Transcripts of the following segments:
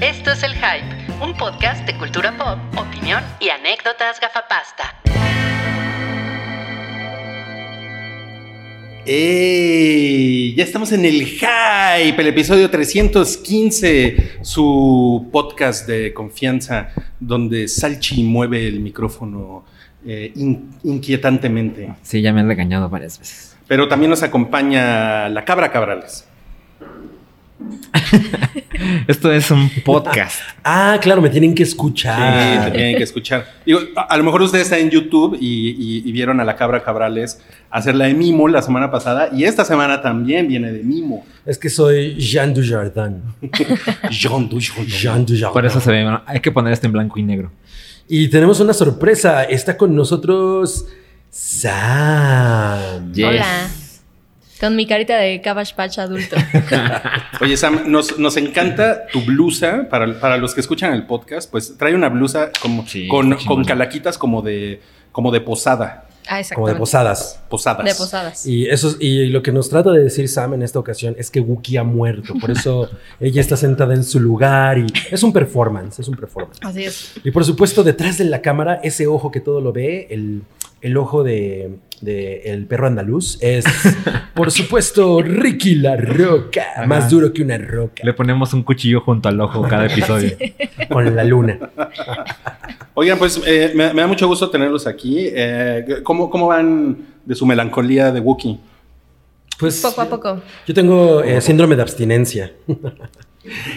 Esto es El Hype, un podcast de cultura pop, opinión y anécdotas gafapasta. ¡Ey! Ya estamos en el hype, el episodio 315, su podcast de confianza, donde Salchi mueve el micrófono eh, in- inquietantemente. Sí, ya me han regañado varias veces. Pero también nos acompaña la cabra Cabrales. Esto es un podcast. Ah, claro, me tienen que Sí, te escuchar. tienen que escuchar. Digo, a, a lo mejor ustedes están en YouTube y, y- y vieron a la cabra Cabrales hacer la de Mimo la semana pasada y esta semana también viene de Mimo. es que soy Jean Dujardin. Jean Dujardin. Jean Dujardin. Por eso se ve. bueno, hay que poner esto en blanco y negro. Y tenemos una sorpresa. Está con nosotros Sam. Yes. Hola. Con mi carita de Cabbage Patch adulto. Oye, Sam, nos, nos encanta tu blusa. Para, para los que escuchan el podcast, pues trae una blusa como, Sí, con, está con chingona. calaquitas como de, como de posada. Como Ah, de exactamente. posadas. Posadas. De posadas. Y, eso, y lo que nos trata de decir Sam en esta ocasión es que Wookie ha muerto. Por eso ella está sentada en su lugar y es un performance, es un performance. Así es. Y por supuesto, detrás de la cámara, ese ojo que todo lo ve, el, el ojo de, de el perro andaluz, es por supuesto Ricky la Roca, Ajá. más duro que una roca, Le ponemos un cuchillo junto al ojo cada episodio. con la luna. Oigan, pues eh, me, me da mucho gusto tenerlos aquí. Eh, ¿cómo, ¿Cómo van de su melancolía de Wookiee? Pues Poco a poco. Yo tengo eh, síndrome de abstinencia.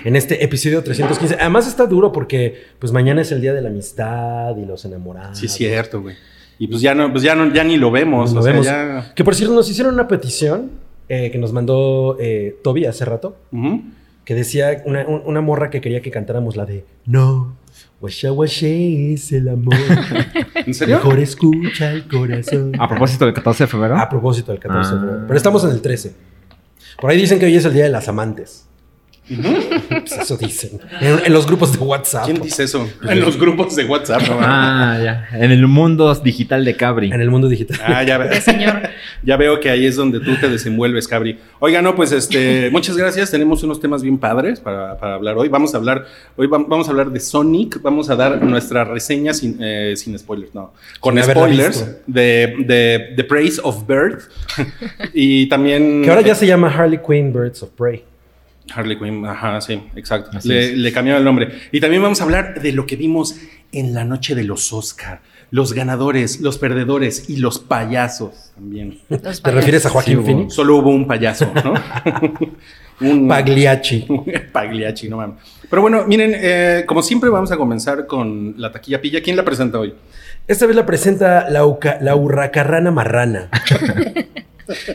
en este episodio 315. Además está duro porque pues mañana es el día de la amistad y los enamorados. Sí, es cierto, güey. Y pues ya no, pues ya no, ya Ah, pues. ni lo vemos. Nos o sea, vemos. ya- Que por cierto, nos hicieron una petición eh, que nos mandó eh, Toby hace rato. Ujú. que decía una, un- una morra que quería que cantáramos la de No, washa washa es el amor, ¿En serio? mejor escucha el corazón. A propósito del 14 de febrero. A propósito del 14 de febrero, Ah. pero estamos en el 13. Por ahí dicen que hoy es el día de las amantes. Pues eso dicen. En, en los grupos de WhatsApp. ¿Quién dice eso? Ah, pues. En los grupos de WhatsApp. ¿no? Ah, ya. En el mundo digital de Cabri. En el mundo digital. Ah, ya, ve- De señor. ya veo que ahí es donde tú te desenvuelves, Cabri. Oiga, no, pues este, muchas gracias. Tenemos unos temas bien padres para, para hablar hoy. Vamos a hablar, hoy vam- vamos a hablar de Sonic. Vamos a dar nuestra reseña sin, eh, sin spoilers, no, con haberla spoilers visto. de, de The Praise of Bird y también Que ahora ya se llama Harley Quinn Birds of Prey. Harley Quinn, ajá, sí, exacto. Así Le, es. le cambiaron el nombre. Y también vamos a hablar de lo que vimos en la noche de los Oscar. Los ganadores, los perdedores y los payasos también. Los ¿Te refieres a Sí, Joaquín hubo. Phoenix? Solo hubo un payaso, ¿no? un Pagliacci. Pagliacci, no mames. Pero bueno, miren, eh, como siempre vamos a comenzar con la taquilla pilla. ¿Quién la presenta hoy? Esta vez la presenta la, uca- la hurracarrana marrana.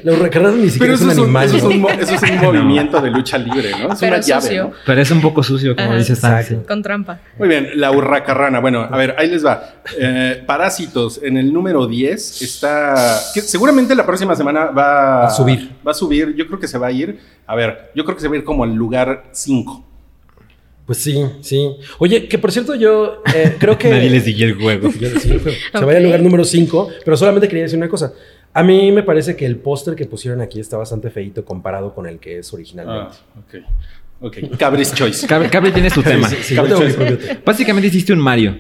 la hurracarrana ni Pero siquiera es eso un es un, animal. eso es ¿no? un mo- eso es un movimiento de lucha libre, ¿no? Es una Pero llave. sucio. ¿no? Pero es un poco sucio, como Ajá. dice Sam. Exacto. Con trampa. Muy bien, la hurracarrana. Bueno, a ver, ahí les va. Eh, Parásitos, en el número 10 está... que seguramente la próxima semana va Va a subir. Va a subir, yo creo que se va a ir. A ver, yo creo que se va a ir como al lugar 5. Pues sí, sí. Oye, que por cierto, yo eh, creo que. Nadie le siguió el juego. Yo le sigo, pero Se Ok. vaya al lugar número 5, pero solamente quería decir una cosa. A mí me parece que el póster que pusieron aquí está bastante feito comparado con el que es originalmente. Ah, ok. Ok, Cabris Choice. Cabri, Cabri tiene su tema. Sí, yo tengo mi propio tema. Básicamente hiciste un Mario.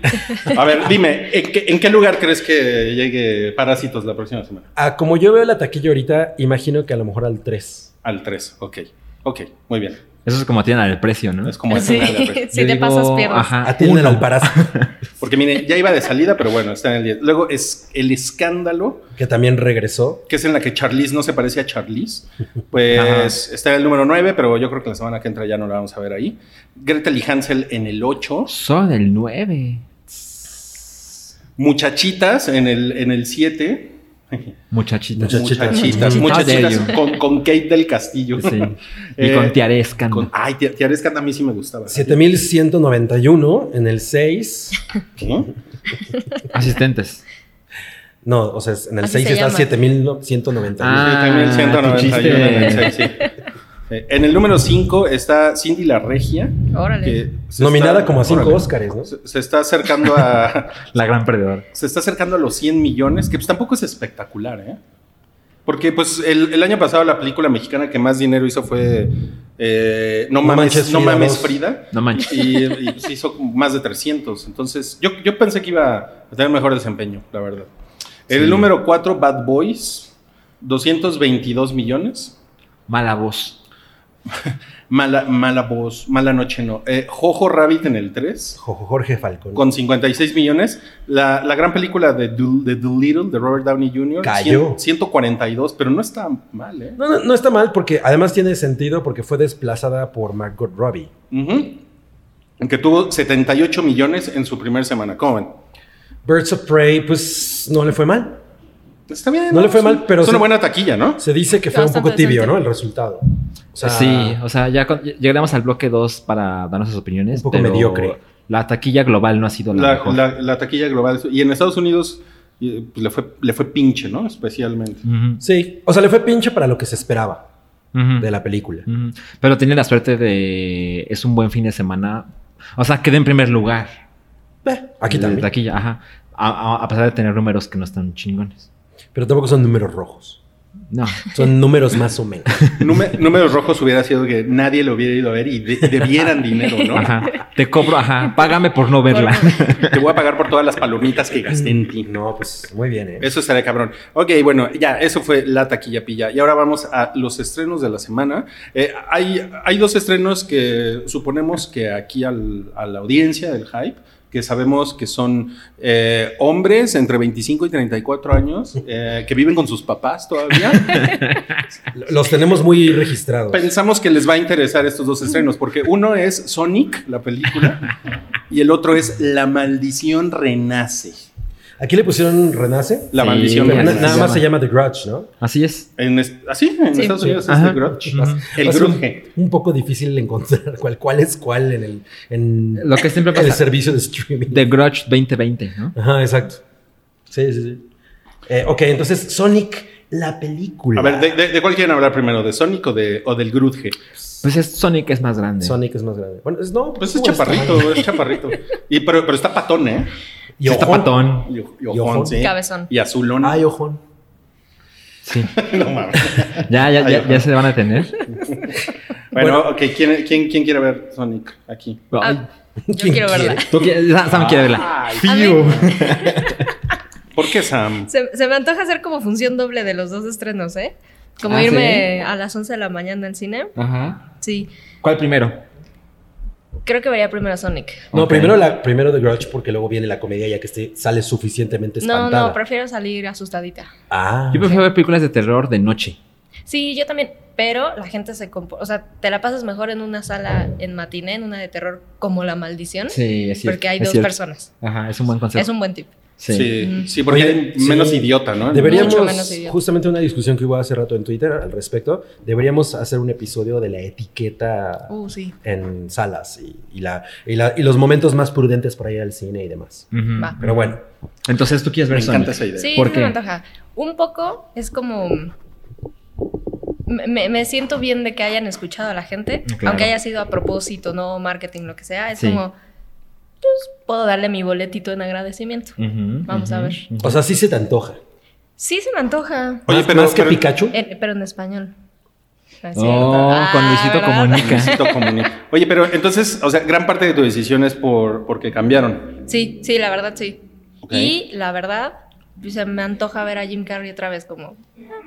A ver, dime, ¿en qué, en qué lugar crees que llegue Parásitos la próxima semana? Ah, como yo veo la taquilla ahorita, imagino que a lo mejor al 3. Al 3, ok. Ok, muy bien. Eso es como tienen al precio, ¿no? Es como esa Sí, una de las reglas. si Yo te digo, pasas pierdes. Ajá. Atienden uno. al parásito, Porque miren, ya iba de salida, pero bueno, está en el 10. Luego es el escándalo. que también regresó. que es en la que Charlize no se parece a Charlize, pues está en el número 9, pero yo creo que la semana que entra ya no la vamos a ver ahí. Gretel y Hansel en el 8, Son el 9. Muchachitas en el, en el 7, Muchachitas. Muchachitas. Muchachitas, Mm. How muchachitas dare you. con, con Kate del Castillo. Sí. Y Eh, con tiarescan. con- ay, Tia- Tiara Escanda a mí sí me gustaba. 7191 en el 6. ¿Qué? Asistentes. No, o sea, en el Así 6 se está llama. 7191. Ah, Sí, también el tu 191 en el chiste. seis, sí. Eh, En el número 5 está Cindy la Regia. Órale. que se Nominada está- como a 5 órale, Óscares, ¿no? se- se está acercando a, La gran perdedora. se está acercando a los 100 millones, que pues tampoco es espectacular, ¿eh? Porque pues el, el año pasado la película mexicana que más dinero hizo fue eh, no, No mames, Manches no Frida mames dos. Frida. No manches. Y, y pues hizo más de 300. Entonces, yo, yo pensé que iba a tener mejor desempeño, la verdad. El Sí. número 4, Bad Boys, 222 millones. Mala voz. Mala, mala voz, mala noche no. Eh, Jojo Rabbit en el 3, Jo- Jorge Falcón. con 56 millones. La, la gran película de, Dool- de Doolittle, de Robert Downey Jr., Cayó. 100 142, pero no está mal, ¿eh? No, no, no está mal porque además tiene sentido porque fue desplazada por Margot Robbie. Ujú. Que tuvo 78 millones en su primera semana. ¿Cómo ven? Birds of Prey, pues no le fue mal. Está bien. No le fue Es mal, un- pero Es una sí. buena taquilla, ¿no? Se dice que fue un Bastante poco tibio, decente. ¿no? El resultado. O sea, sí, o sea, ya con- llegaremos al bloque 2 para dar nuestras opiniones. Un poco pero mediocre. La taquilla global no ha sido la, La, mejor. la- la taquilla global. Y en Estados Unidos eh, pues, le, fue, le fue pinche, ¿no? Especialmente. Ujú, sí. O sea, le fue pinche para lo que se esperaba ujú, de la película. ujú. Pero tiene la suerte de. Es un buen fin de semana. O sea, quedó en primer lugar. Eh, aquí de también. Taquilla, ajá. A, a- a pesar de tener números que no están chingones. Pero tampoco son números rojos. No. Son números más o menos. Núme- números rojos hubiera sido que nadie lo hubiera ido a ver y de- debieran dinero, ¿no? Ajá. Te cobro, ajá. Págame por no verla. Te voy a pagar por todas las palomitas que gasté en ti. No, pues muy bien, ¿eh? Eso estaría cabrón. Ok, bueno, ya, eso fue la taquilla pilla. Y ahora vamos a los estrenos de la semana. Eh, hay, hay dos estrenos que suponemos que aquí al- a la audiencia del hype, que sabemos que son eh, hombres entre 25 y 34 años, eh, que viven con sus papás todavía. Los tenemos muy registrados. Pensamos que les va a interesar estos dos estrenos, porque uno es Sonic, la película, y el otro es La maldición renace. Aquí le pusieron Renace. La Sí, maldición Pero na- renace. nada más se llama The Grudge, ¿no? Así es. En es- así, en Sí. Estados Unidos es Ajá. el grudge. Ujú. El Va a ser un- grudge. Un, poco difícil encontrar cuál, cuál es cuál en el, en Lo que siempre el pasa. servicio de streaming. The Grudge 2020, ¿no? Ajá, exacto. Sí, sí, sí. Eh, ok, entonces Sonic, la película. A ver, ¿de, de, de cuál quieren hablar primero? ¿De Sonic o, de, o del grudge? Pues es, Sonic es más grande. Sonic es más grande. Bueno, es, no, Pues es bueno, está chaparrito, mal. es chaparrito. Y, pero, pero está patón, ¿eh? Y Sí está ojón. patón. Y, o- y Y ojón, ojón. sí. Cabezón. Y azulón. Ay, ojón. Sí. no mames. Ya, ya, Ay, ya, ojalá. ya se van a tener. Bueno, ok, ¿quién, quién, quién quiere ver Sonic aquí? Ah, yo ¿Quién quiero verla. quiere? Tú quieres- Sam Sam quiere verla. Ay, A mí ¿Por qué Sam? se, se me antoja hacer como función doble de los dos estrenos, ¿eh? Como Ah, irme a las 11 de la mañana al cine. Ajá. Sí, ¿Cuál primero? creo que vería primero Sonic. No, Ok. primero, la, primero The Grudge porque luego viene la comedia ya que esté, sale suficientemente No, espantada. no, prefiero salir asustadita. Ah, Yo prefiero ver películas de terror de noche. Sí, yo también, pero la gente se comporta, o sea, te la pasas mejor en una sala en matiné, en una de terror como La Maldición, Sí, es cierto. porque hay es dos cierto. personas. Ajá, es un buen concepto. Es un buen tip. Sí, sí, Mm. porque Oye, hay menos sí. idiota, ¿no? Deberíamos, Mucho menos idiota. justamente una discusión que hubo hace rato en Twitter al respecto, deberíamos hacer un episodio de la etiqueta Uh, sí. en salas y, y la, y, la- y los momentos más prudentes para ir al cine y demás. Ujú. Va. Pero bueno, Entonces tú quieres Me ver encanta Sonic. esa idea. Sí, ¿Por sí qué? me antoja. Un poco es como... Me, me- me siento bien de que hayan escuchado a la gente, Claro. aunque haya sido a propósito, no marketing, lo que sea. Es Sí. como, pues puedo darle mi boletito en agradecimiento. Ujú, Vamos a ujú, ver. ujú. o sea, sí se te antoja. Sí, se me antoja, Oye, más, pero- más que pero- Pikachu. En- pero en español. No es Oh, cierto. Ah, con Luisito ¿verdad? Comunica. Necesito comunicar. Oye, pero entonces, o sea, gran parte de tu decisión es por, porque cambiaron. Sí, sí, la verdad sí. Ok. Y la verdad, pues, se me antoja ver a Jim Carrey otra vez, como,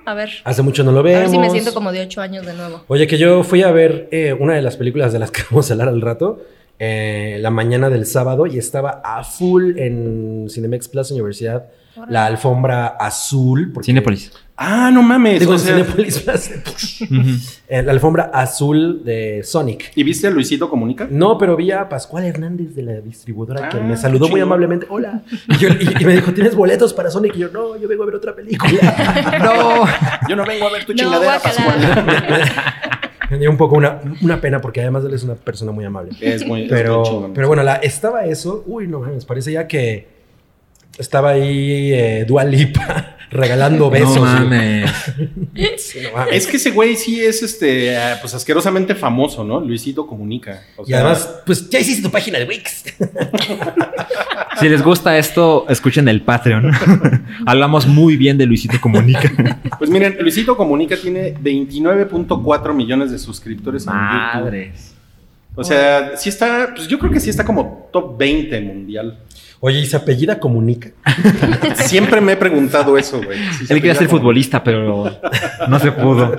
"Ah, a ver, Hace mucho no lo a vemos. ver si me siento como de ocho años de nuevo. Oye, que yo fui a ver eh, una de las películas de las que vamos a hablar al rato, eh, la mañana del sábado, y estaba a full en Cinemex Plaza Universidad, la alfombra azul. porque- Cinépolis. Ah, no mames. Digo, o en sea, Cinépolis Plaza. Ujú. Eh, la alfombra azul de Sonic. ¿Y viste a Luisito Comunica? No, pero vi a Pascual Hernández de la distribuidora que Ah, me saludó muy chido. amablemente. Hola. Y, yo- y- y me dijo, ¿tienes boletos para Sonic? Y yo, no, yo vengo a ver otra película. No. Yo no vengo a ver tu No, chingadera, guácala. Pascual. me dio un poco una, una pena porque además él es una persona muy amable. Es muy, es muy Pero, chingón. pero bueno, la, estaba eso. Uy, no mames, parece ya que estaba ahí eh, Dua Lipa regalando besos. no güey. mames. Sí, no mames. Es que ese güey sí es este, ah, pues asquerosamente famoso, ¿no? Luisito comunica. O Y sea, además, pues ya hiciste tu página de Wix. Si les gusta esto, escuchen el Patreon. Hablamos muy bien de Luisito Comunica. Pues miren, Luisito comunica tiene 29.4 millones de suscriptores en YouTube. Madres. O sea, sí está, pues yo creo que sí está como top 20 mundial. Oye, ¿y se apellida Comunica? Siempre me he preguntado eso, güey. Si se Él quería ser apellida como- futbolista, pero no se pudo.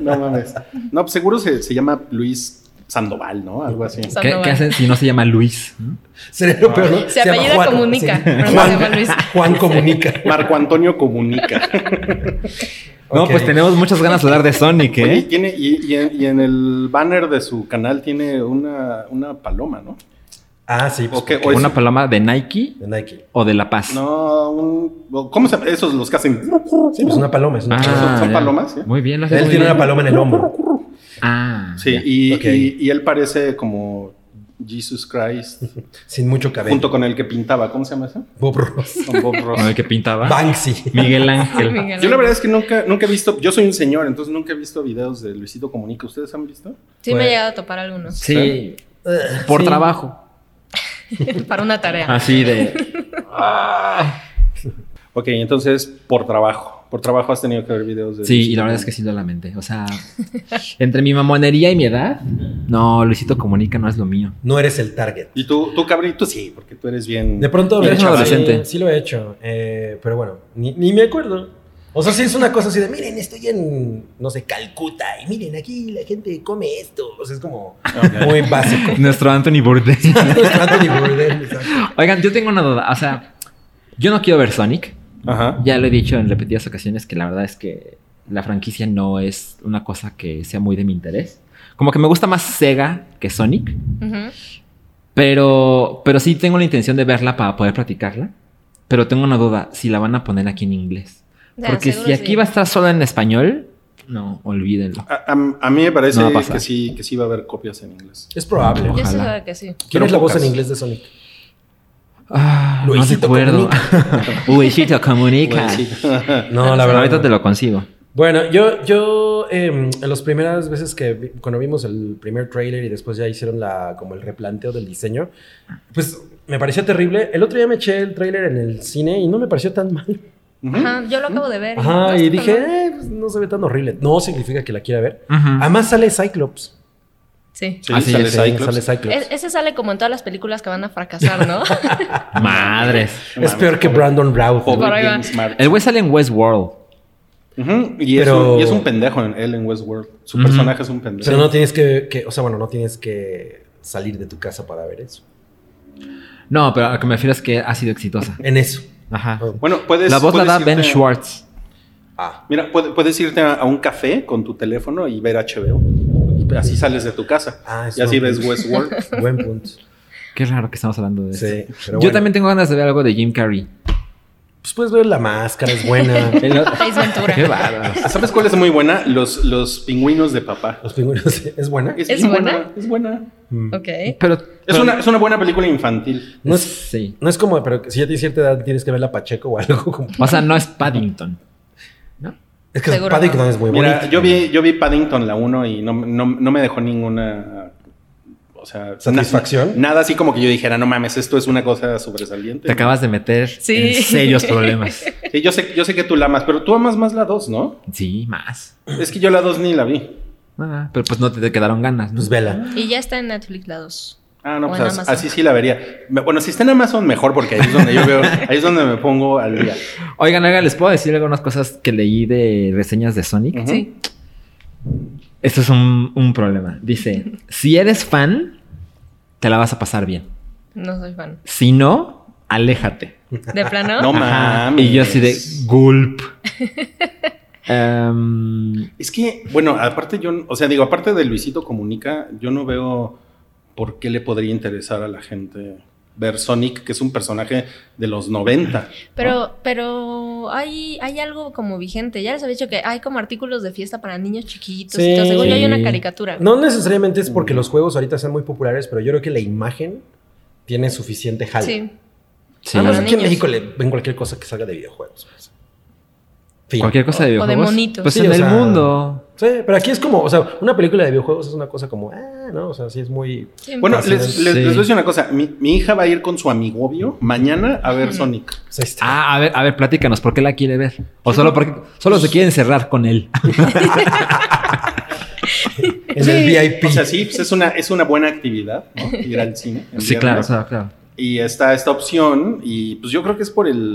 No mames. No, pues seguro se, se llama Luis Sandoval, ¿no? Algo así. ¿Qué, Sandoval. qué hacen si no se llama Luis? ¿Mm? Sería lo peor, ¿no? Se llama apellida Juan. Comunica, Sí. pero no se llama Luis. Juan, Juan Comunica. Marco Antonio comunica. No, Ok. pues tenemos muchas ganas de hablar de Sonic, Oye, y ¿eh? tiene, y, y en, y en el banner de su canal tiene una, una paloma, ¿no? Ah, sí. pues, ¿O qué? porque- O es- ¿Una paloma de Nike De Nike. o de La Paz? No, un. ¿Cómo se llama? Esos los que hacen. Sí, pues una paloma. Es una Ah, paloma. son ya. palomas, ¿eh? Muy bien, lo hace Él muy tiene bien. una paloma en el hombro. Ah, Sí, ya. y, Ok. y- y él parece como Jesus Christ, Sin mucho cabello. junto con el que pintaba. ¿Cómo se llama ese? Bob Ross. Con Bob Ross. Con el que pintaba. Banksy. Miguel Ángel. Miguel. Yo la verdad es que nunca, nunca he visto, yo soy un señor, entonces nunca he visto videos de Luisito Comunica. ¿Ustedes han visto? Sí me Bueno. he llegado a topar algunos Sí, Eh, por sí. trabajo. para una tarea. Así de. Ok, entonces por trabajo. Por trabajo has tenido que ver videos de. Sí, Luisito y la verdad es que Comunica. sí lo lamenté. O sea, entre mi mamonería y mi edad, no, Luisito Comunica no es lo mío. No eres el target. Y tú, tú, cabrito, sí, porque tú eres bien. De pronto lo he Eres hecho. adolescente. Sí, sí lo he hecho. eh, pero bueno, ni, ni me acuerdo. O sea, sí es una cosa así de, miren, estoy en, no sé, Calcuta. Y miren, aquí la gente come esto. O sea, es como muy básico. Nuestro Anthony Bourdain. Nuestro Anthony Bourdain, exacto. Oigan, yo tengo una duda. O sea, yo no quiero ver Sonic. Ajá. Ya lo he dicho en repetidas ocasiones que la verdad es que la franquicia no es una cosa que sea muy de mi interés. Como que me gusta más Sega que Sonic, Ujú. pero, pero sí tengo la intención de verla para poder platicarla. Pero tengo una duda, si la van a poner aquí en inglés. Ya, Porque seguro si aquí sí. va a estar solo en español, no, olvídenlo. A, a- a mí me parece No va a pasar. que sí que sí va a haber copias en inglés. Es probable. Yo sí Ojalá. sabe que sí. ¿Quién Pero es la voz pocas. en inglés de Sonic? Ah, no Luisito recuerdo. Luisito comunica. Bueno, sí. No, la verdad. Ahorita no. te lo consigo. Bueno, yo, yo em, en las primeras veces que vi- cuando vimos el primer tráiler y después ya hicieron la como el replanteo del diseño, pues me pareció terrible. El otro día me eché el tráiler en el cine y no me pareció tan mal. Ujú. Ajá, yo lo acabo de ver. Ajá, no y está dije, mal. "Eh, pues, no se ve tan horrible. No significa que la quiera ver. Ujú. Además sale Cyclops. Sí. Mm. Sí, Ah, sí, sale ya sé, Cyclops. Sale Cyclops. E- Es, ese sale como en todas las películas que van a fracasar, ¿no? Madres. No mames, peor que pobre- Brandon Routh. pobre Por ahí va. James Martin. El güey sale en Westworld. Ujú, y, es Pero- un, y es un pendejo en, él en Westworld. Su Ujú. personaje es un O pendejo. sea, no tienes que, que- o sea, bueno, no tienes que salir de tu casa para ver eso. No, pero a lo que me refiero es que ha sido exitosa. En eso. Ajá. Bueno, puedes. La voz la puedes da irte- Ben Schwartz. Ah. Mira, puede- puedes irte a, a un café con tu teléfono y ver HBO. Así sales de tu casa. Ah, es y así buen ves punto. Westworld. Buen punto. Qué raro que estamos hablando de eso. Sí. Yo pero bueno. también tengo ganas de ver algo de Jim Carrey. Pues puedes ver la máscara, es buena. Ace Ventura. Qué bárbaro. Ah, ¿Sabes cuál es muy buena? Los, los pingüinos de papá. Los pingüinos, ¿es buena? ¿Es bien buena? Es buena. Mm. Ok. Pero. Es una, es una buena película infantil. No es, Sí. no es como, pero si ya tienes cierta edad tienes que ver la Pacheco o algo como... O sea, no es Paddington. Es que Seguro Paddington no. es muy Mira, bonita. yo vi, yo vi Paddington la 1 y no, no, no me dejó ninguna. O sea, ¿Satisfacción? na- Nada así como que yo dijera, no mames, esto es una cosa sobresaliente. Te acabas de meter Sí. en serios problemas. Sí, yo sé, yo sé que tú la amas, pero tú amas más la 2, ¿no? Sí, más. Es que yo la 2 ni la vi. Ah, pero pues no te quedaron ganas. ¿no? Pues vela. Y ya está en Netflix la 2. Ah, no, O pues en as- Amazon. así sí la vería. Me- Bueno, si está en Amazon, mejor, porque ahí es donde yo veo, ahí es donde me pongo al día. Oigan, oigan, les puedo decir algunas cosas que leí de reseñas de Sonic. Ujú. Sí. Esto es un, un problema. Dice: si eres fan, te la vas a pasar bien. No soy fan. Si no, aléjate. ¿De plano? No Ajá, mames. Y yo así de gulp. Em, Es que, bueno, aparte yo, o sea, digo, aparte de Luisito Comunica, yo no veo por qué le podría interesar a la gente ver Sonic, que es un personaje de los 90. Pero, pero hay, hay algo como vigente. Ya les había dicho que hay como artículos de fiesta para niños chiquitos. Sí. y todo. Según yo hay una Sí. caricatura. No necesariamente es porque los juegos ahorita sean muy populares, pero yo creo que la imagen tiene suficiente jalo. Sí. sí. Además, Para aquí en niños. México le ven cualquier cosa que salga de videojuegos. Fin. Cualquier cosa de O- o de videojuegos. monitos. Pues Sí, en o el sea- mundo. Sí, pero aquí es como, o sea, una película de videojuegos es una cosa como, ah, no, o sea, sí es muy. Bueno, Así les, es. les- Sí. les voy a decir una cosa. Mi, mi hija va a ir con su amigo obvio mañana a ver Ujú. Sonic. o sea, pues, está- Ah, a ver, a ver, platícanos, ¿por qué la quiere ver? O solo porque solo se quiere encerrar con él. en el VIP. O sea, sí, pues es una, es una buena actividad, ¿no? Ir al cine. en Sí, viernes. claro, o sea, claro. Y está esta opción. Y pues yo creo que es por el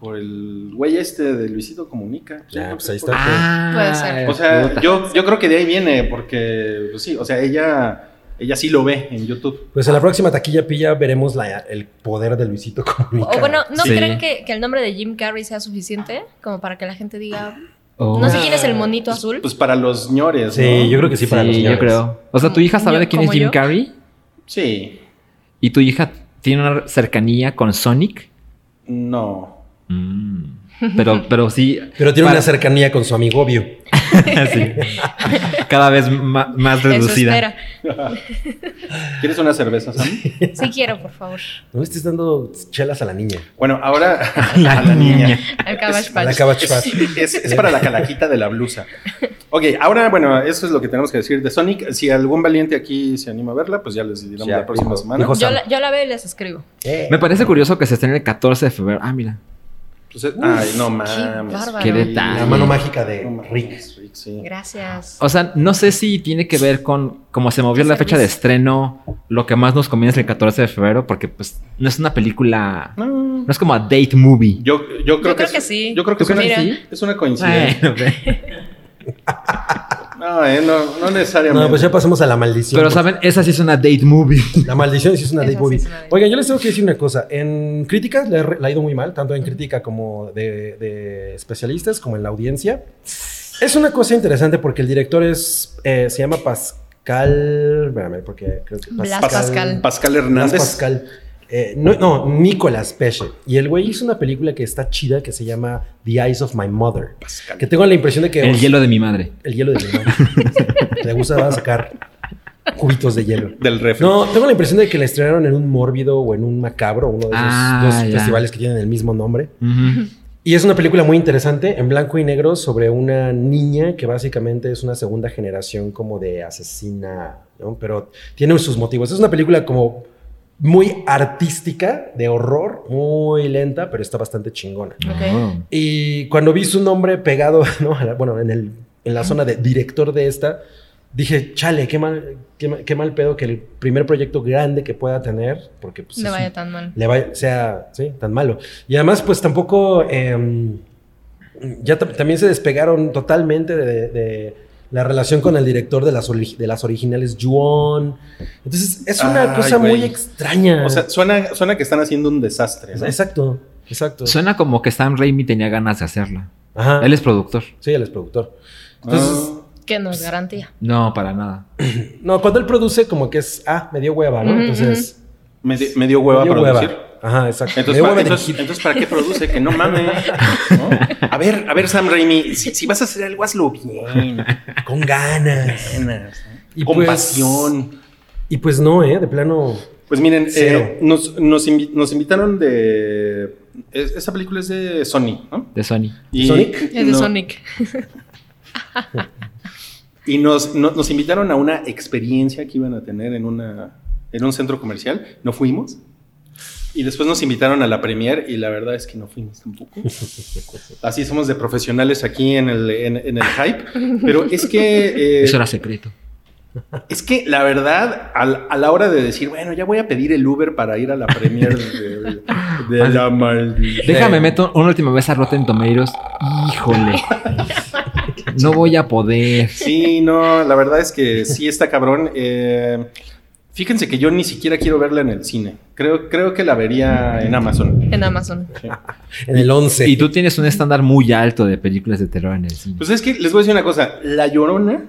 por el güey este de Luisito Comunica. Ya, pues ahí está. Ah, Puede ser. O sea, yo, yo creo que de ahí viene, porque pues sí, o sea, ella, ella sí lo ve en YouTube. Pues en la próxima taquilla pilla veremos la- el poder de Luisito Comunica. O bueno, ¿no Sí. creen que, que el nombre de Jim Carrey sea suficiente como para que la gente diga, Oh. no sé quién es el monito azul? Pues para los señores. Sí, ¿no? yo creo que sí, para los Sí, yo señores. creo. O sea, tu hija sabe Mm, Yo- de quién es como Jim yo. Carrey Sí, y tu hija tiene una cercanía con Sonic. no. Mm. Pero, pero sí, Pero tiene Para- una cercanía con su amigo obvio. sí. cada vez ma- más Eso reducida. espera. ¿Quieres una cerveza, Sam? Sí quiero, por favor. No le estés dando chelas a la niña. Bueno, ahora a La niña. Al Cabbage A la Patch. Cabbage Patch. Es, es para la calajita de la blusa. Ok, ahora, bueno, eso es lo que tenemos que decir de Sonic. Si algún valiente aquí se anima a verla, pues ya les diremos Ya, la próxima dijo- semana. dijo Yo Sam. la, yo la veo y les escribo. Eh. Me parece curioso que se estrene el 14 de febrero. Ah, mira. Pues, eh, ay, no mames. bárbaro. Qué La detalle. mano mágica de No mames, Rick. Rick, sí. Gracias. O sea, no sé si tiene que ver con cómo se movió la fecha de estreno, lo que más nos conviene es el 14 de febrero, porque pues no es una película, no, No. es como a date movie. Yo, yo creo, creo es- que sí. Yo creo que ¿Tú es una, crees que sí? es una coincidencia. Bueno, ve. No, eh, no, no necesariamente. No, pues ya pasamos a la maldición. pero pues. saben, esa sí es una date movie. La maldición sí es una Esa date sí movie. es una date. Oigan, yo les tengo que decir una cosa. En críticas le ha, re- le ha ido muy mal, tanto en crítica como de, de especialistas, como en la audiencia. Es una cosa interesante porque el director es, eh, se llama Pascal. Espérame, porque creo que Blas Pascal. Pascal Blas Hernández. Pascal. Eh, no, no, Nicolas Pesce. Y el güey hizo una película que está chida que se llama The Eyes of My Mother. Pascal. Que tengo la impresión de que. El hielo de mi madre. El hielo de mi madre. Le gusta sacar cubitos de hielo. Del refri. No, tengo la impresión de que la estrenaron en un mórbido o en un macabro, uno de esos Ah, dos ya. festivales que tienen el mismo nombre. Ujú. Y es una película muy interesante, en blanco y negro, sobre una niña que básicamente es una segunda generación como de asesina, ¿no? Pero tiene sus motivos. Es una película como muy artística, de horror, muy lenta, pero está bastante chingona. Ok. Oh. Y cuando vi su nombre pegado, ¿no? A la- bueno, en, el, en la zona de director de esta, dije, chale, qué mal, qué, mal- qué mal pedo que el primer proyecto grande que pueda tener, porque pues, No es un- vaya tan mal. le vaya, sea sí, tan malo. Y además, pues tampoco, eh, ya tam- también se despegaron totalmente de, de la relación con el director de las, ori- de las originales, Juon. Entonces, es una Ay, cosa güey. muy extraña. O sea, suena, suena que están haciendo un desastre. ¿no? eh. exacto, exacto. Suena como que Sam Raimi tenía ganas de hacerla. Ah. Ajá. Él es productor. Sí, él es productor. Ah, Entonces, Que nos garantía. No, para nada. No, cuando él produce, como que es, ah, me dio hueva, ¿no? Ujú, Entonces, me, di- me dio hueva me dio producir. Ajá, exacto. Me Entonces, dio pa- hueva entonces- dirigir. entonces, ¿para qué produce? Que no mames. ¿no? A ver, a ver, Sam Raimi, si, si vas a hacer algo, hazlo bien. con ganas. Y con pues- pasión. Y pues no, ¿eh? De plano. Pues miren, Cero. eh, nos, nos, invi- nos invitaron de. es- esa película es de Sony, ¿no? De Sony. Y- ¿Sonic? Es de no, Sonic. Y nos, no- nos invitaron a una experiencia que iban a tener en, una, en un centro comercial. No fuimos. Y después nos invitaron a la premier y la verdad es que no fuimos tampoco. Así somos de profesionales aquí en el, en, en el hype. Pero es que... eh, Eso era secreto. es que la verdad, al- a la hora de decir, bueno, ya voy a pedir el Uber para ir a la premier de, de la maldición. Déjame meto una última vez a Rotten Tomatoes. Híjole. No voy a poder. Sí, no, la verdad es que sí está cabrón. Eh, fíjense que yo ni siquiera quiero verla en el cine. Creo, creo que la vería en Amazon. En Amazon. En el 11. Y tú tienes un estándar muy alto de películas de terror en el cine. Pues es que les voy a decir una cosa, La Llorona,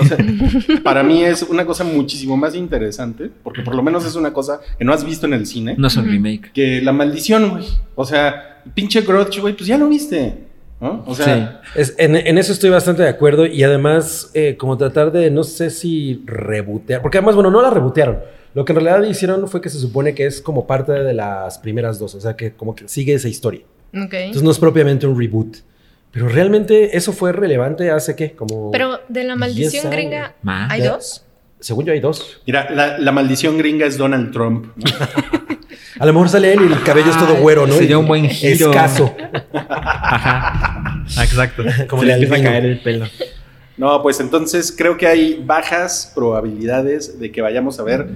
o sea, para mí es una cosa muchísimo más interesante, porque por lo menos es una cosa que no has visto en el cine, No es un Ujú. remake. que La Maldición, güey. O sea, pinche Grudge, güey, pues ya lo viste, ¿no? O sea, Es- en, en eso estoy bastante de acuerdo. Y además, eh, como tratar de, no sé si rebotear. Porque además, bueno, no la rebotearon. Lo que en realidad hicieron fue que se supone que es como parte de las primeras dos. O sea, que como que sigue esa historia. Ok. Entonces no es propiamente un reboot. Pero realmente eso fue relevante hace qué? Como. Pero de la maldición Yes, I- gringa, Ma- ¿hay Ya. dos? Según yo hay dos. Mira, la, la maldición gringa es Donald Trump. ¿no? A lo mejor sale él y el cabello es todo güero, ¿no? Ah, Sería un buen giro. Escaso. Ajá. Ah, Exacto. Como Se le el empieza a albino. caer el pelo. No, pues entonces creo que hay bajas probabilidades de que vayamos a ver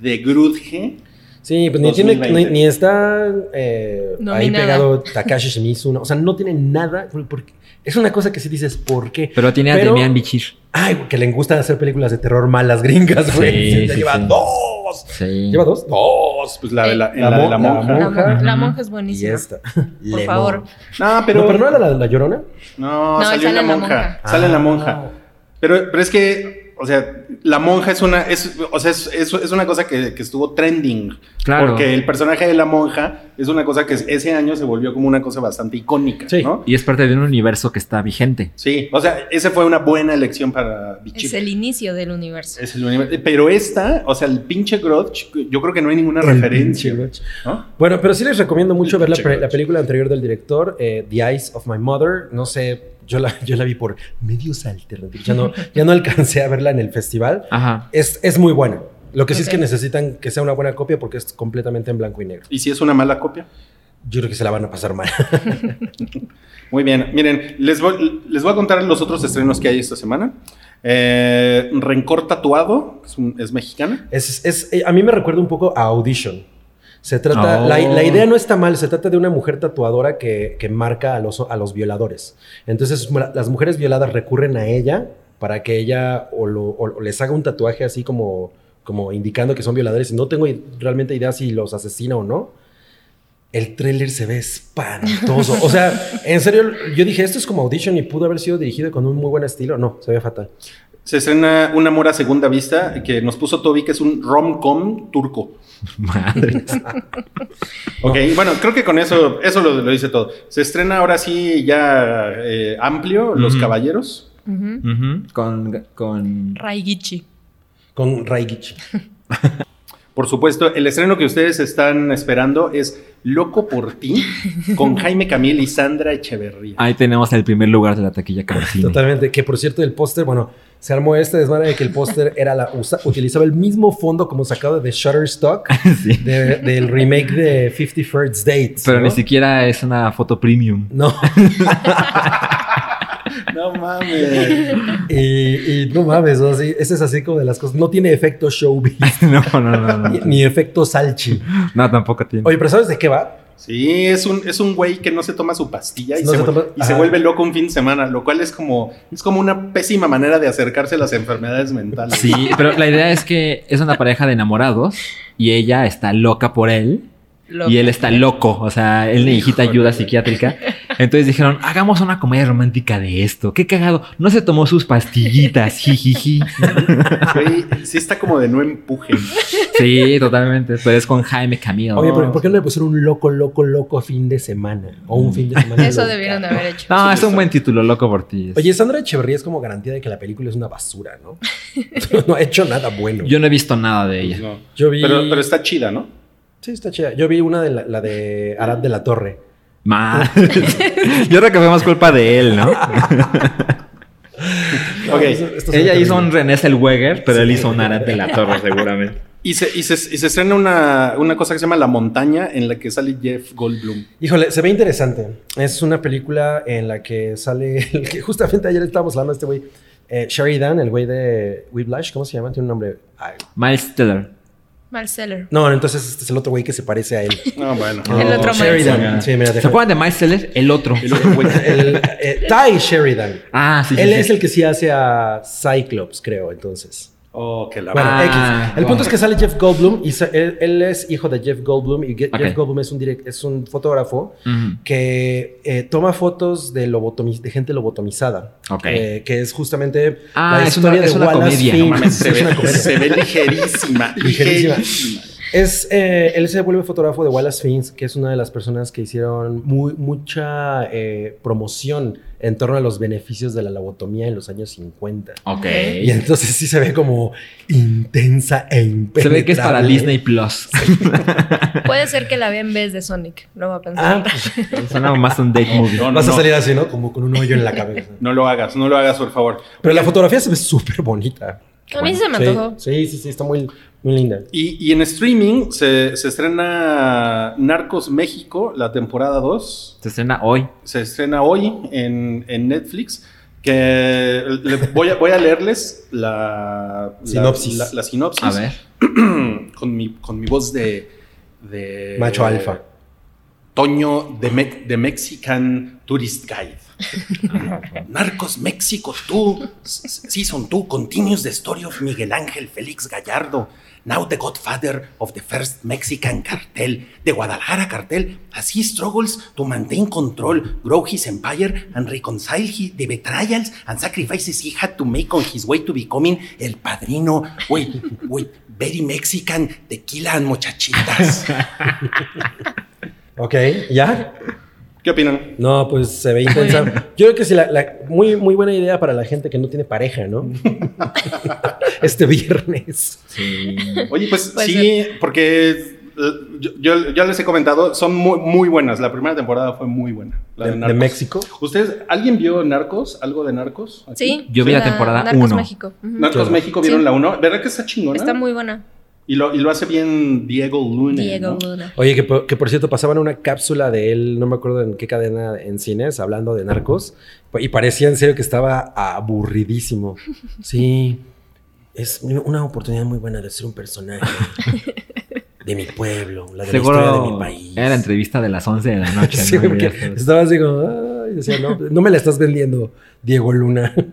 de Grudge. Sí, pues ni, tiene, 2020. ni, ni está eh, ahí Nominada. pegado Takashi Shimizu. no. O sea, no tiene nada. por- porque- es una cosa que sí dices, ¿por qué? Pero tiene a Pero- Demian Bichir. Ay, porque le gusta hacer películas de terror malas gringas, güey. Sí, Sí, ya sí, lleva sí. dos. Sí. ¿Lleva dos? Dos. Pues la de la, en La la de la mo- la monja. La, Monja. mon- la Ujú. monja es Y buenísima. esta. Por favor. No, pero Pero, no, pero no era la, la llorona. No, No, salió sale en la en La monja. Monja. Sale en la Ah. monja. Pero, pero es que, o sea, la monja es una, es, o sea, es, es- es una cosa que, que estuvo trending. Claro. Porque el personaje de la monja es una cosa que ese año se volvió como una cosa bastante icónica, Sí. ¿no? Y es parte de un universo que está vigente. Sí, o sea, esa fue una buena elección para Bichir. Es el inicio del universo. Es el universo. Pero esta, o sea, el pinche Grudge, yo creo que no hay ninguna referencia. ¿no? Bueno, pero sí les recomiendo mucho ver la, Pinche pre- la Grudge. película anterior del director, eh, The Eyes of My Mother. No sé, yo la, yo la vi por medios alternativos. Ya no, ya no alcancé a verla en el festival. Ajá. Es, es muy buena. Lo que sí es Ok. que necesitan que sea una buena copia porque es completamente en blanco y negro. ¿Y si es una mala copia? Yo creo que se la van a pasar mal. Muy bien, miren, les voy, les voy a contar los otros estrenos que hay esta semana. Eh, Rencor Tatuado, que es, un- es mexicana. Es, es- eh, a mí me recuerda un poco a Audition. Se trata, Oh. la, la idea no está mal, se trata de una mujer tatuadora que, que marca a los, a los violadores. Entonces, mu- las mujeres violadas recurren a ella para que ella o, lo- o- o les haga un tatuaje así como, como indicando que son violadores. Y no tengo i- realmente idea si los asesina o no. El tráiler se ve espantoso. O sea, en serio, yo dije, esto es como Audition y pudo haber sido dirigido con un muy buen estilo. No, se ve fatal. Se estrena Un amor a segunda vista que nos puso Toby, que es un rom-com turco. Madre. Ok, bueno, creo que con eso, eso lo, lo dice todo. Se estrena ahora sí ya eh, amplio, Los Ujú. Caballeros. Ujú. Ujú. Con. con... Raigichi. Con Raigich. Por supuesto, el estreno que ustedes están esperando es Loco por ti, con Jaime Camil y Sandra Echeverría. Ah. Ahí tenemos el primer lugar de la taquilla cabecina. Totalmente. Que por cierto, el póster, bueno, se armó este desmadre de que el póster era la usa- utilizaba el mismo fondo como sacado de Shutterstock Sí. de- del remake de 50 First Dates. Pero ¿no? ni siquiera es una foto premium. No, No mames. y, y no mames, ¿no? Así- ese es así como de las cosas. No tiene efecto showbiz no, no, no, no. ni, ni efecto salchi. No, tampoco tiene. Oye, pero ¿sabes de qué va? Sí, es un, es un güey que no se toma su pastilla y, No se, se vuel- toma- y se ajá. vuelve loco un fin de semana, lo cual es como, es como una pésima manera de acercarse a las enfermedades mentales. Sí, pero la idea es que es una pareja de enamorados y ella está loca por él Loco. y él está loco. O sea, él necesita ayuda psiquiátrica. Entonces dijeron, hagamos una comedia romántica de esto. Qué cagado. No se tomó sus pastillitas. Jijiji. Güey, sí está como de no empuje. Sí, totalmente. Pero es con Jaime Camilo. Oye, pero ¿por qué no le pusieron un loco, loco, loco fin de semana? O un fin de semana. Eso loca. debieron haber hecho. No, es un buen título, loco por ti. Oye, Sandra Echeverría es como garantía de que la película es una basura, ¿no? no ha hecho nada bueno. Yo no he visto nada de Pues ella. no. Yo vi. Pero, pero está chida, ¿no? Sí, está chida. Yo vi una de la, la de Arad de la Torre. Más. Yo creo que fue más culpa de él, ¿no? Ok. Ah, Esto- esto suena Ella hizo un terrible. René Selweger, pero Sí. él hizo un Arad de la Torre, seguramente. Y se, y se, y se estrena una, una cosa que se llama La Montaña, en la que sale Jeff Goldblum. Híjole, se ve interesante. Es una película en la que sale. el que justamente ayer estábamos hablando de este güey. Eh, Sheridan, el güey de Whiplash, ¿cómo se llama? Tiene un nombre. Ay. Miles Teller. Malseller. No, no, entonces este es el otro güey que se parece a él. No, Ah, bueno. El No, otro Oh, Sheridan. Miles. Sí, mira, ¿Se deja. acuerdan de Miles Teller? El otro. El otro güey. El, eh, Ty Sheridan. Ah, sí, sí. Él sí. es el que sí hace a Cyclops, creo, entonces. Oh, que la Bueno, Ah, X. El wow. punto es que sale Jeff Goldblum y sa- él, él es hijo de Jeff Goldblum y Ge- Ok. Jeff Goldblum es un, direct- es un fotógrafo Ujú. que eh, toma fotos de, lobotomi- de gente lobotomizada. Ok. Eh, que es justamente Ah, es una- es una comedia, no madre. Finks. se, Es una ve, comedia. se ve ligerísima. Ligerísima. ligerísima. Es, eh, él se vuelve fotógrafo de Wallace Fins, que es una de las personas que hicieron muy, mucha eh, promoción en torno a los beneficios de la lobotomía en los años 50. Ok. Y entonces sí se ve como intensa e impenetrable. Se ve que es para Disney Plus. Puede ser que la vea en vez de Sonic, no va a Ah, pensar. pues, Suena más un date movie. No, no, vas a no. salir así, ¿no? Como con un hoyo en la cabeza. No lo hagas, no lo hagas, por favor. Pero la fotografía se ve súper bonita. a mí sí se me Sí, antojó. Sí, sí, sí, está muy, muy linda. Y, y en streaming se, se estrena Narcos México, la temporada 2. Se estrena hoy. se estrena hoy en, en Netflix. Que le- voy, a, voy a leerles la la- Sinopsis. La, la sinopsis. A ver. Con mi, con mi voz de, de- Macho alfa. Toño de, Me- de Mexican Tourist Guide. Narcos México, tú, Season 2, continues the story of Miguel Ángel Félix Gallardo, now the godfather of the first Mexican cartel, the Guadalajara cartel, as he struggles to maintain control, grow his empire, and reconcile he- the betrayals and sacrifices he had to make on his way to becoming el padrino with, with very Mexican tequila and muchachitas. Ok, ¿ya? ¿Qué opinan? No, pues se ve intensa. Yo creo que sí, la, la- muy, muy buena idea para la gente que no tiene pareja, ¿no? este viernes. Sí. Oye, pues Puede sí, porque eh, yo, yo- yo les he comentado, son muy, muy buenas. La primera temporada fue muy buena. La De, de, de Narcos. México. ¿Ustedes, alguien vio Narcos? ¿Algo de Narcos? aquí? Sí. Yo vi la temporada Narcos uno. México. Ujú. Narcos Claro. México vieron Sí. la 1. ¿Verdad que está chingona? Está muy buena. y, lo, y lo hace bien Diego Luna. Diego ¿no? Luna. Oye, que por, que por cierto, pasaban una cápsula de él, no me acuerdo en qué cadena en cines, hablando de narcos, y parecía en serio que estaba aburridísimo. Sí, es una oportunidad muy buena de ser un personaje de mi pueblo, la de la historia de mi Seguro país. era la entrevista de las 11 de la noche. Sí, ¿no? porque Ya sabes. estaba así como, ay, decía, no, no me la estás vendiendo, Diego Luna.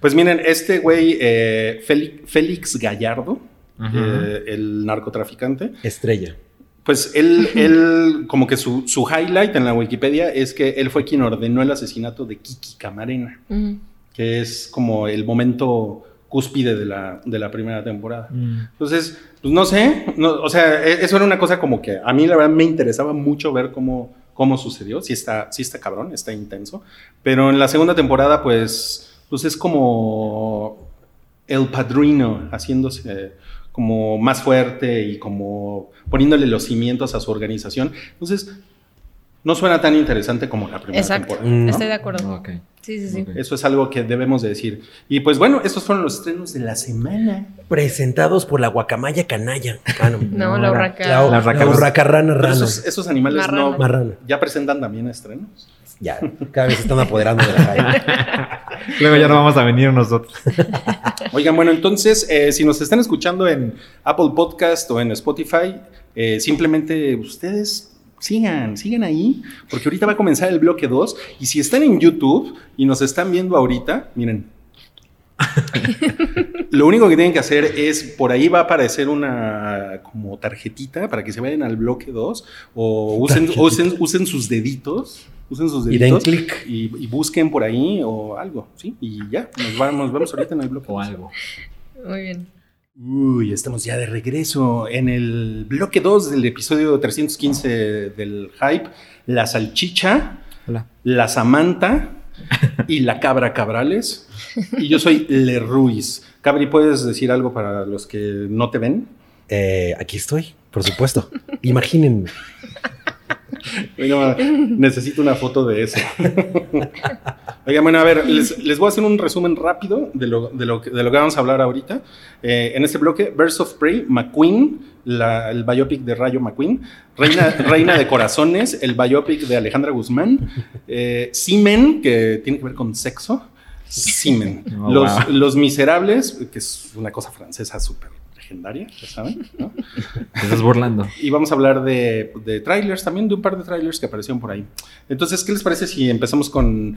Pues miren, este güey, eh, Félix, Félix Gallardo, Ajá. eh, el narcotraficante, Estrella. Pues él, él como que su, su highlight en la Wikipedia es que él fue quien ordenó el asesinato de Kiki Camarena, Ujú. que es como el momento cúspide de la, de la primera temporada. Mm. Entonces, pues no sé, no, o sea, e- eso era una cosa como que a mí la verdad me interesaba mucho ver cómo, cómo sucedió, si está, si está cabrón, está intenso, pero en la segunda temporada pues, pues es como el padrino haciéndose como más fuerte y como poniéndole los cimientos a su organización. Entonces, no suena tan interesante como la primera Exacto. temporada. ¿no? Estoy de acuerdo. Ok. Sí, sí, sí. Ok. Eso es algo que debemos de decir. Y pues bueno, estos fueron los estrenos de la semana. Presentados por la guacamaya canalla. Ah, no. No, No, la la- urraca. La, La la, raca- urracarrana Pero rana. esos, esos animales no, Marrana. Marrana. ¿Ya presentan también estrenos? Ya, cada vez se están apoderando de la calle. Luego ya no vamos a venir nosotros. Oigan, bueno, entonces, eh, si nos están escuchando en Apple Podcast o en Spotify, eh, simplemente ustedes sigan, sigan ahí, porque ahorita va a comenzar el bloque 2. Y si están en YouTube y nos están viendo ahorita, miren. Lo único que tienen que hacer es, por ahí va a aparecer una como tarjetita para que se vayan al bloque 2 o usen, Tarjetita. usen, usen sus deditos, usen sus Y den deditos clic. y, y busquen por ahí o algo, ¿sí? Y ya, nos vamos, vemos ahorita en el bloque. O algo. Muy bien. Uy, estamos ya de regreso en el bloque 2 del episodio 315 del Hype, la salchicha, Hola. la Samantha y la cabra Cabrales. Y yo soy Le Ruiz. Cabri, ¿puedes decir algo para los que no te ven? Eh, aquí estoy, por supuesto. Imagínenme. Bueno, necesito una foto de eso. Oigan, bueno, a ver, les, les voy a hacer un resumen rápido de lo, de lo, que- de lo que vamos a hablar ahorita. Eh, en este bloque, Birds of Prey, McQueen, la- el biopic de Rayo McQueen, Reina, Reina de Corazones, el biopic de Alejandra Guzmán, eh, Semen, que tiene que ver con sexo, Semen, Oh, los, wow. los Miserables, que es una cosa francesa súper legendaria, ya saben, ¿no? Te estás burlando. Y vamos a hablar de, de trailers también, de un par de trailers que aparecieron por ahí. Entonces, ¿qué les parece si empezamos con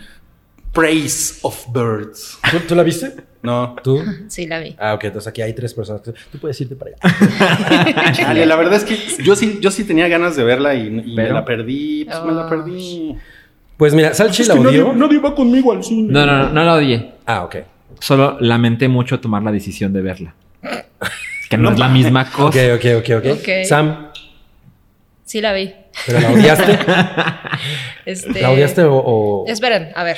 Praise of Birds? ¿Tú, tú la viste? No. ¿Tú? Sí, la vi. Ah, ok, entonces aquí hay tres personas. Tú puedes irte para allá. Chale, la verdad es que yo sí, yo sí tenía ganas de verla y, y me Pero- la perdí. Pues me la Oh. perdí. Pues mira, Salchi la odió. va conmigo al cine. No, no, no, no la odié. Ah, ok. Solo lamenté mucho tomar la decisión de verla. Que no, es la misma cosa. Ok, ok, ok, ok. Ok. Sam, Sí la vi. ¿pero la odiaste? Este, ¿La odiaste o...? o- Esperen, a ver.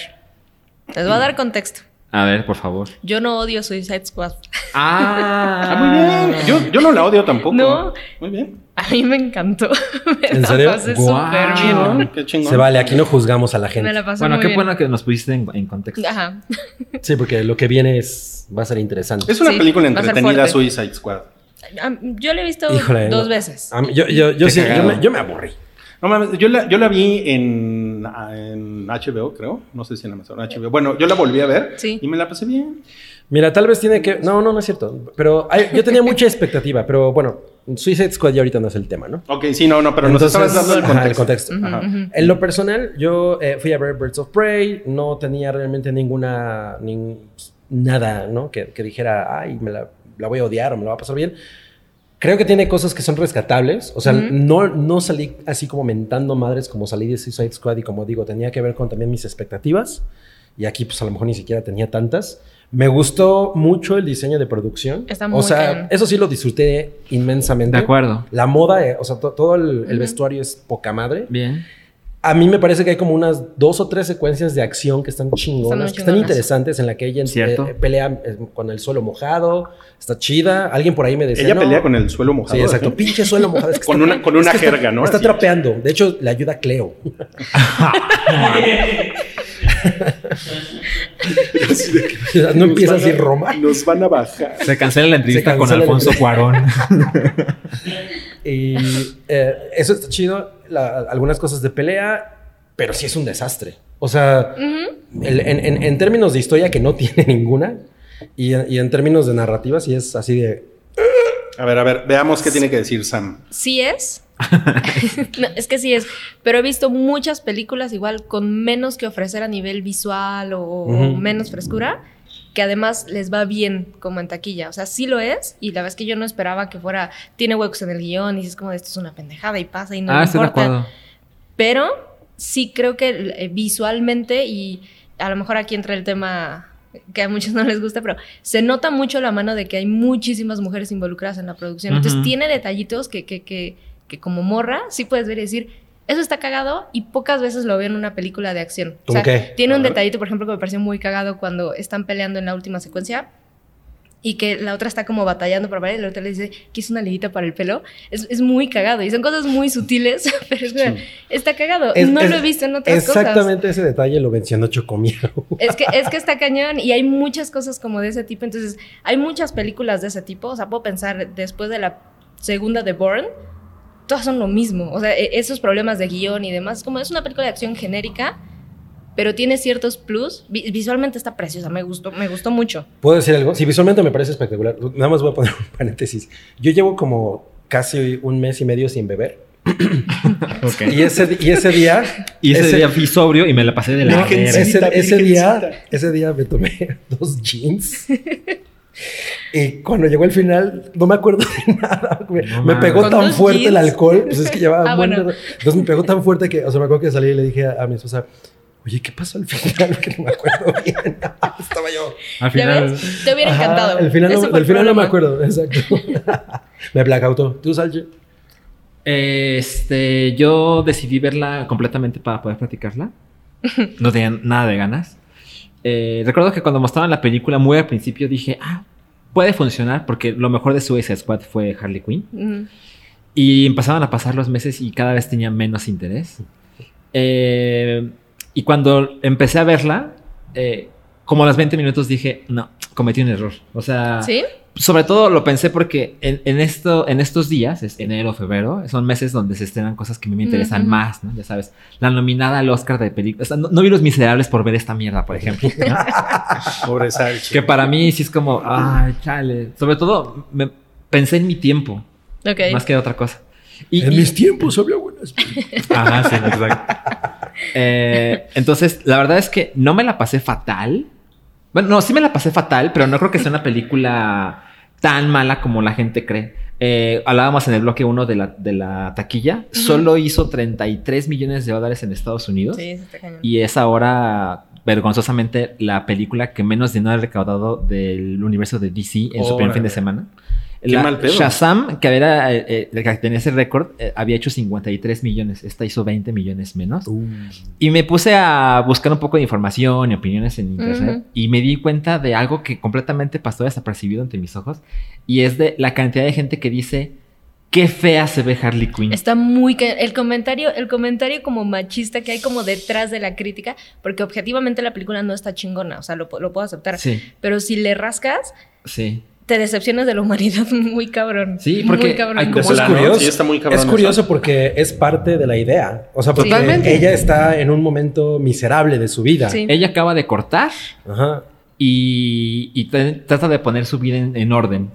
Les voy a dar contexto. A ver, por favor. Yo no odio Suicide Squad. Ah, Ah, muy bien. Yo, yo no la odio tampoco. No. Muy bien. A mí me encantó. Me ¿En la serio? pasé Guau. súper bien. Ah, qué chingón. Se vale, aquí no juzgamos a la gente. Me la pasé Bueno, muy qué bien. bueno que nos pusiste en, en contexto. Ajá. Sí, porque lo que viene es va a ser interesante. Es una Sí, película va a ser entretenida, fuerte. Suicide Squad. Am- Yo la he visto Híjole, dos no. Ah, veces. A mí- yo, yo, yo, Qué sí, yo, cagado. me, yo me aburrí. No mames, yo la, yo la vi en, en HBO, creo. No sé si en Amazon, HBO. Bueno, yo la volví a ver Sí. y me la pasé bien. Mira, tal vez tiene que... No, no, no es cierto. Pero hay- yo tenía mucha expectativa, pero bueno, Suicide Squad ya ahorita no es el tema, ¿no? Ok, sí, no, no, pero Entonces, nos estabas dando el ajá, contexto. Ujú, Ajá. ujú. En lo personal, yo eh, fui a ver Birds of Prey, no tenía realmente ninguna, nin- nada, ¿no? Que, que dijera, ay, me la, la voy a odiar o me la va a pasar bien. Creo que tiene cosas que son rescatables, o sea, Ujú. no, no salí así como mentando madres como salí de Suicide Squad y como digo, tenía que ver con también mis expectativas y aquí pues a lo mejor ni siquiera tenía tantas. Me gustó mucho el diseño de producción. Está o muy sea, cañón. eso sí lo disfruté inmensamente. De acuerdo. La moda, eh, o sea, to- todo el, el Ujú. vestuario es poca madre. Bien. A mí me parece que hay como unas dos o tres secuencias de acción que están Están chingonas, que muy están chingonas. interesantes, en la que ella eh, Cierto. eh, pelea eh, con el suelo mojado, está chida. Alguien por ahí me decía. Ella "No". pelea con el suelo mojado. Sí, exacto. ¿sí? Pinche suelo mojado. es que Con está- una- con una es que está- jerga, ¿no? Está Así. trapeando. De hecho, le ayuda a Cleo. Así de que no nos empieza van a- así Roma. Nos van a bajar. Se cancela la entrevista Se con cancela la Alfonso Cuarón. Y eh, eso está chido. la- algunas cosas de pelea, pero sí es un desastre. O sea, Ujú. el- en, en- en términos de historia que no tiene ninguna y, en- y en términos de narrativa sí es así de... A ver, a ver, veamos qué tiene que decir Sam. Sí es. No, es que sí es. Pero he visto muchas películas igual con menos que ofrecer a nivel visual o, o Ujú. menos frescura, que además les va bien como en taquilla. O sea, sí lo es. Y la verdad es que yo no esperaba que fuera. Tiene huecos en el guión y es como de esto es una pendejada y pasa y no ah, me estoy de importa. acuerdo. Pero sí creo que eh, visualmente y a lo mejor aquí entra el tema que a muchos no les gusta, pero se nota mucho la mano de que hay muchísimas mujeres involucradas en la producción. Entonces Ujú. tiene detallitos que, que, que, que como morra sí puedes ver y decir, eso está cagado y pocas veces lo veo en una película de acción. O ¿Cómo sea, qué? tiene A un ver. detallito, por ejemplo, que me pareció muy cagado cuando están peleando en la última secuencia y que la otra está como batallando para ver y la otra le dice que es una liguita para el pelo. Es, es muy cagado y son cosas muy sutiles, pero es como, está cagado. Es- no es- lo he visto en otras cosas. Exactamente ese detalle lo mencionó Chocomiao. Es que, es que está cañón y hay muchas cosas como de ese tipo. Entonces, hay muchas películas de ese tipo. O sea, puedo pensar después de la segunda de Bourne, todas son lo mismo. O sea, e- esos problemas de guión y demás. Como es una película de acción genérica, pero tiene ciertos plus. Vi- visualmente está preciosa, me gustó, me gustó mucho. ¿Puedo decir algo? Sí, visualmente me parece espectacular. Nada más voy a poner un paréntesis. Yo llevo como casi un mes y medio sin beber. Ok. Y ese, di- y ese día... Y ese, día fui sobrio y me la pasé de la Virgencita, verga. ese, ese día, virgencita. ese día me tomé dos jeans. Y cuando llegó el final, no me acuerdo de nada. Me, No me mames. pegó ¿Con tan dos fuerte el jeans? alcohol. Pues es que llevaba Ah, un buen bueno. de- Entonces me pegó tan fuerte que, o sea, me acuerdo que salí y le dije a, a mi esposa, oye, ¿qué pasó al final? Que no me acuerdo bien. Estaba yo. Al ¿Ya final. ves? Te hubiera Ajá, encantado. El final, Ese no, fue del el final no me problema. acuerdo, exacto. me blackoutó. ¿Tú, Salche? Este, yo decidí verla completamente para poder platicarla. No tenía nada de ganas. Eh, recuerdo que cuando mostraban la película muy al principio dije, ah, puede funcionar porque lo mejor de Suicide Squad fue Harley Quinn. Ujú. Y empezaban a pasar los meses y cada vez tenía menos interés. Eh, y cuando empecé a verla, eh, como a los 20 minutos dije, no, cometí un error. O sea, ¿Sí? sobre todo lo pensé porque en, en esto, en estos días, es enero, febrero, son meses donde se estrenan cosas que a mí me interesan Ujú. más, ¿no? Ya sabes, la nominada al Oscar de películas. O sea, no, no vi Los Miserables por ver esta mierda, por ejemplo. ¿no? Pobre Salchi. que para mí sí es como, ay, chale. Sobre todo me, pensé en mi tiempo, Ok. más que en otra cosa. Y, en y- mis tiempos había buenas. Ajá, sí, exacto. Eh, entonces, la verdad es que no me la pasé fatal. Bueno, no, sí me la pasé fatal, pero no creo que sea una película tan mala como la gente cree. Eh, hablábamos en el bloque 1 de la, de la taquilla. Ujú. Solo hizo 33 millones de dólares en Estados Unidos. Sí, sí está cañón. Y es ahora, vergonzosamente, la película que menos dinero ha recaudado del universo de DC en su primer Órale. fin de semana. Qué La- mal pedo. Shazam, que era eh, eh, la que tenía ese récord, eh, había hecho 53 millones. Esta hizo 20 millones menos. Y me puse a buscar un poco de información y opiniones en internet. Ujú. Y me di cuenta de algo que completamente pasó desapercibido ante mis ojos. Y es de la cantidad de gente que dice: Qué fea se ve Harley Quinn. Está muy ca- el comentario, el comentario como machista que hay como detrás de la crítica, porque objetivamente la película no está chingona, o sea, lo, pu- lo puedo aceptar. Sí, Pero si le rascas, sí. te decepcionas de la humanidad muy cabrón. Sí, porque muy cabrón. hay De como- Como es plano, Ah, curioso, sí, está muy cabrón es curioso porque es parte de la idea. O sea, porque Totalmente. ella está en un momento miserable de su vida. Sí. Ella acaba de cortar Ajá. y, y te- trata de poner su vida en, en orden.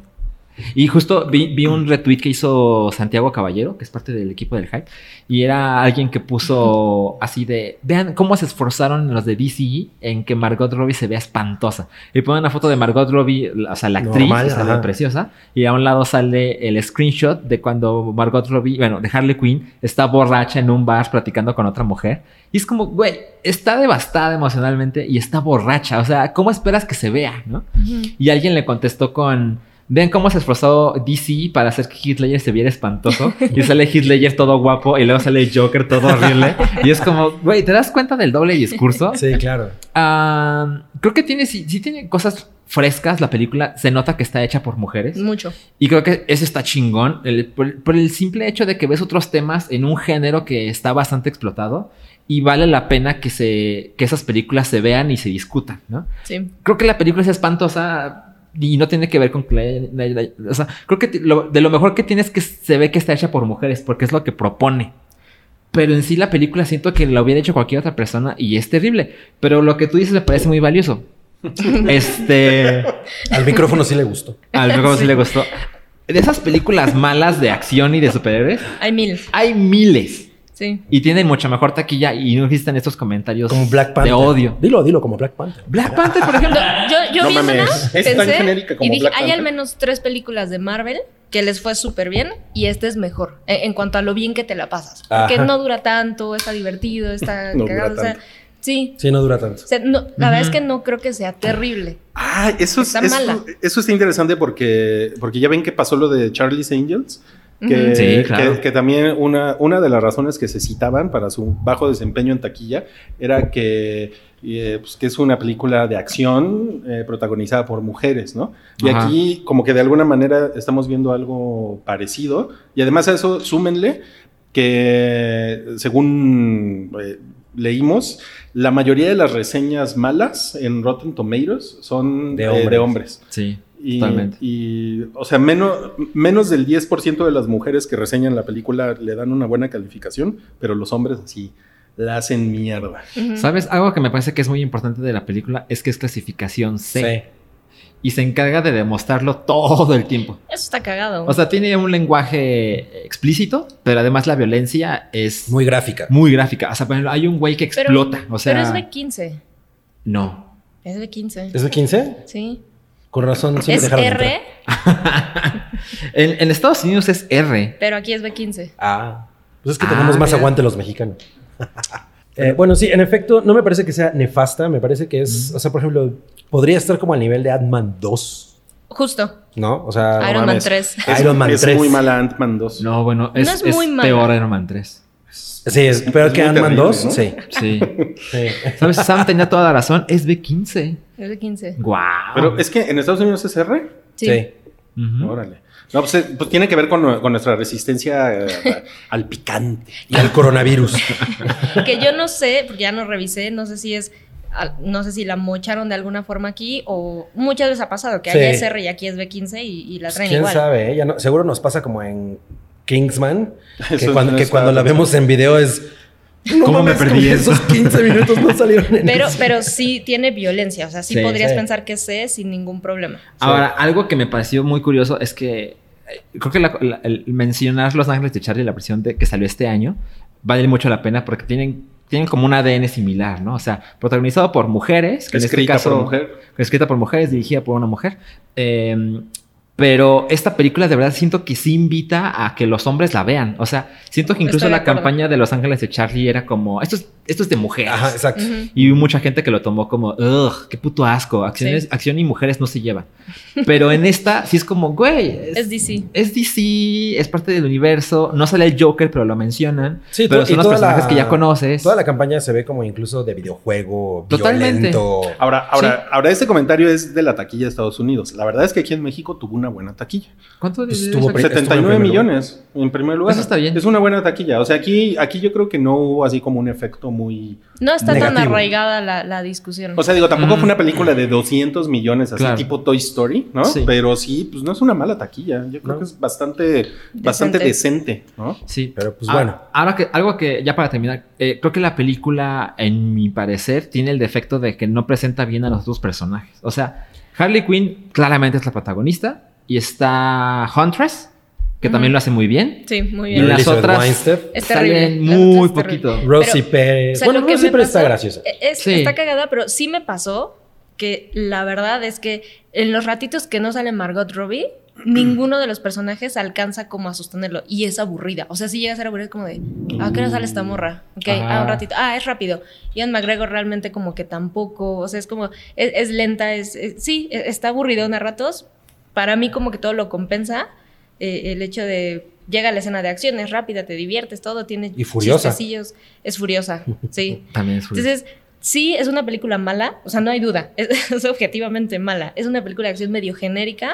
Y justo vi, vi un retweet que hizo Santiago Caballero, que es parte del equipo del Hype, y era alguien que puso así de, vean cómo se esforzaron los de DC en que Margot Robbie se vea espantosa. Y ponen una foto de Margot Robbie, la- o sea, la actriz, Normal, que se ve ajá. preciosa, y a un lado sale el screenshot de cuando Margot Robbie, bueno, de Harley Quinn, está borracha en un bar platicando con otra mujer. Y es como, güey, está devastada emocionalmente y está borracha. O sea, ¿cómo esperas que se vea, no? Ujú. Y alguien le contestó con... Vean cómo se esforzó DC para hacer que Hitler se viera espantoso. Y sale Hitler todo guapo y luego sale Joker todo horrible. Y es como, güey, ¿te das cuenta del doble discurso? Sí, claro. Ah, creo que tiene, sí, sí tiene cosas frescas la película. Se nota que está hecha por mujeres. Mucho. Y creo que eso está chingón. el- por, por el simple hecho de que ves otros temas en un género que está bastante explotado. Y vale la pena que, se, que esas películas se vean y se discutan, ¿no? Sí. Creo que la película es espantosa y no tiene que ver con... que la- la- la- O sea, creo que ti- lo- de lo mejor que tiene es que se ve que está hecha por mujeres porque es lo que propone. Pero en sí la película siento que la hubiera hecho cualquier otra persona y es terrible. Pero lo que tú dices me parece muy valioso. este... Al micrófono sí le gustó. Al Rocco sí. Sí. le gustó. De esas películas malas de acción y de superhéroes, Hay mil. hay miles. Sí. Y tienen mucha mejor taquilla y no existen estos comentarios Como Black de Panther. odio. Dilo, dilo, como Black Panther. Black Panther, por ejemplo. Yo, yo No vi mames, una, es tan pensé genérica como y dije, Black hay Panther". al menos tres películas de Marvel que les fue súper bien y esta es mejor e-, en, en cuanto a lo bien que te la pasas. Porque Ajá. no dura tanto, está divertido, está No dura cagado. o sea, tanto. sí. Sí, no dura tanto. O sea, no, la verdad es Ujú. que no creo que sea terrible. Ah, eso es, Está eso- mala. eso está interesante porque, porque ya ven que pasó lo de Charlie's Angels. Que, Ujú. Sí, claro. que, que también una, una de las razones que se citaban para su bajo desempeño en taquilla era que, eh, pues, que es una película de acción eh, protagonizada por mujeres, ¿no? Y Ajá. aquí como que de alguna manera estamos viendo algo parecido. Y además a eso súmenle que según eh, leímos, la mayoría de las reseñas malas en Rotten Tomatoes son De eh, hombres. de hombres. Sí, Y, Totalmente. y, o sea, menos, menos del 10% de las mujeres que reseñan la película le dan una buena calificación, pero los hombres así la hacen mierda. Ujú. ¿Sabes? Algo que me parece que es muy importante de la película es que es clasificación C. Y se encarga de demostrarlo todo el tiempo. Eso está cagado. O sea, tiene un lenguaje explícito, pero además la violencia es Sí. muy, Muy gráfica. gráfica. O sea, por ejemplo, hay un güey que Pero- explota. o sea, Pero es de 15. no. Es de 15. ¿Es de 15? Sí. Con razón, sí me Es dejaron R, entrar. En, en Estados Unidos es R. pero aquí es de 15. Ah. Pues es que Ah, tenemos más mira. aguante los mexicanos. Eh, bueno, sí, en efecto, no me parece que sea nefasta. Me parece que es, o sea, por ejemplo, podría estar como al nivel de Ant-Man 2, Justo. ¿no? O sea, Iron Man mames. 3. Es, Iron Man es 3. muy mala Ant-Man 2. No, bueno, No es, es es muy mala. peor Iron Man 3. Sí, es peor Es que muy Ant-Man terrible, 2. ¿no? Sí. Sí. sí. ¿Sabes? Sam tenía toda la razón. Es B15. Es de 15. ¡Guau! Pero es que en Estados Unidos es R. Sí. Ujú. Órale. No, pues, eh, pues tiene que ver con, con nuestra resistencia eh, al picante. Y al coronavirus. Que yo no sé, porque ya no revisé, no sé si es. al- No sé si la mocharon de alguna forma aquí o muchas veces ha pasado que Sí. allá es R y aquí es B15 y, y la Pues, traen ¿Quién igual. sabe? eh? Ya no- seguro nos pasa como en Kingsman, que Eso cuando, no que está cuando la pensando. vemos en video es... "No ¿Cómo me mames, como perdí que eso?" Esos 15 minutos no salieron en Pero, eso. pero sí tiene violencia, o sea, sí, Sí, podrías sí. pensar que C sin ningún problema. Ahora, algo que me pareció muy curioso es que eh, creo que la- la- el mencionar Los Ángeles de Charlie, la versión de, que salió este año, vale mucho la pena porque tienen, tienen como un ADN similar, ¿no? O sea, protagonizado por mujeres, que en este Escrita caso, por mujer. escrita por mujeres, dirigida por una mujer. Eh, Pero esta película de verdad siento que sí invita a que los hombres la vean. O sea, siento que incluso Estoy de la acuerdo. campaña de Los Ángeles de Charlie era como, esto es, esto es de mujeres. Ajá, exacto. Ujú. Y hubo mucha gente que lo tomó como, ugh, qué puto asco. Acciones, Sí. Acción y mujeres no se llevan. Pero en esta sí es como, güey, es, Es DC. es DC, es parte del universo. No sale el Joker, pero lo mencionan. Sí, pero to- son y los toda personajes la- que ya conoces. Toda la campaña se ve como incluso de videojuego, Totalmente. Ah. violento. Ahora, ahora, ahora este comentario es de la taquilla de Estados Unidos. La verdad es que aquí en México tuvo una buena taquilla. ¿Cuánto Pues de- estuvo de- Pri- estuvo en 79 primer lugar. millones en primer lugar. Eso está bien. Es una buena taquilla. O sea, aquí, aquí yo creo que no hubo así como un efecto muy. No está tan Negativo. arraigada la, la discusión. O sea, digo, tampoco Mm. fue una película de 200 millones, así Claro. tipo Toy Story, ¿no? Sí. Pero sí, pues no es una mala taquilla. Yo creo No. que es bastante, bastante decente, ¿no? Sí. Pero pues Ah, bueno. Ahora que algo que, ya para terminar, eh, creo que la película, en mi parecer, tiene el defecto de que no presenta bien a los dos personajes. O sea, Harley Quinn claramente es la protagonista y está Huntress, que también Ujú. lo hace muy bien. sí, muy Y bien. las Elizabeth otras- Weinstein, Es terrible. Salen Las muy otras es terrible. poquito. Rosie Pero, Pérez. o sea, bueno, lo que Rosie me Pérez está pasó graciosa. Eh, es- Sí. Está cagada, pero sí me pasó que la verdad es que en los ratitos que no sale Margot Robbie, ninguno de los personajes alcanza como a sostenerlo y es aburrida. O sea, si llega a ser aburrida es como de, ¿a qué hora sale esta morra? Ok, Ajá. ah, un ratito. Ah, es rápido. Ian McGregor realmente como que tampoco, o sea, es como, es, es lenta, es, es- sí, e- está aburridona a ratos. Para mí como que todo lo compensa eh, el hecho de, llega la escena de acción, es rápida, te diviertes, todo tiene... Y furiosa. chistecillos. Es furiosa, sí. También Pues es Entonces, sí, es una película mala, o sea, no hay duda, es, es objetivamente mala. Es una película de acción medio genérica,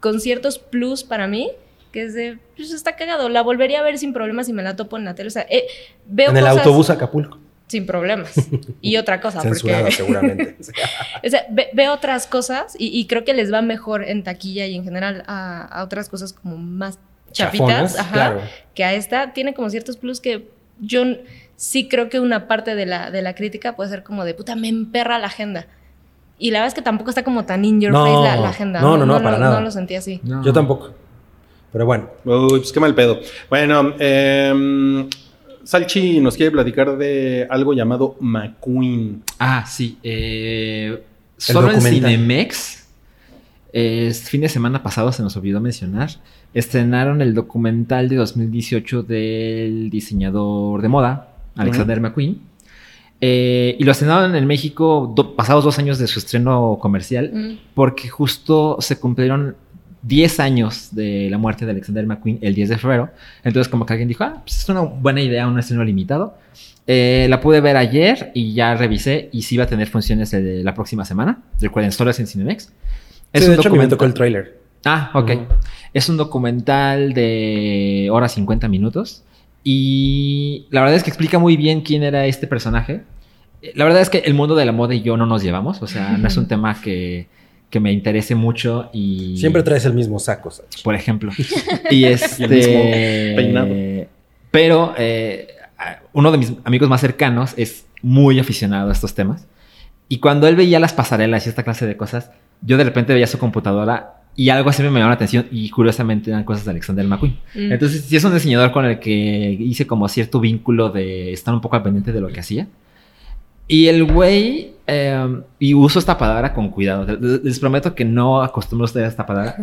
con ciertos plus para mí, que es de, pues está cagado, la volvería a ver sin problemas si me la topo en la tele. O sea, eh, veo En el cosas autobús a Acapulco. sin problemas. Y otra cosa, Censurada, porque seguramente. o sea, ve- veo otras cosas y, y creo que les va mejor en taquilla y en general a, a otras cosas como más chafitas. Chafonas, Ajá claro. que a esta tiene como ciertos plus que yo n- sí creo que una parte de la, de la crítica puede ser como de puta, me emperra la agenda. Y la verdad es que tampoco está como tan in your No, face la, la agenda. no, no, no, para lo, nada. No lo sentí así. No. Yo tampoco. Pero bueno, Uy, pues qué mal pedo. Bueno, em, Salchi nos quiere platicar de algo llamado McQueen. Ah, sí. eh, solo en documental. Cinemex, eh, este fin de semana pasado se nos olvidó mencionar, estrenaron el documental de 2018 del diseñador de moda, Alexander McQueen. Eh, y lo estrenaron en México do- pasados dos años de su estreno comercial Mm. porque justo se cumplieron 10 años de la muerte de Alexander McQueen el 10 de febrero. Entonces como que alguien dijo, ah, pues es una buena idea, un estreno limitado. Eh, la pude ver ayer y ya revisé y sí va a tener funciones el de la próxima semana. Recuerden, solo es en Cinemex. sí, de hecho a mí me documental- tocó el trailer. Ah, ok. Ujú. Es un documental de hora 50 minutos. Y la verdad es que explica muy bien quién era este personaje. Eh, La verdad es que el mundo de la moda y yo no nos llevamos. O sea, no es un tema que, que me interese mucho. Y, Siempre traes el mismo saco. Sachi. Por ejemplo. Y este. peinado. Pero eh, a- uno de mis amigos más cercanos es muy aficionado a estos temas. Y cuando él veía las pasarelas y esta clase de cosas, yo de repente veía su computadora y algo así me llamó la atención y curiosamente eran cosas de Alexander McQueen. Mm. Entonces, sí es un diseñador con el que hice como cierto vínculo de estar un poco al pendiente de lo que hacía. Y el güey, eh, y uso esta palabra con cuidado, les les prometo que no acostumbro a ustedes a esta palabra.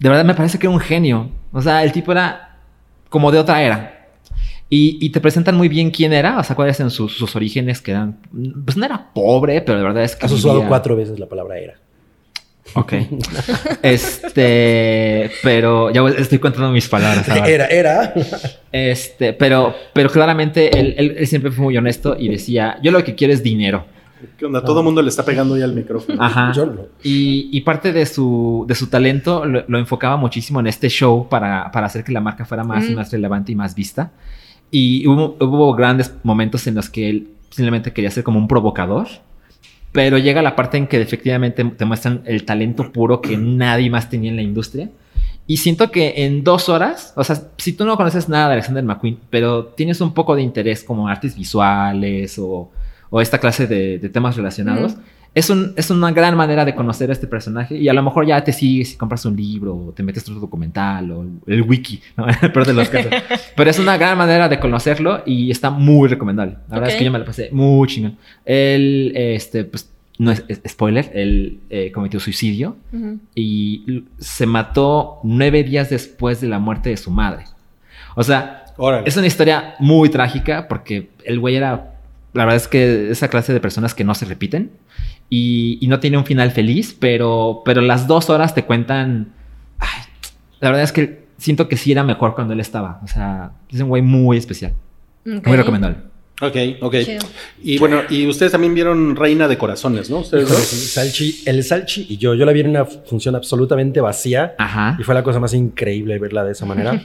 De verdad me parece que era un genio. O sea, el tipo era como de otra era. Y, y te presentan muy bien quién era, o sea, cuáles eran sus, sus orígenes, que eran, pues no era pobre, pero de verdad es que... Has usado vivía- cuatro veces la palabra era. Ok. este, pero ya estoy contando mis palabras. ahora. Era, era. Este, pero, pero claramente él, él- él siempre fue muy honesto y decía, yo lo que quiero es dinero. ¿Qué onda? Ah. Todo el mundo le está pegando ya al micrófono. Ajá. Yo no. Y, y parte de su, de su talento lo, lo enfocaba muchísimo en este show para, para hacer que la marca fuera más y Mm. más relevante y más vista. Y hubo, hubo grandes momentos en los que él simplemente quería ser como un provocador. Pero llega la parte en que efectivamente te muestran el talento puro que nadie más tenía en la industria. Y siento que en dos horas, o sea, si tú no conoces nada de Alexander McQueen, pero tienes un poco de interés como artes visuales o, o esta clase de, de temas relacionados, es, un, es una gran manera de conocer a este personaje y a lo mejor ya te sigues y compras un libro o te metes otro documental o el wiki, ¿no? pero de los casos. Pero es una gran manera de conocerlo y está muy recomendable. La verdad es Ok. que yo me la pasé muy chingón. Él, este, pues, no es, es- spoiler, él eh, cometió suicidio Ujú. y l- se mató nueve días después de la muerte de su madre. O sea, Órale. es una historia muy trágica porque el güey era, la verdad es que esa clase de personas que no se repiten y, y no tiene un final feliz, pero, pero las dos horas te cuentan, ay, la verdad es que siento que sí era mejor cuando él estaba. O sea, es un güey muy especial, Ok. muy recomendable. Ok, ok. Chido. Y bueno, y ustedes también vieron Reina de Corazones, ¿no? Ustedes Híjole, dos. sí, Salchi, el Salchi y yo. Yo la vi en una función absolutamente vacía Ajá. y fue la cosa más increíble verla de esa manera.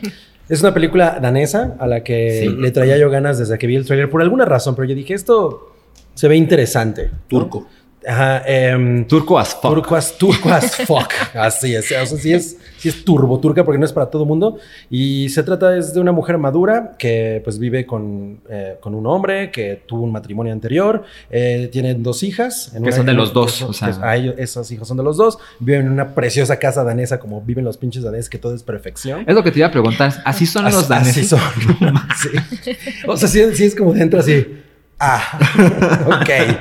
es una película danesa a la que Sí. le traía yo ganas desde que vi el trailer por alguna razón, pero yo dije, esto se ve interesante. ¿no? Turco. Ajá. em, Turco as fuck. Turco as, turco as fuck. Así es. O sea, sí es, sí es turbo turca porque no es para todo mundo. Y se trata es de una mujer madura que pues vive con, eh, con un hombre que tuvo un matrimonio anterior. eh, tienen dos hijas. en Que son de los dos, o sea. pues, a ellos, esos hijos son de los dos. Viven en una preciosa casa danesa como viven los pinches daneses que todo es perfección. Es lo que te iba a preguntar. Así son Así- los daneses. Así son. Sí. O sea, sí, sí es como de entra así. Ah, ok.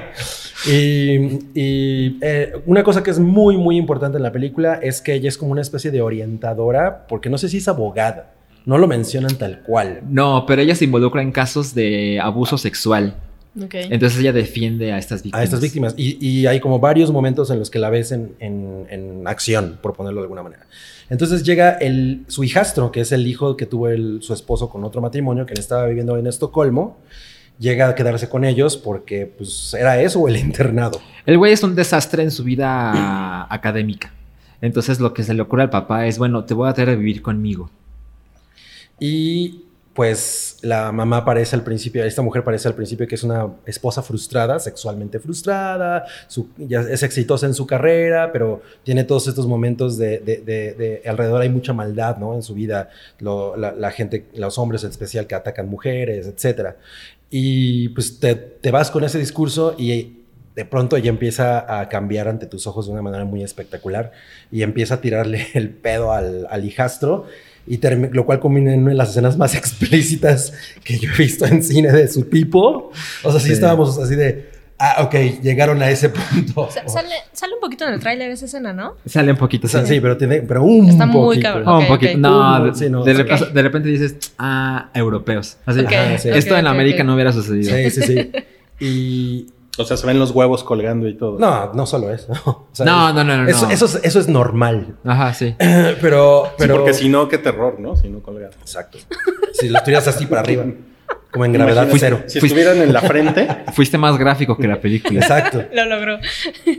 Y, y, eh, una cosa que es muy, muy importante en la película es que ella es como una especie de orientadora, porque no sé si es abogada. No lo mencionan tal cual. No, pero ella se involucra en casos de abuso sexual. Ok. Entonces ella defiende a estas víctimas. A estas víctimas. Y, y hay como varios momentos en los que la ves en, en- en acción, por ponerlo de alguna manera. Entonces llega el, su hijastro, que es el hijo que tuvo el- su esposo con otro matrimonio, que él estaba viviendo en Estocolmo. Llega a quedarse con ellos porque pues era eso o el internado. El güey es un desastre en su vida académica. Entonces lo que se le ocurre al papá es, bueno, te voy a traer a vivir conmigo. Y pues la mamá parece al principio, esta mujer parece al principio que es una esposa frustrada, sexualmente frustrada, su- ya es exitosa en su carrera, pero tiene todos estos momentos de, de- de- de- alrededor hay mucha maldad, ¿no? En su vida, lo- la, la gente, los hombres en especial que atacan mujeres, etcétera. Y pues te, te vas con ese discurso y de pronto ella empieza a cambiar ante tus ojos de una manera muy espectacular y empieza a tirarle el pedo al, al hijastro y termi- lo cual combina en una de las escenas más explícitas que yo he visto en cine de su tipo. O sea, sí, Sí. estábamos así de, ah, ok, llegaron a ese punto. Sa- Sale, sale un poquito en el tráiler esa escena, ¿no? Sale un poquito. O sea, sí. sí, pero tiene, pero un Está muy poquito. cabrón. Oh, Ah, Ok, un poquito. ok. No, de, Sí, no, de sí. repente, de repente dices, ah, europeos. Así, "Ah, Ok, Ajá, sí. esto ok, en ok, América ok. no hubiera sucedido. Sí, sí, sí. Y O sea, se ven los huevos colgando y todo. no, no solo eso. O sea, No, no, no, no. Eso, no. eso, es, eso es normal. Ajá, sí. Pero, Sí, pero. porque si no, qué terror, ¿no? Si no colgado. Exacto. Si lo tiras así para arriba, como en gravedad Imagínate, cero. Si Fui- estuvieran en la frente, Fuiste más gráfico que la película. Exacto. Lo logró.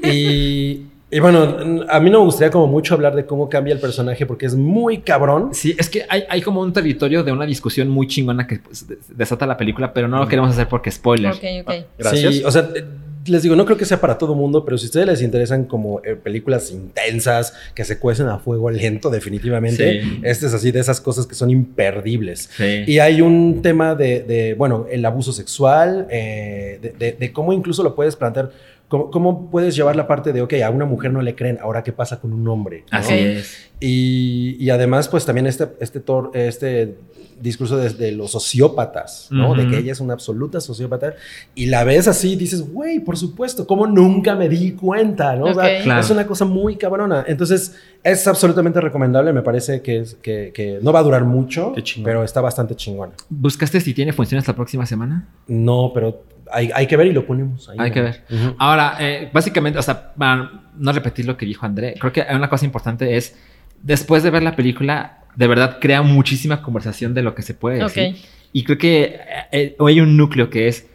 Y, y bueno, a mí no me gustaría como mucho hablar de cómo cambia el personaje porque es muy cabrón. Sí, es que hay, hay como un territorio de una discusión muy chingona que pues, des- desata la película, pero no lo queremos hacer porque spoiler. Ok, ok. gracias. Sí, o sea, eh, les digo, no creo que sea para todo mundo, pero si a ustedes les interesan como eh, películas intensas que se cuecen a fuego lento, definitivamente, Sí. este es así de esas cosas que son imperdibles. Sí. Y hay un tema de, de, bueno, el abuso sexual, eh, de, de- de cómo incluso lo puedes plantear, cómo, cómo puedes llevar la parte de, ok, a una mujer no le creen, ahora qué pasa con un hombre. ¿no? Así Ok. es. Y, y además, pues también este, este, tor- este discurso de, de los sociópatas, ¿no? Ujú. De que ella es una absoluta sociópata. Y la ves así y dices, güey, por supuesto, ¿cómo nunca me di cuenta? ¿no? O sea, Ok. Claro. Es una cosa muy cabrona. Entonces, es absolutamente recomendable. Me parece que, es- que, que no va a durar mucho, Qué chingón. pero está bastante chingona. ¿Buscaste si tiene funciones la próxima semana? No, pero hay, hay que ver y lo ponemos ahí. Hay ¿no? que ver. Ujú. Ahora, eh, básicamente, o sea, para no repetir lo que dijo André, creo que una cosa importante es, después de ver la película, de verdad crea muchísima conversación de lo que se puede Ok. decir. Y creo que eh, eh, hay un núcleo que es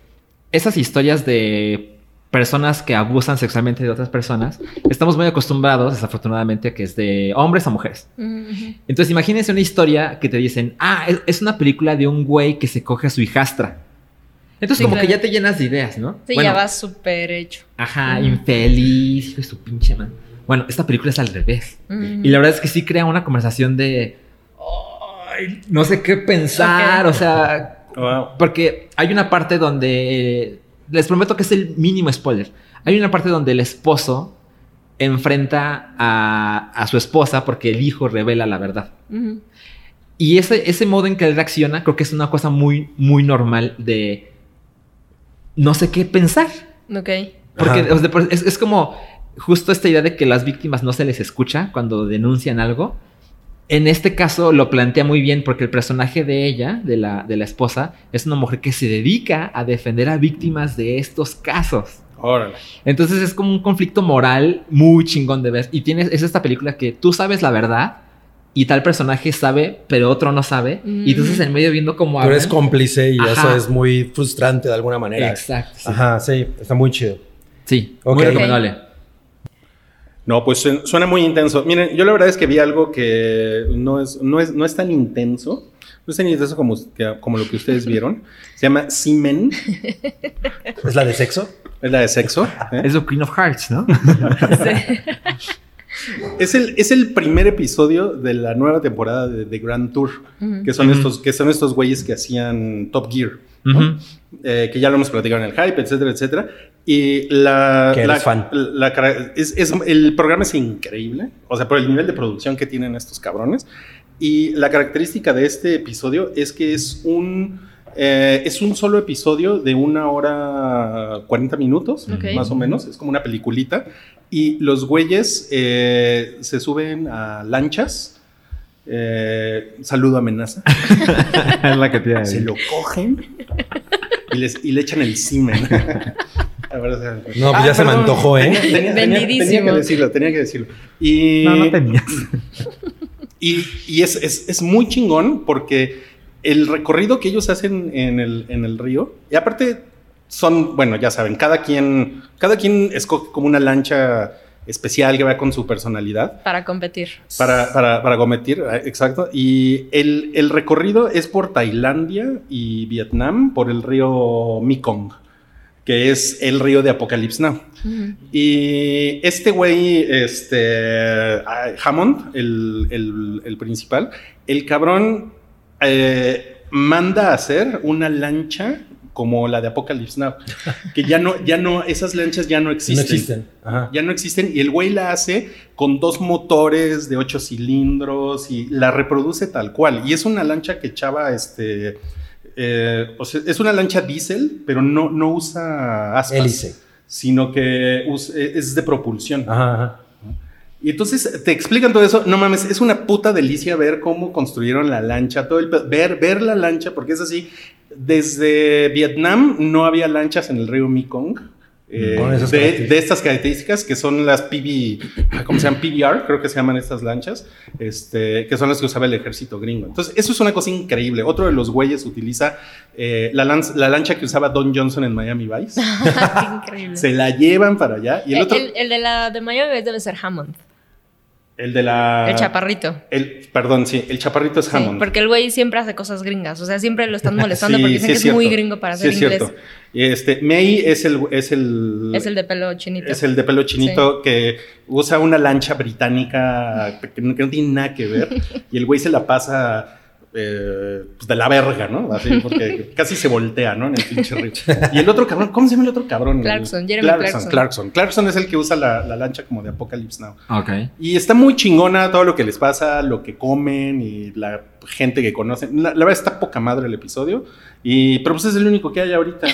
esas historias de personas que abusan sexualmente de otras personas. Estamos muy acostumbrados, desafortunadamente, a que es de hombres a mujeres. Ujú, ujú. Entonces, imagínense una historia que te dicen, ah, es, es una película de un güey que se coge a su hijastra. Entonces, Sí, como que claro. ya te llenas de ideas, ¿no? Sí, Bueno, ya vas súper hecho. Ajá, Ujú. infeliz, hijo de su pinche man. Bueno, esta película es al revés. Ujú. Y la verdad es que sí crea una conversación de. "Ay, no sé qué pensar. Ok. O sea. Wow. Porque hay una parte donde. eh, les prometo que es el mínimo spoiler. Hay una parte donde el esposo enfrenta a, a su esposa porque el hijo revela la verdad. Ujú. Y ese, ese modo en que él reacciona, creo que es una cosa muy, muy normal de. No sé qué pensar. Ok. Porque Ajá. o sea, por- es, es como justo esta idea de que las víctimas no se les escucha cuando denuncian algo. En este caso lo plantea muy bien porque el personaje de ella, de la, de la esposa, es una mujer que se dedica a defender a víctimas de estos casos. Órale. Entonces es como un conflicto moral muy chingón de ver. Y tienes, es esta película que tú sabes la verdad y tal personaje sabe, pero otro no sabe. Mm. Y entonces en medio viendo cómo Tú eres hablan. cómplice y Ajá. eso es muy frustrante de alguna manera. Exacto. sí. Ajá, sí, está muy chido. Sí, Ok. muy recomendable. No, pues su- suena muy intenso. Miren, yo la verdad es que vi algo que no es, no es, no es tan intenso. No es tan intenso como, que- como lo que ustedes vieron. Se llama Semen, ¿Es la de sexo? es la de sexo. ¿eh? Es lo Queen of Hearts, ¿no? Es, el, es el primer episodio de la nueva temporada de The Grand Tour, Ujú. que son, Ujú. estos, que son estos güeyes que hacían Top Gear, Ujú. eh, que ya lo hemos platicado en el hype, etcétera, etcétera. Y la. Que la- eres fan. la- la cara- es- es- el programa es increíble, o sea, por el nivel de producción que tienen estos cabrones. Y la característica de este episodio es que es un. eh, es un solo episodio de una hora 40 minutos, Ok. más o menos. Es como una peliculita. Y los güeyes eh, se suben a lanchas. eh, saludo amenaza. es la que tiene. Ah, Se lo cogen y, les, y le echan el semen. A ver, o sea, Ah, No, pues ya se me antojó, ¿eh? tenía- tenía- tenía Vendidísimo. que decirlo, tenía que decirlo. Y, No, no tenías. y, y es, es- es muy chingón porque el recorrido que ellos hacen en el, en el río, y aparte son, bueno, ya saben, cada quien, cada quien escoge como una lancha especial que va con su personalidad Para competir. para, para, para cometir, ah, exacto. Y el, el recorrido es por Tailandia y Vietnam, por el río Mekong, que es el río de Apocalypse Now. Ujú. Y este güey, este, ah, Hammond, el, el- el principal, el cabrón eh, manda a hacer una lancha como la de Apocalypse Now, que ya no, ya no, esas lanchas ya no No existen. existen. Ajá. Ya no existen y el güey la hace con dos motores de ocho cilindros y la reproduce tal cual. Y es una lancha que echaba este... eh, o sea, es una lancha diésel, pero no, no usa aspas, Hélice. sino que us- eh, es de propulsión. Ajá, ajá. Y entonces te explican todo eso. No mames, es una puta delicia ver cómo construyeron la lancha, todo el pe- ver, ver la lancha, porque es así. Desde Vietnam no había lanchas en el río Mekong. eh, Mm, Con esas de, características. de estas características que son las PB, ¿cómo se llaman? PBR, creo que se llaman estas lanchas, este, que son las que usaba el ejército gringo. Entonces, eso es una cosa increíble. Otro de los güeyes utiliza eh, la, lanz- la lancha que usaba Don Johnson en Miami Vice. Qué increíble. se la llevan para allá. Y el Eh, otro, el- el de la de Miami Vice debe ser Hammond. el de la... el chaparrito. El, perdón, sí, el chaparrito Ah. es Sí, Hammond. porque el güey siempre hace cosas gringas. O sea, siempre lo están molestando Sí, porque sí dicen que es cierto. muy gringo para Sí, ser es inglés. cierto. Este, May es el, es el, Es el de pelo chinito. es el de pelo chinito que usa una lancha británica que no, que no tiene nada que ver y el güey se la pasa eh, pues de la verga, ¿no? Así, porque casi se voltea, ¿no? En el pinche río. Y el otro cabrón, ¿cómo se llama el otro cabrón? El- Clarkson, Jeremy Clarkson. Clarkson. Clarkson. Clarkson es el que usa la, la lancha como de Apocalypse Now. Ok. Y está muy chingona todo lo que les pasa, lo que comen y la gente que conocen. La, la verdad está poca madre el episodio. Y, pero pues es el único que hay ahorita.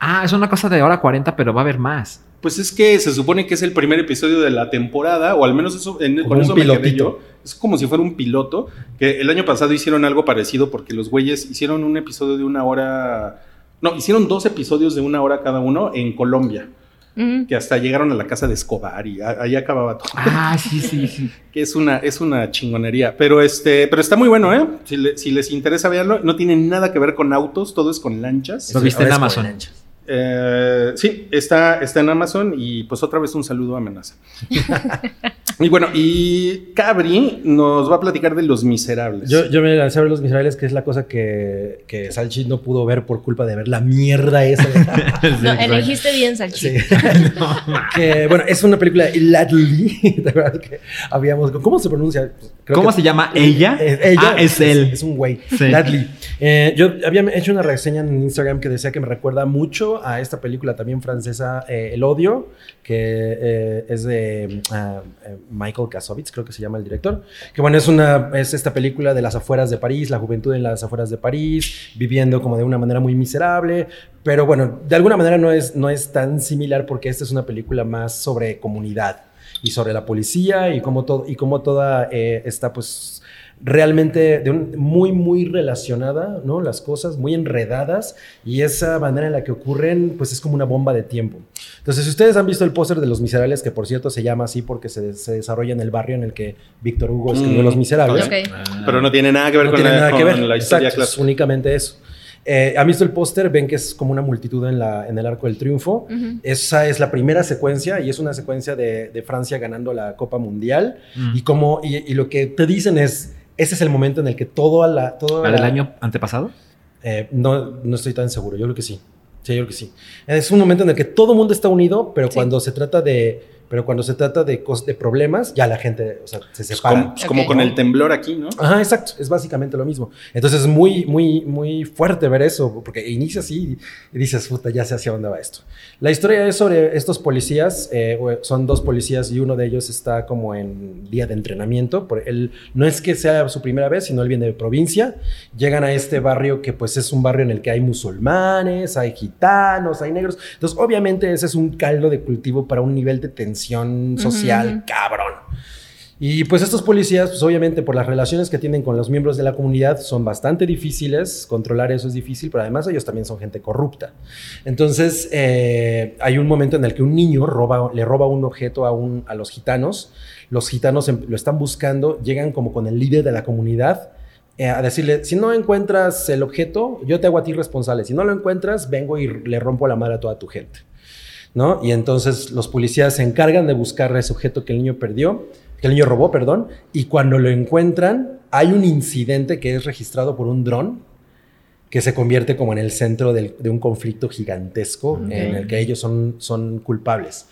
Ah, es una cosa de hora 40, pero va a haber más. Pues es que se supone que es el primer episodio de la temporada, o al menos eso, en, Como con un eso me quedé pilotito. yo. Es como si fuera un piloto, que el año pasado hicieron algo parecido porque los güeyes hicieron un episodio de una hora... No, hicieron dos episodios de una hora cada uno en Colombia, Ujú. que hasta llegaron a la casa de Escobar y a- ahí acababa todo. Ah, sí, sí, sí. que es una, es una chingonería. Pero este, pero está muy bueno, ¿eh? Si, le- si les interesa verlo, no tiene nada que ver con autos, todo es con lanchas. Lo viste Ahora en es con Amazon. lancha. Eh, sí, está, está en Amazon y pues otra vez un saludo a amenaza. y bueno, y Cabri nos va a platicar de Los Miserables. Yo, yo me lancé a ver Los Miserables, que es la cosa que, que Salchi no pudo ver por culpa de ver la mierda esa. de- No, elegiste bien, Sí. Salchi. que, bueno, es una película de Ladley, de verdad que habíamos... ¿Cómo se pronuncia? Pues, creo ¿Cómo que- se llama ella? Es, eh, ella. Ah, es él. Es, un güey. Sí. Ladley. Eh, yo había hecho una reseña en Instagram que decía que me recuerda mucho mucho a esta película también francesa, eh, El Odio, que eh, es de ah, eh, Michael Kasovitz, creo que se llama el director. Que bueno, es, una, es esta película de las afueras de París, la juventud en las afueras de París, viviendo como de una manera muy miserable. Pero bueno, de alguna manera no es, no es tan similar porque esta es una película más sobre comunidad y sobre la policía y cómo, todo, y cómo toda eh, está pues realmente de un- muy, muy relacionada, ¿no? Las cosas muy enredadas y esa manera en la que ocurren, pues es como una bomba de tiempo. Entonces, si ustedes han visto el póster de Los Miserables, que por cierto se llama así porque se, se desarrolla en el barrio en el que Víctor Hugo escribió Mm, Los Miserables, Ok. Pero no tiene nada que ver no con, tiene la, nada que con ver. la historia Exacto, es clásica. únicamente eso. Eh, ¿Han visto el póster? Ven que es como una multitud en, la, en el Arco del Triunfo. Ujú. Esa es la primera secuencia y es una secuencia de, de Francia ganando la Copa Mundial. Mm. Y, como, y, y lo que te dicen es, ese es el momento en el que todo... La, todo ¿La del año antepasado? eh, no, no estoy tan seguro, yo creo que sí. Sí, yo creo que sí. Es un momento en el que todo el mundo está unido, pero Sí. cuando se trata de... Pero cuando se trata de, cos- de problemas, ya la gente o sea, se Es separa. como, es como Ok. con el temblor aquí, ¿no? Ajá, exacto, es básicamente lo mismo. Entonces es muy, muy, muy fuerte ver eso, porque inicia así y dices, puta, ya sé hacia dónde va esto. La historia es sobre estos policías, eh, o- son dos policías y uno de ellos está como en día de entrenamiento. Por, él, no es que sea su primera vez, sino él viene de provincia. Llegan a este barrio que pues es un barrio en el que hay musulmanes, hay gitanos, hay negros. Entonces obviamente ese es un caldo de cultivo para un nivel de tensión social Ujú. cabrón. Y pues estos policías, pues obviamente por las relaciones que tienen con los miembros de la comunidad son bastante difíciles, controlar eso es difícil, pero además ellos también son gente corrupta. Entonces eh, hay un momento en el que un niño roba, le roba un objeto a, un, a los gitanos, los gitanos em- lo están buscando, llegan como con el líder de la comunidad eh, a decirle, si no encuentras el objeto, yo te hago a ti responsable, si no lo encuentras, vengo y le rompo la madre a toda tu gente. ¿no? Y entonces los policías se encargan de buscar ese objeto que el niño perdió, que el niño robó, perdón, y cuando lo encuentran, hay un incidente que es registrado por un dron que se convierte como en el centro del- de un conflicto gigantesco en el que ellos son, son culpables.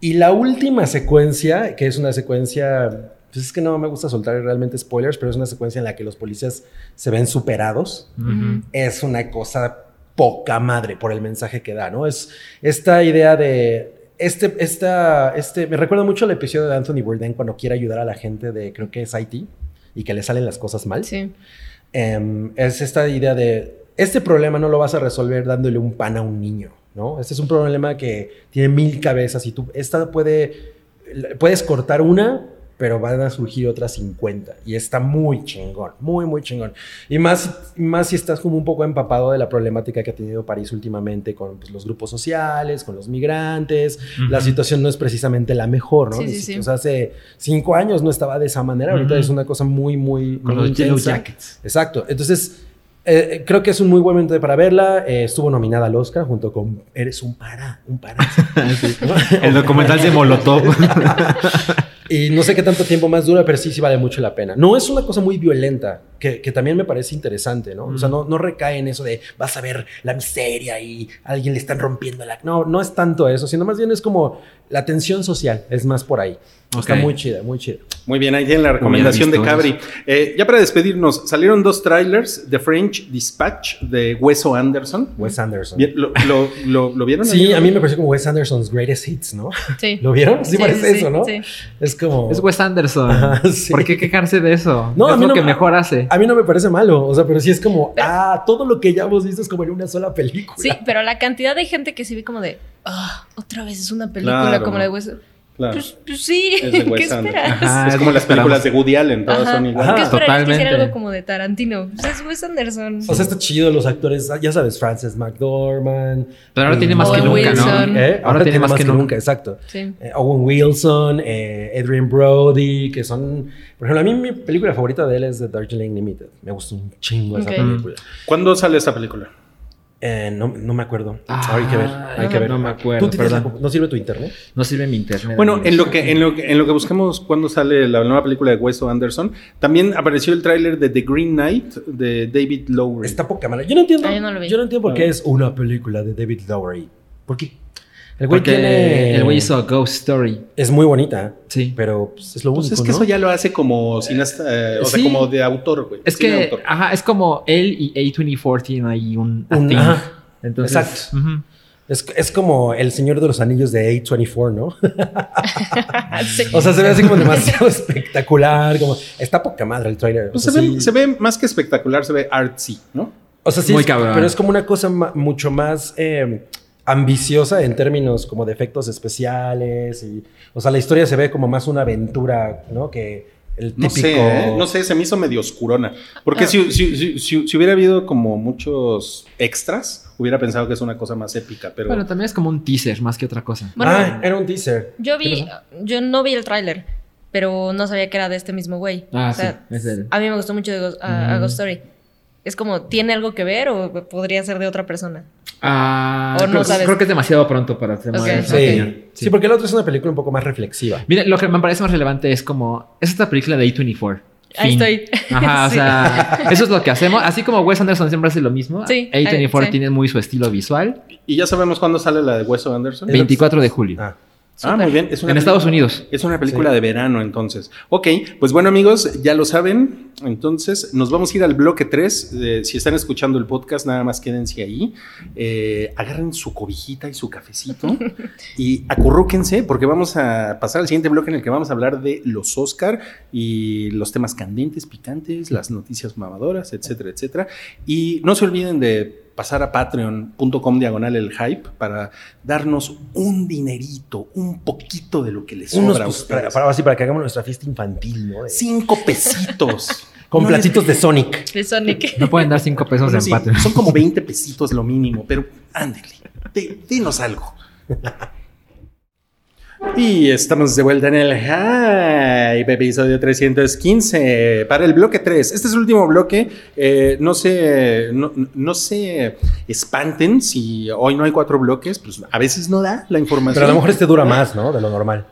Y la última secuencia, que es una secuencia, pues es que no me gusta soltar realmente spoilers, pero es una secuencia en la que los policías se ven superados Ujú. es una cosa poca madre por el mensaje que da, ¿no? Es esta idea de... Este, esta, este, me recuerda mucho al episodio de Anthony Bourdain cuando quiere ayudar a la gente de, creo que es Haití, y que le salen las cosas mal. Sí. Em, es esta idea de, este problema no lo vas a resolver dándole un pan a un niño, ¿no? Este es un problema que tiene mil cabezas y tú, esta puede, puedes cortar una, pero van a surgir otras 50. Y está muy chingón, muy, muy chingón. Y más, más si estás como un poco empapado de la problemática que ha tenido París últimamente con pues, los grupos sociales, con los migrantes. La Ujú. situación no es precisamente la mejor, ¿no? Sí, Ni sí, sí. siquiera- o sea, hace cinco años no estaba de esa manera. Ahorita Ujú. es una cosa muy, muy... Con muy los Yellow intensa. Jackets. Exacto. Entonces, eh, creo que es un muy buen momento para verla. Eh, estuvo nominada al Oscar junto con Eres un para, un para. El documental de Molotov. Y no sé qué tanto tiempo más dura, pero sí, sí vale mucho la pena. No es una cosa muy violenta, que, que también me parece interesante, ¿no? O sea, no, no recae en eso de vas a ver la miseria y a alguien le están rompiendo la. No, no es tanto eso, sino más bien es como la tensión social, es más por ahí. Está Ok. muy chida, muy chida. Muy bien, ahí tienen la recomendación de Muy bien Cabri. visto. Eh, ya para despedirnos, salieron dos trailers, The French Dispatch de Hueso Anderson. Wes Anderson. Bien, ¿Lo, lo- lo- lo vieron? Sí, amigo? a mí me pareció como Wes Anderson's greatest hits, ¿no? Sí. ¿Lo vieron? Sí, parece sí, eso, ¿no? sí. Es como. Es Wes Anderson. Ajá, sí. ¿Por qué quejarse de eso? No, es a mí lo no que me- mejor hace. A mí no me parece malo, o sea, pero sí es como, Eh. Pero- ah, todo lo que ya hemos visto es como en una sola película. Sí, pero la cantidad de gente que se ve como de, ah, otra vez es una película Claro. como la de Hueso. Claro, Pues, pues sí, es de ¿qué Wes Anderson. esperas? Ajá, es es como lo que las películas esperamos. de Woody Allen, todas Ajá. son ¿Qué iguales. Ajá. esperarías que hiciera Totalmente. algo como de Tarantino? Pues es Wes Anderson. O sea, está chido los actores, ya sabes, Frances McDormand. Pero ahora eh, tiene más que Owen nunca, Wilson. ¿no? ¿Eh? Ahora, tiene, más, que, nunca, exacto. Sí. Eh, Owen Wilson, eh, Adrian Brody, que son... Por ejemplo, a mí mi película favorita de él es The Darjeeling Limited. Me gusta un chingo esa Ok. película. ¿Cuándo sale esta película? Eh, no, no me acuerdo. Ah, hay que ver, hay que ver. no me acuerdo, ¿Tú tienes la perdón. compu- ¿No sirve tu internet? No sirve mi internet. Bueno, amigos. en lo que en lo que, en lo que buscamos cuándo sale la nueva película de Wes Anderson, también apareció el tráiler de The Green Knight de David Lowry. Está poca madre. Yo no entiendo. Ah, yo no lo vi. entiendo por qué es una película de David Lowery. ¿Por qué? El güey Porque tiene- el güey hizo Ghost Story. Es muy bonita, Sí. pero pues, es lo Pues único, es que ¿no? eso ya lo hace como cineasta, eh, o sea, Sí. como de autor, güey. Es Cine de que, ah, autor. ajá, es como él y A24 tienen ahí un. Un- a thing. ajá. Entonces, Exacto. ujú. Es, es como El Señor de los Anillos de A24, ¿no? Ah, Sí. O sea, se ve así como demasiado espectacular. Como, está poca madre el trailer. O Pues se, sea, ve, sí- se ve más que espectacular, se ve artsy, ¿no? O sea, sí, Muy es- cabrón. pero es como una cosa ma- mucho más eh, ambiciosa en términos como de efectos especiales. Y, o sea, la historia se ve como más una aventura, ¿no? Que el No típico... sé, ¿eh? no sé, se me hizo medio oscurona. Porque Ah. si, si- si- si- si hubiera habido como muchos extras, hubiera pensado que es una cosa más épica, pero... Bueno, también es como un teaser más que otra cosa. Bueno, ah, era un teaser. Yo vi, yo no vi el tráiler, pero no sabía que era de este mismo güey. Ah, O sea, sí, es él. A mí me gustó mucho de Ghost, a- a Mm. Ghost Story. Es como, ¿tiene algo que ver o podría ser de otra persona? Ah, O Oh, no creo, que- sabes. creo que es demasiado pronto para hacer Ok, Sí. más- Sí. porque el otro es una película un poco más reflexiva. Mira, lo que me parece más relevante es como. Es esta película de A24. Ahí Fin. estoy. Ajá, o Sí. sea, eso es lo que hacemos. Así como Wes Anderson siempre hace lo mismo, Sí, A24 eh, sí. tiene muy su estilo visual. Y ya sabemos cuándo sale la de Wes Anderson. 24 de julio. Ah. Ah, muy bien. Es una en película- Estados Unidos. Es una película de verano, entonces. Ok, pues bueno, amigos, ya lo saben. Entonces, nos vamos a ir al bloque 3. si están escuchando el podcast, nada más quédense ahí. Eh, agarren su cobijita y su cafecito y acurrúquense, porque vamos a pasar al siguiente bloque en el que vamos a hablar de los Oscar y los temas candentes, picantes, las noticias mamadoras, etcétera, etcétera. Y no se olviden de pasar a patreon.com diagonal el hype para darnos un dinerito, un poquito de lo que les Unos, sobra a pues, para, ustedes. para- así, para que hagamos nuestra fiesta infantil, ¿no? De- Cinco pesitos. Con No les- platitos de Sonic. El Sonic. No pueden dar 5 pesos Bueno, en sí, Patreon. son como 20 pesitos lo mínimo, pero ándele, di- dinos algo. Y estamos de vuelta en el Hype, episodio 315, para el bloque 3. Este es el último bloque. eh, no, se, no, no se espanten si hoy no hay cuatro bloques, pues a veces no da la información. Pero a lo mejor este dura más, ¿no? De lo normal.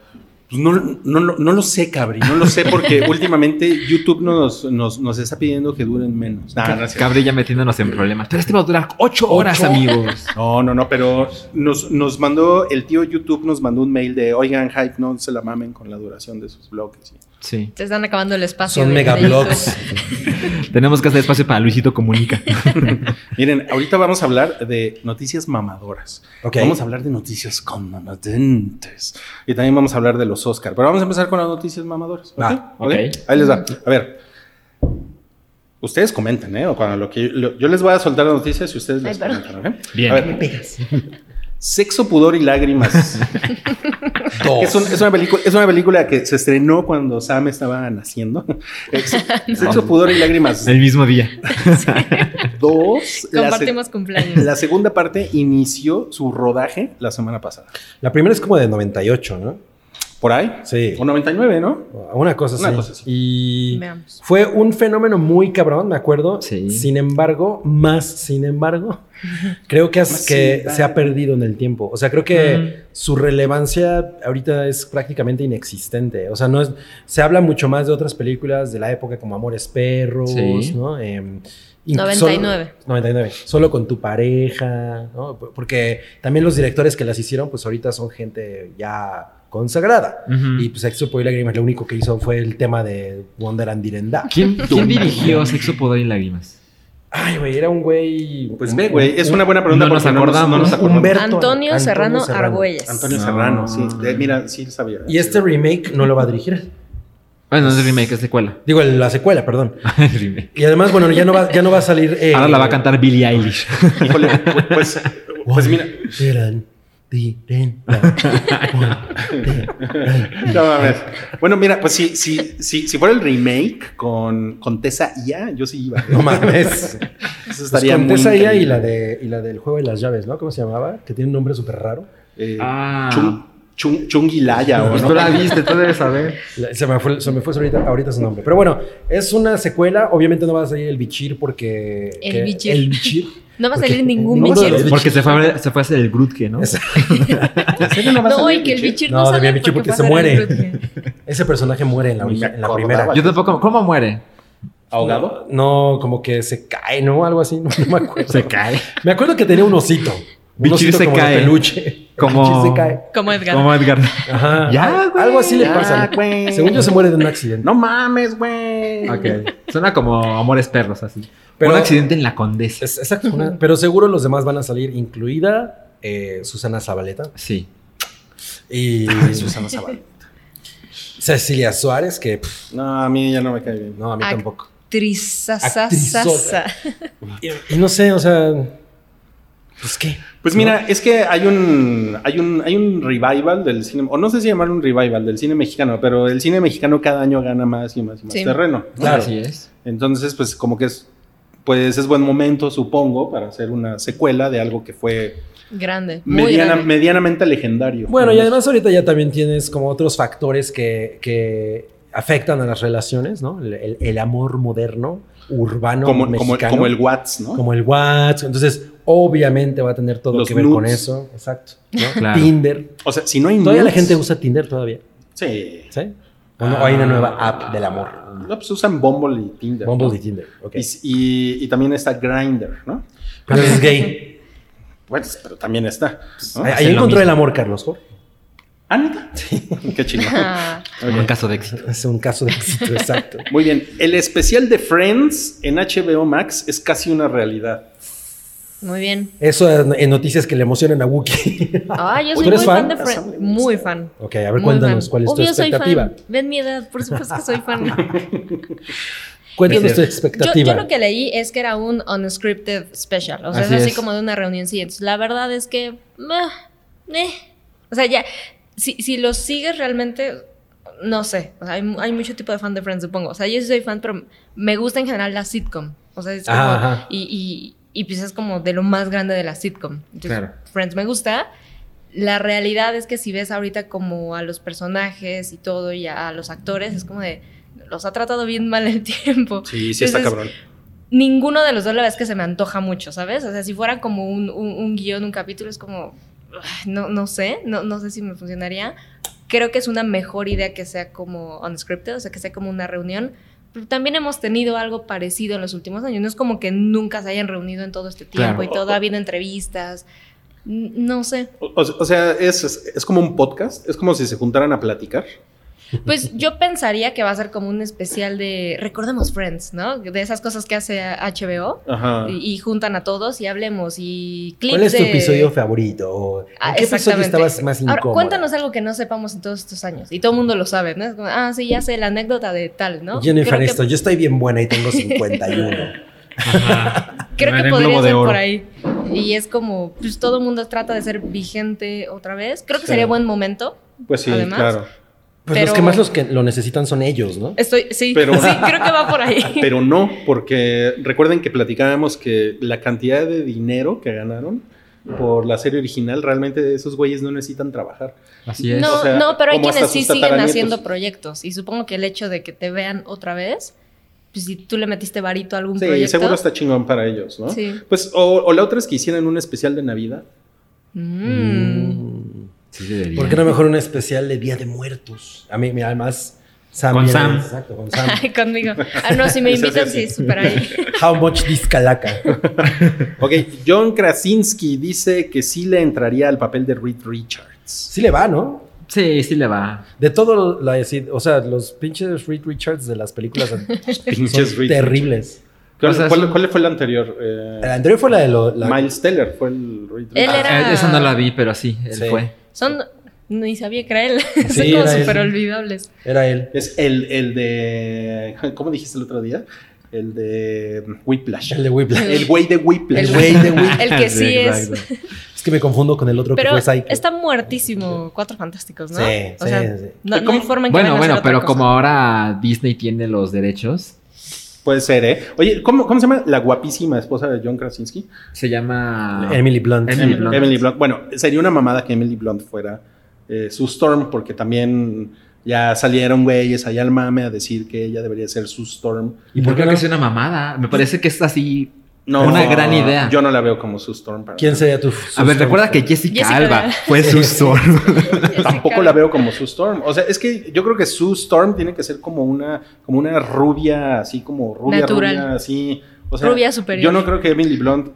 Pues No, no, no, no lo sé, Cabri, no lo sé porque últimamente YouTube nos, nos, nos está pidiendo que duren menos. Nah, Ah, no es cierto. Cabrilla metiéndonos en problemas. Pero este va a durar 8 Ocho. horas, amigos. No, no, no, pero nos, nos mandó, el tío YouTube nos mandó un mail de, oigan, hype, no se la mamen con la duración de sus bloques. Sí. Se están acabando el espacio. Son de- de megablogs. YouTube. Tenemos que hacer espacio para Luisito Comunica. Miren, ahorita vamos a hablar de noticias mamadoras. Ok. Vamos a hablar de noticias conmovedentes. Y también vamos a hablar de los Oscar. Pero vamos a empezar con las noticias mamadoras. ¿ok? Va, ¿Ok? ok. Ahí les va. A ver. Ustedes comenten, ¿eh? O cuando lo que lo- yo les voy a soltar las noticias y ustedes las Ay, perdón. comentan, ¿ok? Bien. A ver. Sexo, pudor y lágrimas. Dos. Es, un- es una película, es una película que se estrenó cuando Sam estaba naciendo. Ex- Sexo, pudor y lágrimas. El mismo día. Dos. La, se- Compartimos cumpleaños. la segunda parte inició su rodaje la semana pasada. La primera es como de 98, ¿no? ¿Por ahí? Sí. O 99, ¿no? Una cosa así. Una cosa así. Y Veamos. fue un fenómeno muy cabrón, me acuerdo. Sí. Sin embargo, más sin embargo, creo que, Más has, sin que embargo. se ha perdido en el tiempo. O sea, creo que Mm. su relevancia ahorita es prácticamente inexistente. O sea, no es, se habla mucho más de otras películas de la época como Amores Perros, Sí. ¿no? Em, inc- 99. solo- 99. Solo con tu pareja, ¿no? P- Porque también los directores que las hicieron, pues ahorita son gente ya consagrada. Ujú. Y pues Sexo Poder y Lágrimas lo único que hizo fue el tema de Wonder and Direndá. ¿Quién, quién dirigió Sexo, Poder y Lágrimas? Ay, güey, era un güey... Pues ve, güey, es una buena pregunta No nos porque acordamos. no nos acordamos. Humberto Antonio Serrano, Argüelles. Antonio No. Serrano, sí. De- mira, sí sabía. Y este remake no lo va a dirigir. Bueno, no es remake, es secuela. Digo, la secuela, perdón. Es remake. Y además, bueno, ya no va, ya no va a salir... eh, Ahora la va a cantar Billie Eilish. Híjole, pues, pues mira. Tiran, tiren, No mames. Bueno, mira, pues si, si, si, si fuera el remake con, con Tessa Ia, yo sí iba. ¿eh? No mames. Eso Pues estaría con muy esa ella y increíble. la, de, y la del juego de las llaves, ¿no? ¿Cómo se llamaba? Que tiene un nombre súper raro. Eh, Ah. Chung- Chung- Chunguilaya, ¿o Pues no? tú la viste, tú debes saber. La- Se me fue, se me fue ahorita, ahorita su nombre. Pero bueno, es una secuela. Obviamente no va a salir el bichir porque... El que- Bichir. El bichir. No va a Porque salir ningún ninguno de bichir. los- Porque se fue, a ver- se fue a hacer el Grutke, ¿no? Es- ¿En serio no va a No, salir y que el bichir No, no, de sale bichir porque va a se ser muere. el Groot. Ese personaje muere en la, Ni me origi- en la acordaba. primera. Yo tampoco. ¿Cómo muere? ¿Ahogado? No, como que se cae, ¿no? Algo así, no, no me acuerdo. Se cae. Me acuerdo que tenía un osito. Un Bichir osito se como de cae. peluche. Como- Bichir se cae. Como Edgar. Como Edgar. Ajá. Ya, Al- güey, Algo así le ya, pasa. güey. Según yo se muere de un accidente. No mames, güey. Ok. Suena como Amores Perros, así. Pero- Un accidente en la Condesa. Es- exacto, una- pero seguro los demás van a salir, incluida eh, Susana Zabaleta Sí. y Susana Zabaleta. Cecilia Suárez, que pff, No, a mí ya no me cae bien. no, a mí Ac- tampoco. Trisasasasa. Y, y no sé, o sea, pues qué. Pues mira, es que hay un, hay un, hay un revival del cine, o no sé si llamarlo un revival del cine mexicano, pero el cine mexicano cada año gana más y más y más Sí. terreno. Claro. Así es. Entonces, pues como que es, pues es buen momento, supongo, para hacer una secuela de algo que fue Grande. Muy mediana- grande. medianamente legendario. Bueno, y además ahorita ya también tienes como otros factores que, que afectan a las relaciones, ¿no? El, el- el amor moderno, urbano, como, como, mexicano. como el Watts, ¿no? como el WhatsApp. Entonces, obviamente va a tener todo Los que ver con nudes. eso. Exacto. ¿no? Claro. Tinder. o sea, si no hay Todavía la nudes- gente usa Tinder todavía, Sí. ¿sí? O, no, o hay una nueva Ah. app del amor. No, pues usan Bumble y Tinder. ¿no? Bumble y Tinder. ok. Y, y- y también está Grindr, ¿no? Pero es gay. Pues, pero también está. ¿no? Pues, Ahí lo encontró el mismo. amor, Carlos. ¿por? Ah, ¿neta? Qué chingón. Ah, Como un caso de éxito. Es un caso de éxito, exacto. Muy bien. El especial de Friends en HBO Max es casi una realidad. muy bien. Eso en- en noticias que le emocionan a Wookiee. Ah, yo ¿Tú soy muy eres fan, fan? de Esa me Friends. gusta. Muy fan. ok, a ver, Muy cuéntanos fan. cuál es tu Obvio soy fan. expectativa. Ven mi edad, por supuesto que soy fan. Cuéntanos tu Yo, expectativa. yo lo que leí es que era un unscripted special. O sea, Así es así es. como de una reunión. Sí, entonces, la verdad es que. meh, meh. O sea, ya. Si, si lo sigues realmente. No sé. O sea, hay, mu- hay mucho tipo de fan de Friends, supongo. O sea, yo sí soy fan, pero me gusta en general la sitcom. O sea, es como. Ajá, ajá. Y, y, y pues es como de lo más grande de la sitcom. Entonces, Claro. Friends me gusta. La realidad es que si ves ahorita como a los personajes y todo y a los actores, es como de. Los ha tratado bien mal el tiempo Sí, sí está Entonces, cabrón. ninguno de los dos la verdad es que se me antoja mucho, ¿sabes? O sea, si fuera como un, un, un guión, un capítulo, es como, "Ay, no, no sé, no, no sé si me funcionaría. Creo que es una mejor idea que sea como unscripted, o sea, que sea como una reunión. Pero también hemos tenido algo parecido en los últimos años. No es como que nunca se hayan reunido en todo este tiempo Claro. y todo, ha habido entrevistas. N- No sé. O, o sea, es, es, es como un podcast. Es como si se juntaran a platicar. Pues yo pensaría que va a ser como un especial de, recordemos Friends, ¿no? De esas cosas que hace HBO. Ajá. y, y juntan a todos y hablemos y clips ¿Cuál es tu de- episodio favorito? ¿O ¿En Ah, qué episodio exactamente. estabas más incómodo? Ahora, cuéntanos algo que no sepamos en todos estos años. Y todo el mundo lo sabe, ¿no? Es como, ah, sí, ya sé la anécdota de tal, ¿no? Jennifer creo que, Aniston, yo estoy bien buena y tengo 51. creo Gané que el podría Globo de ser por Oro. ahí. Y es como, pues todo el mundo trata de ser vigente otra vez. Creo que Sí. sería buen momento. Pues sí, Además, claro. Pues Pero- los que más los que lo necesitan son ellos, ¿no? Estoy, sí, Pero- sí, creo que va por ahí. Pero no, porque recuerden que platicábamos que la cantidad de dinero que ganaron por la serie original, realmente esos güeyes no necesitan trabajar. Así es. No, O sea, no, pero hay como hasta quienes sí sus siguen tataranietos. haciendo proyectos. Y supongo que el hecho de que te vean otra vez, pues si tú le metiste varito a algún Sí, proyecto. seguro está chingón para ellos, ¿no? Sí. Pues, o, o la otra es que hicieran un especial de Navidad. Mm. Mm. Sí se debería. ¿Por qué no mejor un especial de Día de Muertos? A mí, mira, además... Sam Con viene- Sam. Exacto, con Sam. Ay, conmigo. Ah, no, si me Eso invitan, sí. sí, súper ahí. How much this calaca? Ok, John Krasinski dice que sí le entraría al papel de Reed Richards. Sí le va, ¿no? Sí, sí le va. De todo, la, o sea, los pinches Reed Richards de las películas son Pinches Reed terribles. ¿Cuál, O sea, cuál- sí. cuál fue el anterior? Eh, La anterior fue la de lo- la- Miles Teller fue el Ah, Reed Él Richards. era- Eh, Esa no la vi, pero sí, él Sí. fue. Son. Ni sabía que era él. Son Sí, como era él. súper olvidables. Era él. Es el, el de. ¿Cómo dijiste el otro día? El de Whiplash. El de Whiplash. El güey de Whiplash. El El güey de Whiplash. El que sí es. exacto. Es que me confundo con el otro Pero que fue Psycho. está muertísimo. Cuatro fantásticos, ¿no? Sí, o sí, sea, sí. No, no hay forma en que Bueno, vayan a bueno, hacer pero otra cosa. como ahora Disney tiene los derechos, Puede ser, ¿eh? Oye, ¿cómo, cómo se llama la guapísima esposa de John Krasinski? se llama. Emily Blunt. ah. Emily Blunt. Emily Blunt. Bueno, sería una mamada que Emily Blunt fuera eh, su Storm, porque también ya salieron güeyes allá al mame a decir que ella debería ser su Storm. ¿Y Yo por qué creo no? que es una mamada. Me parece que es así. No, Una gran idea. Yo no la veo como su Storm. para ¿Quién nada. sería tu... A ver, recuerda que Jessica, Jessica Alba Alba. fue su sol. Jessica. Tampoco la veo como su Storm. O sea, es que yo creo que su Storm tiene que ser como una, como una rubia, así como rubia, Natural. rubia, así. O sea, Rubia superior. Yo no creo que Emily Blunt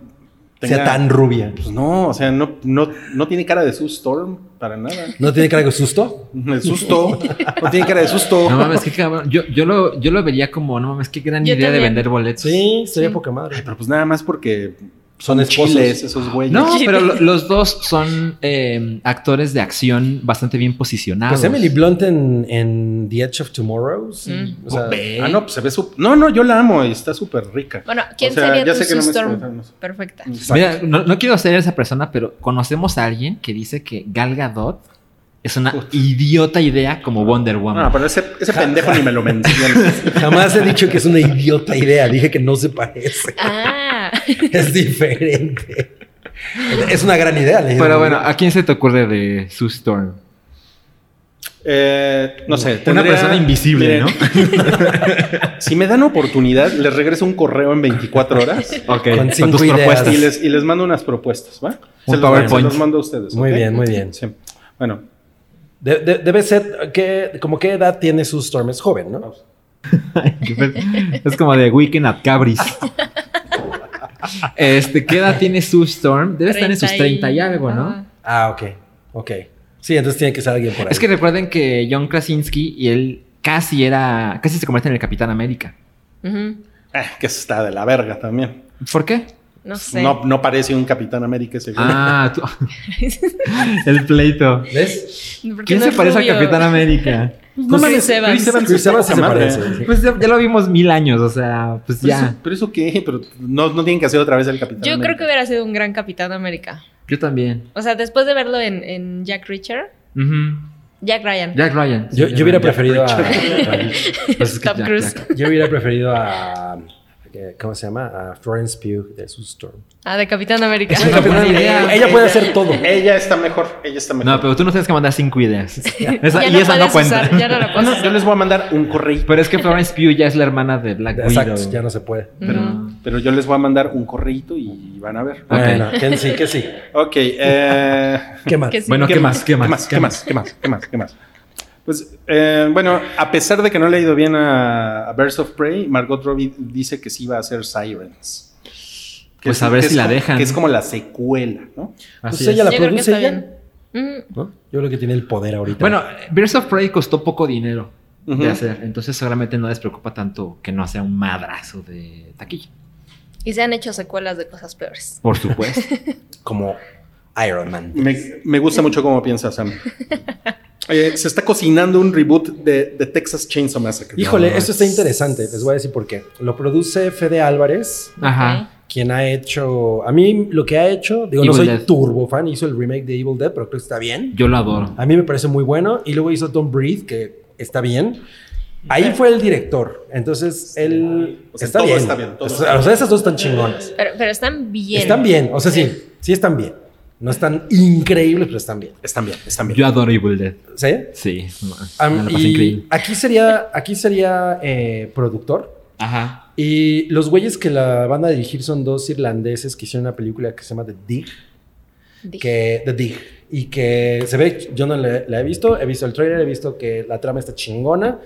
tenga- Sea tan rubia. Pues no, o sea, no, no, no tiene cara de su Storm para nada. ¿No tiene cara de susto? Me susto. No tiene cara de susto. No mames, qué cabrón. Yo, yo, lo, yo lo vería como, no mames, qué gran Yo idea de también. vender boletos. Sí, sería Sí. poca madre. Pero pues nada más porque Son esposos chiles, esos güeyes. No, pero lo- los dos son eh, actores de acción bastante bien posicionados. Pues Emily Blunt en, en The Edge of Tomorrow. sí. Mm. O sea, Ve. Ah, no, pues se ve su... No, no, yo la amo y está súper rica. Bueno, ¿quién O sea, sería ya tu sé que no me Storm? escuchamos. Perfecta. Mm. Mira, no, no quiero ser esa persona, pero conocemos a alguien que dice que Gal Gadot es una Puta. idiota idea como Wonder Woman. No, pero ese, ese pendejo ni me lo menciona. jamás he dicho que es una idiota idea. Dije que no se parece. Ah, Es diferente. Es una gran idea. le digo. pero bueno, ¿a quién se te ocurre de Sue Storm? Eh, no sé. Una persona invisible, ¿no? si me dan oportunidad, les regreso un correo en 24 horas Ok, Con cinco tus ideas. propuestas. y les, y les mando unas propuestas, ¿va? Un se, los, mando- PowerPoint. se los mando a ustedes. Muy ¿ok? bien, muy bien. Sí. Bueno, De- de- debe ser que, como qué edad tiene su Storm. Es joven, ¿no? es como de Weekend at Cabris. Este, ¿qué edad tiene Sue Storm? Debe estar en sus 30 y algo, ¿no? Ajá. Ah, ok. Ok. Sí, entonces tiene que ser alguien por ahí. Es que recuerden que John Krasinski y él casi era, casi se convierte en el Capitán América. Ujú. eh, que está de la verga también. ¿Por qué? No sé. No, no parece un Capitán América ese güey. Ah, tú- el pleito. ¿Ves? ¿Por qué ¿Quién no se es parece rubio? a Capitán América? No mames, Chris Evans. Chris es Evans se poca parece. madre. Pues ya, ya lo vimos mil años, o sea, pues Pero ya. eso- ¿Pero eso qué? Pero no, no tienen que hacer otra vez el Capitán Yo creo que América. hubiera sido un gran Capitán América. Yo también. O sea, después de verlo en, en Jack Richard, Ujú. Jack Ryan. Jack Ryan. Yo, Sí, yo hubiera Jack preferido a. Ryan. Pues es que Tom Jack- Cruise. Jack- Yo hubiera preferido a. eh, ¿Cómo se llama? A Florence Pugh de su Storm. Ah, de Capitán América. Es una buena idea. Ella puede hacer todo. Ella está mejor. Ella está mejor. No, pero tú no tienes que mandar cinco ideas. Esa- Ya y no esa no puedes cuenta. usar, ya no la Ah, puedes no, yo usar. les voy a mandar un correo. Pero es que Florence Pugh ya es la hermana de Black Exacto, Widow. ya Ah, no se puede. Pero- Ujú. Pero yo les voy a mandar un correíto y van a ver. Ok. Bueno, que sí, que sí. Ok. eh, ¿Qué más? Que sí. Bueno, ¿qué más? ¿Qué más? ¿Qué más? ¿Qué más? ¿Qué más? ¿Qué más? Pues, eh, bueno, a pesar de que no le ha ido bien a, a Birds of Prey, Margot Robbie dice que sí va a hacer Sirens. Que Pues es- a ver que si es la como- dejan. Que es como la secuela, ¿no? Así Pues es. ella la Yo creo que produce está ella. bien. Mm, Ujú. ¿no? Yo creo que tiene el poder ahorita. Bueno, Birds of Prey costó poco dinero Ujú. de hacer, entonces seguramente no les preocupa tanto que no sea un madrazo de taquilla. Y se han hecho secuelas de cosas peores. Por supuesto. como Iron Man. Me, me gusta mucho cómo piensa Sam. Eh, se está cocinando un reboot de, de Texas Chainsaw Massacre. Híjole, No, esto está interesante. Les voy a decir por qué. Lo produce Fede Álvarez, Ajá. quien ha hecho. A mí lo que ha hecho, digo, Evil no soy Dead. turbo fan, hizo el remake de Evil Dead, pero creo que está bien. Yo lo adoro. A mí me parece muy bueno. Y luego hizo Don't Breathe, que está bien. Ahí fue el director. Entonces, él. O sea, está, todo bien. está bien, todo O sea, está bien. o sea, esas dos están chingonas. Pero, pero están bien. Están bien. O sea, sí, sí están bien. No están increíbles, pero están bien. Están bien, están bien. Yo adoro Evil Dead. ¿Sí? Sí. Am- me la pasé y increíble. aquí sería, aquí sería eh, productor. Ajá. Y los güeyes que la van a dirigir son dos irlandeses que hicieron una película que se llama The Dig, Dije, que The Dig y que se ve, yo no la, la he visto, he visto el trailer, he visto que la trama está chingona.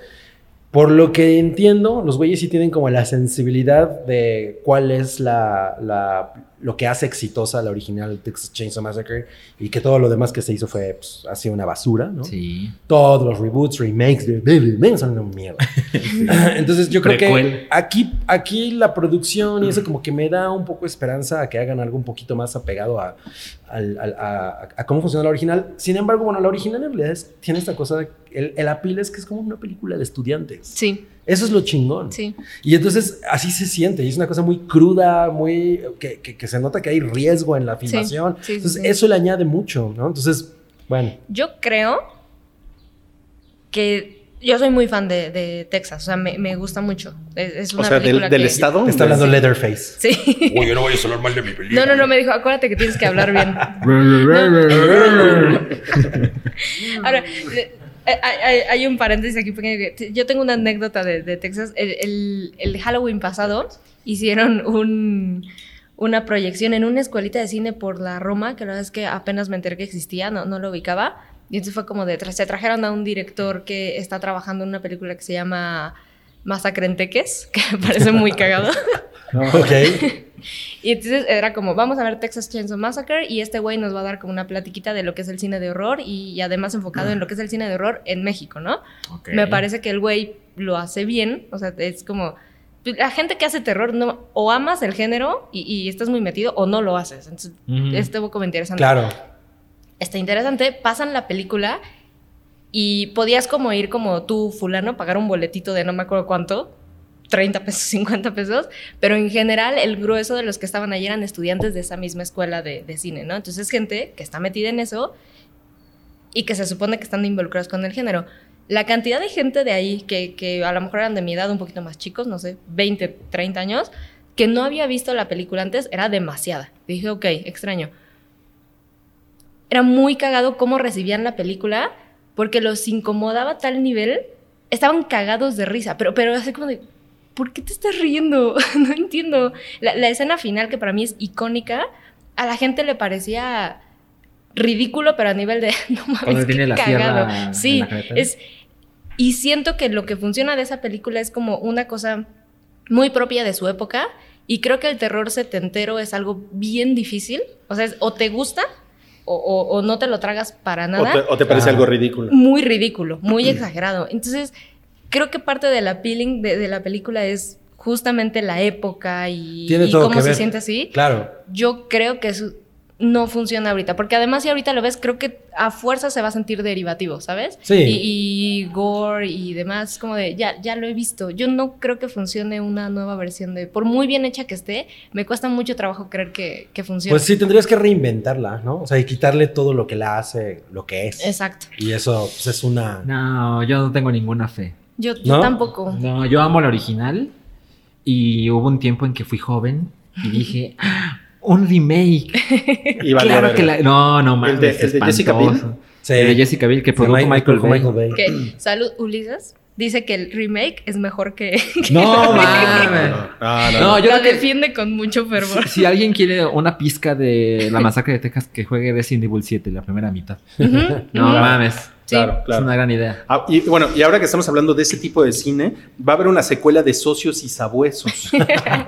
Por lo que entiendo, los güeyes sí tienen como la sensibilidad de cuál es la, la- lo que hace exitosa la original Texas Chainsaw Massacre y que todo lo demás que se hizo fue pues, así una basura, ¿no? Sí. todos los reboots, remakes de Baby Men son una mierda. Entonces yo creo Precuel. que aquí, aquí la producción y eso como que me da un poco esperanza a que hagan algo un poquito más apegado a, al- al- a- a cómo funciona la original. Sin embargo, bueno, la original en realidad es- tiene esta cosa, de- el, el apil es que es como una película de estudiantes. Sí, Eso es lo chingón. sí. Y entonces así se siente. Y es una cosa muy cruda, muy que, que- que se nota que hay riesgo en la filmación. sí, sí, entonces sí. eso le añade mucho, ¿no? Entonces, bueno. Yo creo que yo soy muy fan de, de Texas. O sea, me, me gusta mucho. Es, es O una sea, del, película del que- estado. Está hablando Sí. Leatherface. Sí. Oye, no vayas a hablar mal de mi película. No, no, no, me dijo, acuérdate que tienes que hablar bien. Ahora, eh, hay, hay- hay un paréntesis aquí pequeño. que te- Yo tengo una anécdota de, de Texas. El, el- el Halloween pasado hicieron un- una proyección en una escuelita de cine por la Roma, que la verdad es que apenas me enteré que existía, no, no lo ubicaba. Y entonces fue como de, tra- se trajeron a un director que está trabajando en una película que se llama Masacre en Teques, que me parece muy cagado. Ok. Y entonces era como, vamos a ver Texas Chainsaw Massacre y este güey nos va a dar como una platiquita de lo que es el cine de horror y, y además enfocado en lo que es el cine de horror en México, ¿no? Me parece que el güey lo hace bien, o sea, es como pues, la gente que hace terror no o amas el género y, y estás muy metido o no lo haces. Entonces, este Ujú. estuvo como interesante. Claro. Está interesante, pasan la película y podías como ir como tú, fulano, pagar un boletito de no me acuerdo cuánto, 30 pesos, 50 pesos, pero en general el grueso de los que estaban allí eran estudiantes de esa misma escuela de, de cine, ¿no? Entonces es gente que está metida en eso y que se supone que están involucrados con el género. La cantidad de gente de ahí, que, que a lo mejor eran de mi edad, un poquito más chicos, no sé, 20, 30 años, que no había visto la película antes, era demasiada. Dije, ok, extraño. Era muy cagado cómo recibían la película, porque los incomodaba a tal nivel, estaban cagados de risa, pero, pero así como de, ¿por qué te estás riendo? no entiendo. La, la escena final, que para mí es icónica, a la gente le parecía ridículo, pero a nivel de, no mames, Cuando tiene qué la cagado. sierra en Sí, la cabeza. es... Y siento que lo que funciona de esa película es como una cosa muy propia de su época. Y creo que el terror setentero es algo bien difícil. O sea, es o te gusta o, o- o no te lo tragas para O nada. te, o te parece Ah. algo ridículo. Muy ridículo, muy exagerado. Entonces, creo que parte del appealing de, de la película es justamente la época y, Tiene y todo cómo que se ver. siente así. Claro. Yo creo que eso no funciona ahorita. Porque además, si ahorita lo ves, creo que a fuerza se va a sentir derivativo, ¿sabes? Sí. Y, y gore y demás, como de, ya, ya lo he visto. Yo no creo que funcione una nueva versión de, por muy bien hecha que esté, me cuesta mucho trabajo creer que, que funcione. Pues sí, tendrías que reinventarla, ¿no? O sea, y quitarle todo lo que la hace, lo que es. Exacto. Y eso, pues es una. No, yo no tengo ninguna fe. Yo, yo ¿No? tampoco. No, yo amo la original. Y hubo un tiempo en que fui joven y dije, "Ah, un remake. Y valió claro verga. que la... No, no, mames. ¿El de- el de Jessica Biel? espantoso. Sí. El de Jessica Biel que Con produjo Michael, con Bay. Michael Bay. Que, salud, Ulises. Dice que el remake es mejor que... que No, No, no, mames. no, no, no. No, yo la creo que defiende con mucho fervor. Si, si alguien quiere una pizca de la masacre de Texas, que juegue Resident Evil 7, la primera mitad. Ujú, No ujú. mames. Sí. Claro, Es claro. una gran idea. Ah, y bueno, y ahora que estamos hablando de ese tipo de cine, va a haber una secuela de Socios y Sabuesos.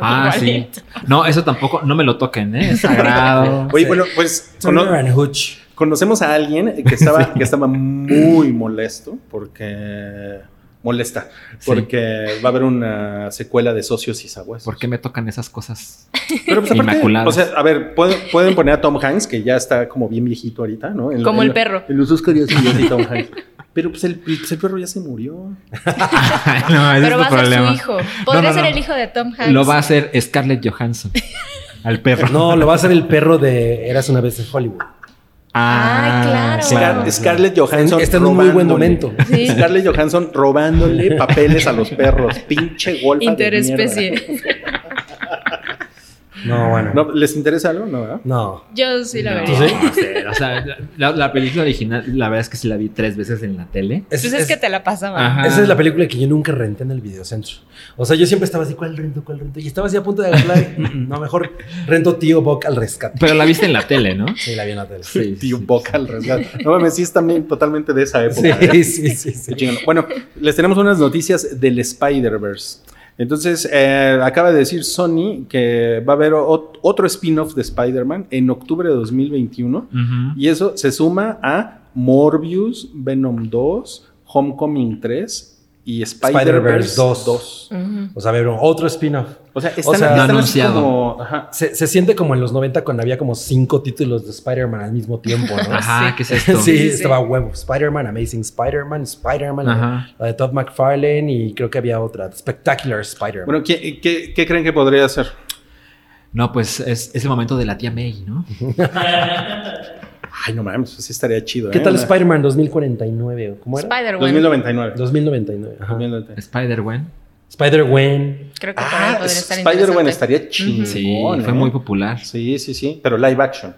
Ah, sí. Igualito. No, eso tampoco, no me lo toquen, ¿eh? Es sagrado. Oye, Sí. bueno, pues cono- Turner and Hooch. conocemos a alguien que estaba, que estaba muy molesto porque molesta, Sí. porque va a haber una secuela de Socios y Sabuesos. ¿Por qué me tocan esas cosas? Pero pues aparte, Inmaculadas. o sea, a ver, pueden, pueden poner a Tom Hanks, que ya está como bien viejito ahorita, ¿no? En- Como en- el perro. En los Oscars ya se murió Tom Hanks. Pero pues el, pues, el perro ya se murió. no, ese Pero va es a tu problema. ser su hijo. Podría no, ser no. el hijo de Tom Hanks. Lo va a hacer Scarlett Johansson. Al perro. No, lo va a hacer el perro de Eras una vez en Hollywood. Ah, claro. Scar- Claro. Scarlett Johansson. Está en este un muy buen robándole. momento. Sí. Scarlett Johansson robándole papeles a los perros. Pinche golpe. Interespecie. No, bueno. No. No, ¿Les interesa algo? No, ¿verdad? Yo sí la No, vería. ¿Tú sí? cero. O sea, la, la película original, la verdad es que sí la vi tres veces en la tele. Pues Es- Entonces Pues es, es- que te la pasaban. Ajá. Esa es la película que yo nunca renté en el videocentro. O sea, yo siempre estaba así, ¿cuál rento? ¿Cuál rento? Y estaba así a punto de agarrar. y, "Mm, mm, no, mejor rento tío Buck al rescate. Pero la viste en la tele, ¿no? Sí, la vi en la tele. Sí, Tío sí, Boca al rescate. No mames, sí es también totalmente de esa época. ¿eh? Sí, sí, sí. Qué sí. chingón. Bueno, les tenemos unas noticias del Spider-Verse. Entonces, eh, acaba de decir Sony que va a haber ot- otro spin-off de Spider-Man en octubre de 2021. Ujú. Y eso se suma a Morbius, Venom 2, Homecoming 3 y Spider-Verse Spider-Verse 2. 2. Ujú. O sea, a ver, otro spin-off. O sea, están, O sea, están lo así anunciado. como... ajá. Se, se siente como en los 90 cuando había como cinco títulos de Spider-Man al mismo tiempo, ¿no? Ajá, Sí. ¿qué es esto? Ah, Sí, sí. estaba huevo. Spider-Man, Amazing Spider-Man, Spider-Man, la, Ajá. la de Todd McFarlane y creo que había otra, Spectacular Spider-Man. Bueno, ¿qué, qué, qué creen que podría ser? No, pues es, es el momento de la tía May, ¿no? Ay, no mames, pues sí estaría chido. ¿Qué ¿eh? tal Una- Spider-Man 2049? ¿Cómo era? Spider-Man. 2099. 2099. ajá. 2099. Este Spider-Gwen. Spider-Gwen. Creo que por ahí Ah, podría estar Spider-Man interesante. estaría chingón. ¿eh? Sí, Oh, fue muy popular. Sí, sí, sí. Pero live action.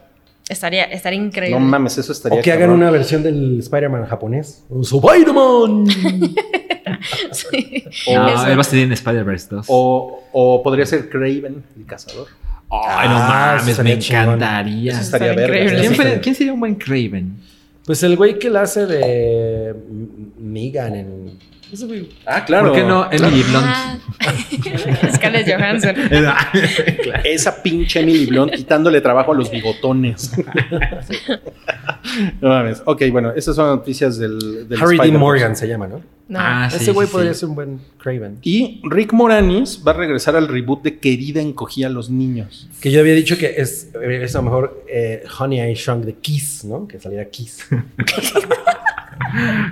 Estaría, estaría increíble. No mames, eso estaría. O que hagan cabrón. una versión del Spider-Man japonés. Un Spider-Man. Sí. Oh, no, Eso. él va a salir en Spider-Verse 2. O, o podría ser Craven, el cazador. Ay, no Ah, eso mames, me estaría chingón. encantaría. Eso estaría Estaría verga. increíble. Eso ¿Quién, fue- estaría- quién sería un buen Craven? pues el güey que la hace de M- Megan en Ese güey. Ah, claro. ¿Por qué no Emily Blunt? Ah. Scarlett Johansson. Eh, Esa pinche Emily Blunt quitándole trabajo a los bigotones. no mames. Ok, bueno, esas son noticias del, del Harry D. Spider-Verse. Morgan se llama, ¿no? No. Ah, sí, Ese güey sí, podría sí. ser un buen Craven. Y Rick Moranis va a regresar al reboot de Querida encogía a los niños. Que yo había dicho que es, es a lo mejor eh, Honey I Shrunk de Kiss, ¿no? Que saliera Kiss.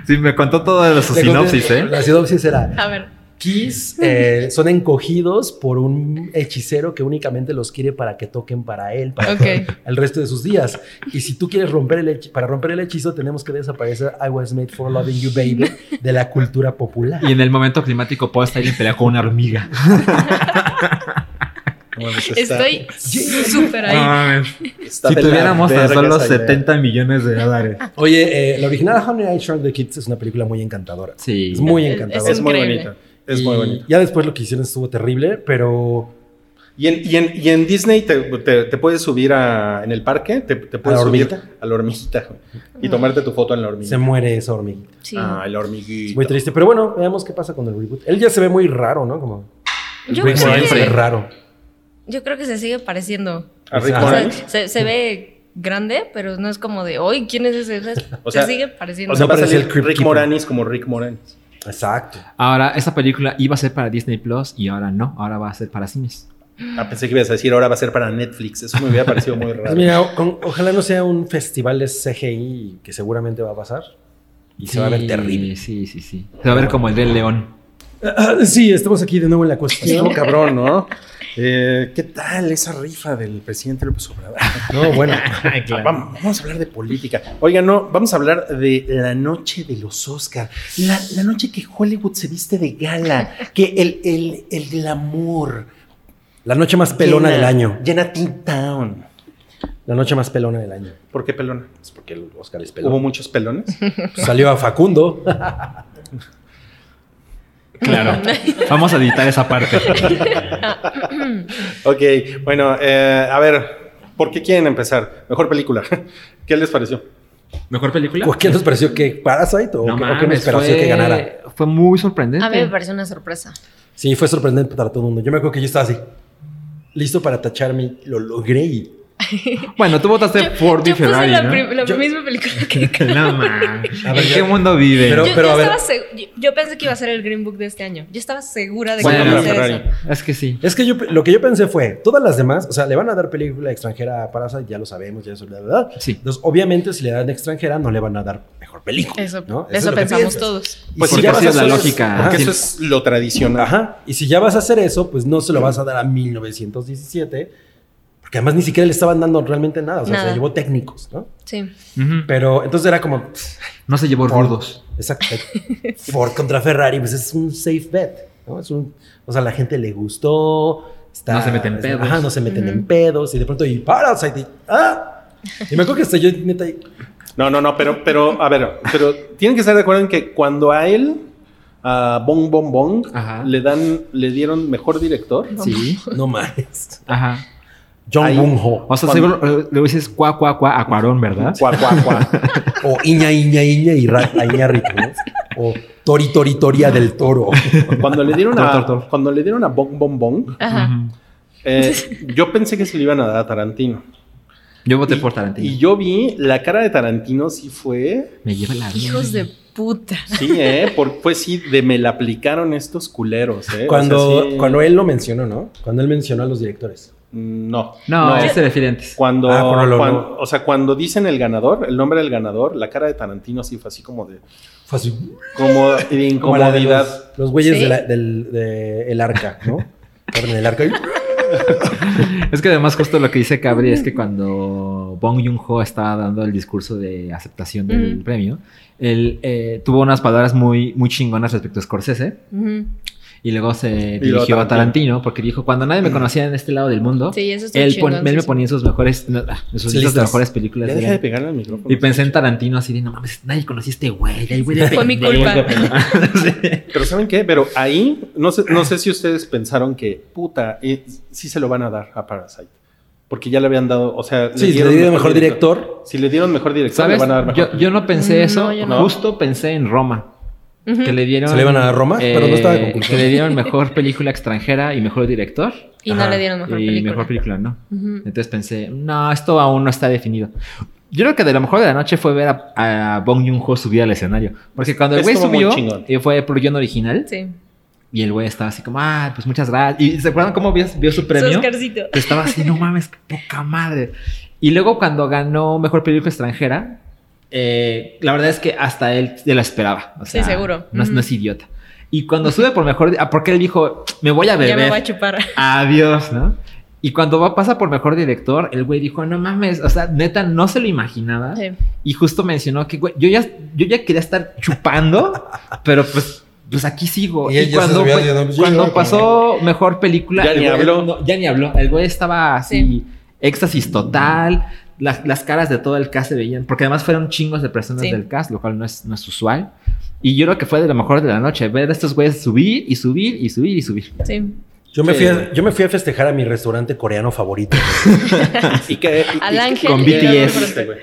Sí, me contó todo de su sinopsis, ¿eh? La sinopsis era A ver. Kiss eh, son encogidos por un hechicero que únicamente los quiere para que toquen para él, para Ok. todo el resto de sus días. Y si tú quieres romper el hechizo, para romper el hechizo tenemos que desaparecer I was made for loving you baby de la cultura popular. Y en el momento climático, Paul Stanley pelea con una hormiga. No mames, está- Estoy súper No ahí. mames. está si de la tuviéramos tan verga solo esa idea. 70 millones de dólares. Ah. Oye, eh, la original Honey I Shrunk the Kids es una película muy encantadora. Sí. Es muy Es- encantadora. Es muy Increíble. bonito. Es muy Y bonito. Ya después lo que hicieron estuvo terrible, pero Y en, y en, y en Disney te, te- te puedes subir a, en el parque, te, te puedes ¿A la subir hormiguita? a la hormiguita güey, y tomarte tu foto en la hormiguita. se muere esa hormiga. Sí. Ah, la Es hormiguita. muy triste, pero bueno, veamos qué pasa con el reboot. Él ya se ve muy raro, ¿no? Como Yo Rick creo Moranis se ve que- raro. Yo creo que se sigue pareciendo. A Rick O sea, O sea, Moranis. se, se ve grande, pero no es como de, hoy ¿quién es ese? O sea, O sea, se sigue pareciendo. O sea, No va a parece salir el Crypt Rick Keeper. Moranis como Rick Moranis. Exacto. Ahora, esa película iba a ser para Disney Plus y ahora no. Ahora va a ser para cines. Ah, pensé que ibas a decir ahora va a ser para Netflix. Eso me hubiera parecido muy Pues raro. mira, o- con- ojalá no sea un festival de CGI que seguramente va a pasar. Y se va a ver terrible. Sí, sí, sí. Se va a ver como el del león. Sí, estamos aquí de nuevo en la cuestión. Estuvo cabrón, ¿no? Eh, ¿Qué tal esa rifa del presidente López Obrador? No, bueno. Vamos, Ah, vamos a hablar de política. Oiga, no, vamos a hablar de la noche de los Oscars. La, la noche que Hollywood se viste de gala, que el, el, el glamour. La noche más pelona llena- del año. Llena Teen Town. La noche más pelona del año. ¿Por qué pelona? Es porque el Oscar es ¿Hubo pelón. muchos pelones? Salió a Facundo. Claro. Vamos a editar esa parte. ok, bueno, eh, a ver, ¿por qué quieren empezar? Mejor película. ¿Qué les pareció? ¿Mejor película? ¿Por qué nos pareció que Parasite o, No qué- o qué nos mames, pareció fue, que ganara? fue muy sorprendente. A mí me parece una sorpresa. Sí, fue sorprendente para todo el mundo. Yo me acuerdo que yo estaba así, listo para tacharme. Lo logré. y- Bueno, tú votaste por yo puse Ferrari, la, ¿no? prim- la Yo- misma película que... No, mames. A ver, ¿En yo- qué mundo vive? Pero- yo, a yo, ver. estaba seg- yo- yo pensé que iba a ser el Green Book de este año. Yo estaba segura de que Bueno, iba a la ser Ferrari. eso. es que sí. Es que yo, pe- lo que yo pensé fue, todas las demás, o sea, le van a dar película extranjera a Parasite, ya lo sabemos, ya eso, la verdad. Sí. Entonces, obviamente, si le dan extranjera, no le van a dar mejor película. Eso, ¿no? eso es lo que pensamos piensas. todos. Y Pues si porque ya así vas a es la hacer- lógica. Ajá, Porque sí. eso es lo tradicional. Ajá. Y si ya vas a hacer eso, pues no se lo vas a dar a 1917, porque además ni siquiera le estaban dando realmente nada. O sea, Nada. se llevó técnicos, ¿no? Sí. Ujú. Pero entonces era como, pff, No se llevó Ford. rudos. exacto. Ford contra Ferrari, pues es un safe bet, ¿no? Es un, o sea, la gente le gustó. Está, No se meten en pedos. Ajá, no se meten en Ujú. pedos. Y de pronto, y Parasite, y, ¡ah! Y me acuerdo que hasta yo, neta, y- No, no, no, pero, pero, a ver, pero tienen que estar de acuerdo en que cuando a él, a Bong Bong Bong, Ajá. le dan, le dieron mejor director. Sí. no mames. Ajá. John Ahí. Wong Ho. O sea, seguro eh, le dices cuá, cuá, cuá a Cuarón, ¿verdad? Cuá, cuá, cuá. O Iña, Iña, Iña y Ra, a Iñárritu, ¿no? O Tori, Tori, Toria del Toro. Cuando le dieron Tor, tor, a, tor. cuando le dieron a Bong Bong Bong, Ajá. Ujú. eh, yo pensé que se le iban a dar a Tarantino. Yo voté Y- por Tarantino. Y yo vi la cara de Tarantino, sí fue, Me lleva la Hijos de puta. sí, eh, por, fue sí, de me la aplicaron estos culeros, eh. O Cuando, sea, sí, cuando él lo mencionó, ¿no? Cuando él mencionó a los directores. no, No, él se refiere antes. Cuando, Ah, por lo- cuan- no. o sea, cuando dicen el ganador, el nombre del ganador, la cara de Tarantino sí fue así como de, Fue así. como de Como la de incomodidad. los, los güeyes Sí. de la- del de el arca, ¿no? Estaban en el arca. y- Es que además justo lo que dice Cabri es que cuando Bong Joon-ho estaba dando el discurso de aceptación del Ujú. premio, él eh, tuvo unas palabras muy, muy chingonas respecto a Scorsese Ujú. y luego se luego dirigió Tarantino. a Tarantino porque dijo, cuando nadie me conocía en este lado del mundo, Sí, eso está él, pon- chingón, él sí, me sí. ponía en sus mejores, no, ah, en sus Sí, listas de listas. mejores películas. Ya del deja de año. pegarle al micrófono. Y pensé en Tarantino así de, no mames, nadie conocía a este güey, el güey de Fue mi culpa. pendejo". Sí. Pero ¿saben qué? Pero ahí, no sé, no sé si ustedes pensaron que, puta, eh, sí se lo van a dar a Parasite. Porque ya le habían dado, o sea, Sí, le dieron mejor director. Si le dieron mejor director, ¿Sabes? le van a dar mejor. Yo, yo no pensé Mm, No, eso, yo no. justo pensé en Roma. Ujú. que le dieron... eh, Se le iban a Roma, pero no estaba conclusión. Que le dieron mejor película extranjera y mejor director. Y no Ajá. le dieron mejor y película. mejor película, ¿no? Ujú. Entonces pensé, no, esto aún no está definido. Yo creo que de lo mejor de la noche fue ver a, a Bong Joon-ho subir al escenario. Porque cuando el güey Estuvo muy subió, chingón. eh, fue por guión original. Sí. Y el güey estaba así como, ah, pues muchas gracias. ¿Y se acuerdan cómo vio, vio su Su premio? Oscarcito. Que estaba así, no mames, qué poca madre. Y luego cuando ganó Mejor Película Extranjera, eh, la verdad es que hasta él se la esperaba. O Sí, sea, seguro. No, es- no es Ujú. idiota. Y cuando sube por Mejor... ah, Porque él dijo, me voy a beber. Ya me voy a chupar. Ah. Adiós, ¿no? Y cuando va, pasa por mejor director, el güey dijo, no mames, o sea, neta, no se lo imaginaba. Sí. Y justo mencionó que, güey, yo ya, yo ya quería estar chupando, pero pues, pues aquí sigo. Y él ya se cuando, subía fue- diciendo, "Sí, cuando pues, yo ya pasó mejor película, Ya el ni güey habló. no- ya ni habló. El güey estaba así, Sí. éxtasis Mm. total. Las, las caras de todo el cast se veían, porque además fueron chingos de personas Sí. del cast, lo cual no es, no es usual. Y yo creo que fue de lo mejor de la noche, ver a estos güeyes subir y subir y subir y subir. Sí. Yo me, Sí. fui a, yo me fui a festejar a mi restaurante coreano favorito. ¿Y qué, y- Al y- ángel. con y la BTS. otra. güey?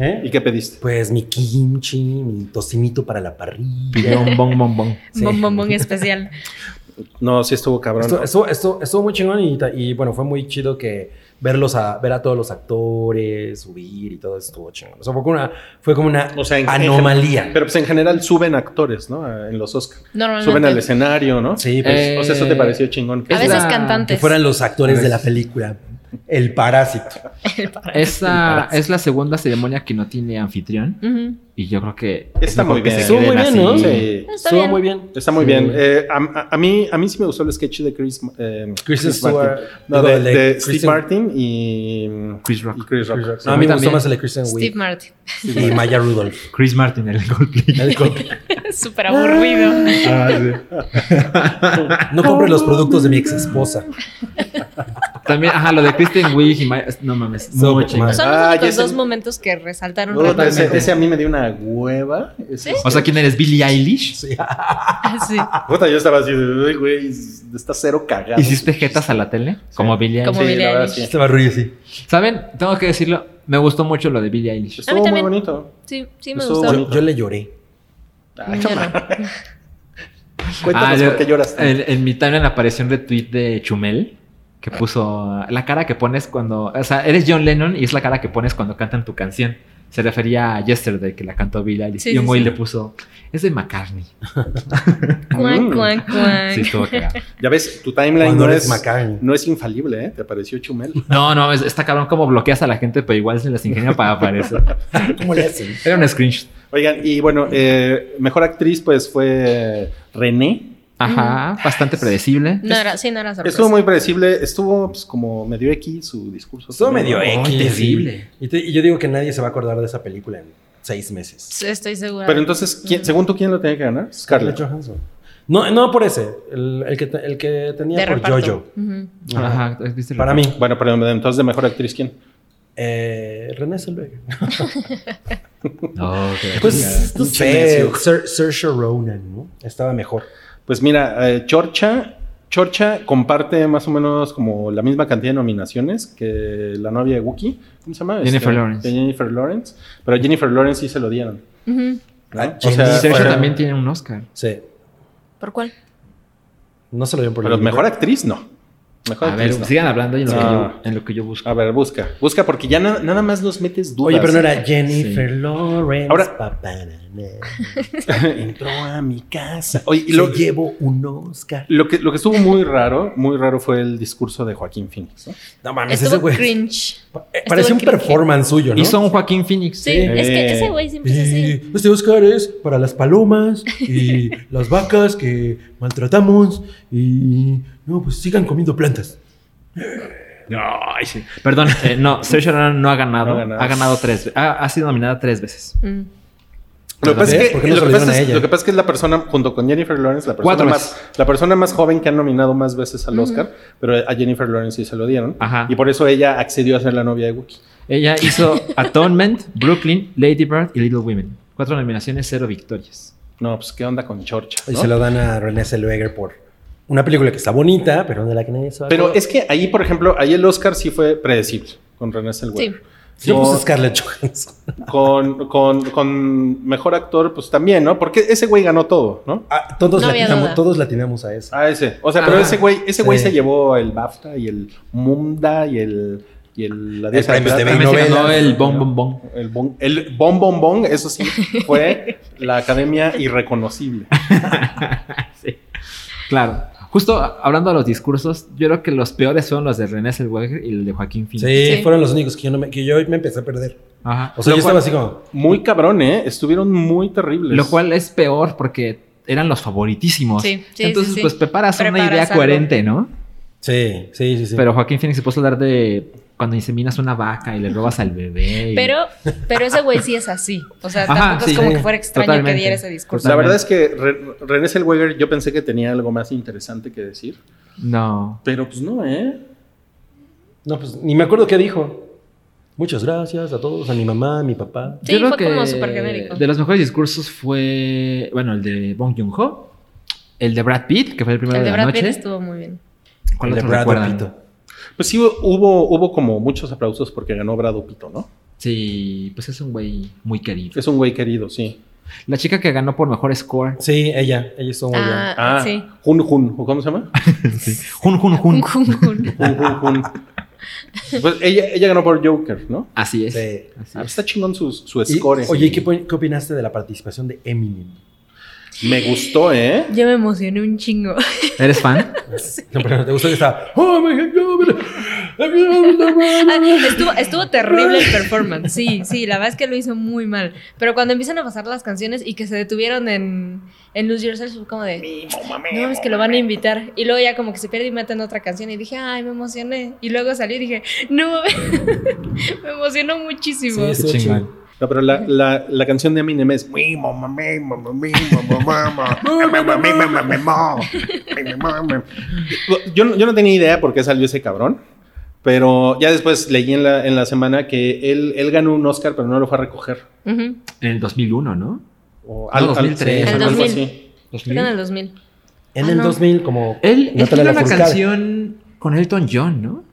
¿Eh? ¿Y qué pediste? Pues mi kimchi, mi tocinito para la parrilla. Pidieron bong, bong, bong. Sí. Bon, bon, bon especial. No, sí estuvo cabrón. Esto, ¿no? esto, esto, estuvo muy chingón y, ta- y, bueno, fue muy chido que verlos a, ver a todos los actores, subir y todo eso estuvo chingón. O sea, fue como una, fue como una O sea, en- en anomalía. gen- pero pues en general suben actores, ¿no? A- En los Oscars. Normalmente. Suben al escenario, ¿no? sí, pues, Eh, O sea, eso te pareció chingón. Ah, A Es veces la- que cantantes. fueran los actores pues, de la película. El parásito. Esa es la segunda ceremonia que no tiene anfitrión. Ujú. Y yo creo que. es Está mejor muy que bien. se Estuvo queden así. Sí. Está estuvo bien. muy bien. Está muy Sí. bien. Eh, a, a- a mí, a mí sí me gustó el sketch de Chris, eh, Chris Stewart. Martin. No, Digo, de, el de de Chris- Steve Martin y, Chris y Rock. Chris Rock. Ah, Chris Rock. Sí. No, a mí me gustó también. más el de Kristen Steve Wiig Martin. y Maya Rudolph. Chris Martin, el Coldplay. El cop- Súper aburrido. Ah, No compre los productos de mi ex esposa. También, ajá, lo de Kristen Wiig y Ma- No mames. So muy much chingón. más. Son Ah, los ya únicos sé. dos momentos que resaltaron. No, realmente. ese, ese a mí me dio una hueva. Ese- ah, O sea, ¿quién eres? ¿Billie Eilish? Sí. Ah, Sí. Puta, yo estaba así, de, "Ay, güey, está cero cagado. ¿Hiciste jetas a la tele? Como Billie Como Eilish. Sí, Billie la verdad, Eilish. sí. Estaba ruido sí. ¿Saben? Tengo que decirlo. Me gustó mucho lo de Billie Eilish. Estuvo muy también. bonito. Sí, sí me Estuvo gustó. bonito. Yo, yo le lloré. Ay, Yo no. Cuéntanos Ah, yo- por qué lloraste. En, en mi timeline apareció un retweet de Chumel que puso la cara que pones cuando. O sea, eres John Lennon y es la cara que pones cuando cantan tu canción. Se refería a Yesterday, que la cantó Billie Eilish. Sí, y un sí, güey sí. le puso, es de McCartney. Cuan, Mm. cuan, cuan. Sí, estuvo cagado. Ya ves, tu timeline Cuando no eres es, Macaño. no es infalible, ¿eh? Te apareció Chumel. No, no, es- está cabrón como bloqueas a la gente, pero igual se las ingenia para aparecer. ¿Cómo le hacen? Era un screenshot. Oigan, y bueno, eh, mejor actriz pues fue René. Ajá, bastante predecible. No era, sí, no era sorpresa. Estuvo muy predecible, estuvo pues, como medio X su discurso. Estuvo Pues medio También, ¿no? Ay, X. terrible. Y, te- y yo digo que nadie se va a acordar de esa película en seis meses. Estoy segura. Pero entonces, ¿quién- según tú, ¿quién lo tenía que ganar? Scarlett. Johansson. No, no por ese. El, el que, te- el que tenía de por reparto. Jojo. Ujú. Ajá. Ajá, ¿viste el Para reparto? mí. Bueno, pero entonces de mejor actriz, ¿quién? Eh, René Zellweger. No, qué Pues, no sé. Silencio. Sir- Saoirse Ronan, ¿no? Estaba mejor. Pues mira, eh, Chorcha, Chorcha comparte más o menos como la misma cantidad de nominaciones que la novia de Wookiee. ¿Cómo se llama? Este, Jennifer Lawrence. de Jennifer Lawrence. Pero a Jennifer Lawrence sí se lo dieron. Ujú. ¿no? Ah, o sea, Jennifer. Sergio fueron- también tiene un Oscar. Sí. ¿Por cuál? No se lo dieron por la Pero película. mejor actriz, no. Mejor A ver, actriz, no. sigan hablando y en lo, que Ah. yo, en lo que yo busco. A ver, busca. Busca porque ya na- nada más nos metes dudas. Oye, pero no era Jennifer Lawrence. Ahora- papá, na, na. Entró a mi casa. Oye, y Se lo, llevo un Oscar. lo que, lo que estuvo muy raro, muy raro fue el discurso de Joaquín Phoenix. ¿no? No mames, Ah, pues ese Estuvo güey. cringe. Pa- eh, Parecía un cringe. performance suyo, Ah, ¿no? Hizo un Joaquín Phoenix. Eh, Sí, es que ese güey siempre es Y así. este Oscar es para las palomas y las vacas que maltratamos y no, pues sigan comiendo plantas. Ay, sí. Perdón, eh, no, Saoirse Ronan no ha ganado. No ha ganado. Ha ganado tres ve- ha, ha sido nominada tres veces. Mm. Lo que, pasa es ¿Ves? que, ¿Por qué no lo que se lo pasa dieron a es- ella? lo que pasa es que es la persona, junto con Jennifer Lawrence, la persona, Cuatro más, la persona más joven que ha nominado más veces al Oscar, pero a Jennifer Lawrence sí se lo dieron. Ajá. Y por eso ella accedió a ser la novia de Wookiee. Ella hizo Atonement, Brooklyn, Lady Bird y Little Women. Cuatro nominaciones, cero victorias. No, pues qué onda con Chorcha. Y ¿no? se lo dan a René Zellweger por una película que está bonita, pero de la que nadie sabe. Pero es que ahí, por ejemplo, ahí el Oscar sí fue predecible. con René Zellweger. Sí. Yo Con- puse Scarlett Johansson. con, con- con mejor actor, pues también, ¿no? Porque ese güey ganó todo, ¿no? Ah, todos, No había latinamos, duda. todos latinamos a eso. Ah, ese. O sea, pero Ajá. ese güey, ese güey Sí. se llevó el BAFTA y el Munda y el. Y el, la El premios de de También se ganó novelas. el Bon Bon Bon. El bon, el bon bon bon, eso sí, fue la academia irreconocible. Claro. Justo a- hablando de los discursos, yo creo que los peores fueron los de René Zellweger y el de Joaquín Phoenix. Sí, Sí. fueron los únicos que yo, no me, que yo me empecé a perder. Ajá. O sea, Lo yo cual- estaba así como. Muy cabrón, ¿eh? Estuvieron muy terribles. Lo cual es peor porque eran los favoritísimos. Sí, sí, Entonces, sí, sí. pues preparas, una Preparas idea algo. coherente, ¿no? Sí, sí, sí. sí. Pero Joaquín Phoenix se puso a hablar de cuando inseminas una vaca y le robas al bebé. y- Pero, pero ese güey sí es así. O sea, Ajá, tampoco sí. es como Sí, que fuera extraño totalmente. que diera ese discurso. la verdad es que Re- René Zellweger yo pensé que tenía algo más interesante que decir, No. pero pues no, ¿eh? No, pues ni me acuerdo qué dijo. Muchas gracias a todos, a mi mamá, a mi papá. Sí, fue como supergenérico. De los mejores discursos fue, bueno, el de Bong Joon-ho, el de Brad Pitt, que fue el primero El de, de la Brad noche. Pitt estuvo muy bien. ¿Cuál El de otro Brad recuerdan? Pitt. Pues sí hubo, hubo como muchos aplausos porque ganó Brado Pito, ¿no? Sí, pues es un güey muy querido. Es un güey querido, sí. La chica que ganó por mejor score. Sí, ella, ella estuvo muy Ah, Ah, sí. Jun Jun, ¿o ¿cómo se llama? Jun, Jun, Jun. Un Kun Kun. Jun Jun Jun. Pues ella, ella ganó por Joker, ¿no? Así es. bien. Sí. Así Ah, es. está chingón su, su Y- score. oye, ¿y ¿qué, po- qué opinaste de la participación de Eminem? Me gustó, ¿eh? Yo me emocioné un chingo. ¿Eres fan? No, pero te gustó que estaba. "Oh, my God, I'm gonna-" Ah, estuvo, estuvo terrible el performance. Sí, sí, la verdad es que lo hizo muy mal. Pero cuando empiezan a pasar las canciones y que se detuvieron en, en Lose Yourself, fue como de. No, es que lo van a invitar. Y luego ya como que se pierde y meten otra canción. Y dije, ay, me emocioné. Y luego salí y dije, no, me emocionó Sí, muchísimo. estuvo Qué chingón. chido. No, pero la, la, la canción de Eminem es Mi mamá, mi mamá, mi mamá, mi mamá, mi mamá, mi mamá, mi mamá. Yo, no- yo no tenía idea por qué salió ese cabrón, pero ya después leí en la, en la semana que él, él ganó un Oscar, pero no lo fue a recoger. Ujú. En el 2001, ¿no? O No, 2003. sí, El algo 2000. así. Fue en el 2000. En Ah, el no. 2000, como. Él Natalia él tiene una Lafourcade. canción con Elton John, ¿no?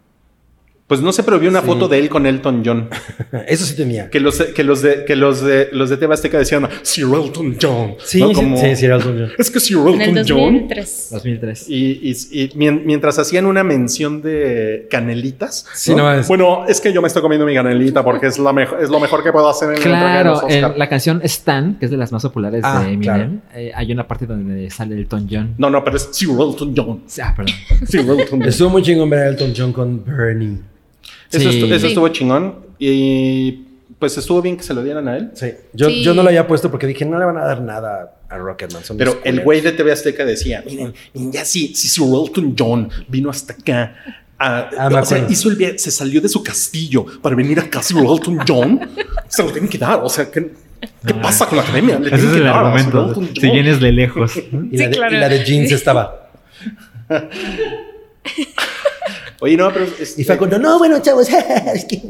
Pues no sé, pero vi una Sí. foto de él con Elton John. Eso sí tenía. Que los, que los de, que los de, los de TV Azteca decían, Sir Elton John. Sí, ¿no? sí, Como, sí, sí, era el 2000. Es que Sir En el Elton John. 2003. 2003. Y, y- y mien- mientras hacían una mención de canelitas. Sí, no mames. Bueno, es que yo me estoy comiendo mi canelita porque es, la mejo- es lo mejor que puedo hacer en la entrega de los Claro, Oscar. en la canción Stan, que es de las más populares Ah, de Eminem, eh, hay una parte donde sale Elton John. No, no, pero es Sir Elton John. Ah, perdón. Sir Elton John. Estuvo muy chingón ver a Elton John con Bernie. Eso, Sí. estu- eso Sí. estuvo chingón. Y pues estuvo bien que se lo dieran a él. Sí. Yo, Sí. yo no lo había puesto porque dije, no le van a dar nada a Rocketman. son Pero unos el güey de TV Azteca decía: Miren, miren, ya sí, si Sir Elton John vino hasta acá. ah, Ah, me o sea, acuerdo. hizo el via- se salió de su castillo para venir acá, Sir Elton John. se lo tienen que dar. O sea, ¿qué, qué Ah. pasa con la academia? Le tienen que dar a Sir Elton John. de lejos. culeros. Y, Sí, la de, claro. y la de jeans estaba. Oye, no, pero. es- este, Y Facundo, no, bueno, chavos. es que-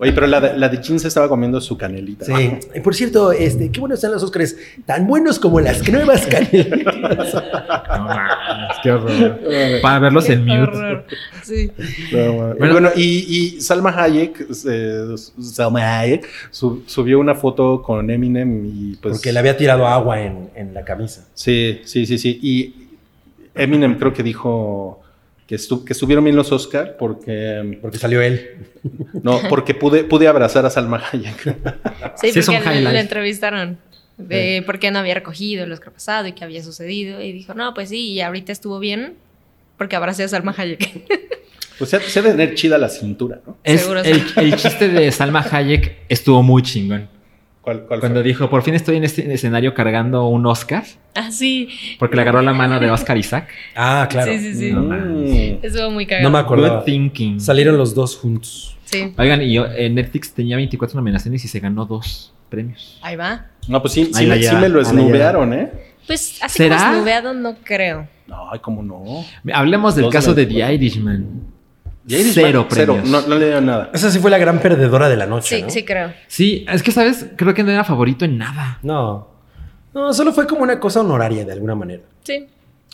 Oye, pero la de, la de Chin se estaba comiendo su canelita. Sí. Y por cierto, este, qué buenos están los Óscares. Tan buenos como las nuevas canelitas. qué horror. Para verlos en Qué mute. horror. Sí. No, bueno, Bueno. bueno, y, y Salma Hayek, eh, Salma Hayek sub- subió una foto con Eminem y pues... Porque le había tirado agua en, en la camisa. Sí, sí, sí, sí. Y Eminem creo que dijo que, estu- que estuvieron bien los Oscar porque... mm, Porque salió él. No, porque pude, pude abrazar a Salma Hayek. Sí, Sí, es un porque highlight. le, le entrevistaron de por qué no había recogido el Oscar pasado y qué había sucedido. Y dijo, no, pues sí, y ahorita estuvo bien porque abracé a Salma Hayek. Pues se, se ha de tener chida la cintura, ¿no? Es- Seguro sí. el, el chiste de Salma Hayek estuvo muy chingón. ¿Cuál, cuál fue? Cuando dijo, por fin estoy en este escenario cargando un Oscar, Ah, Así. porque le agarró la mano de Oscar Isaac. Ah, claro. Sí, sí, sí. Mm. Estuvo muy No cagado. me acuerdo. Good thinking. Salieron los dos juntos. sí, Oigan, y yo, eh, Netflix tenía 24 nominaciones y se ganó dos premios. ahí va. No, pues sí, sí Ahí la me, sí lleva, me lo ahí la esnubearon, ¿eh? Pues así ¿Será? como esnubeado no creo. No, ay, cómo no. Hablemos del Dos caso de Netflix. The Irishman. Y ahí- Cero premios. no, no le dieron nada. Esa sí fue la gran perdedora de la noche. Sí, ¿no? sí creo. Sí, es que, ¿sabes? Creo que no era favorito en nada. No. No, solo fue como una cosa honoraria de alguna manera. Sí.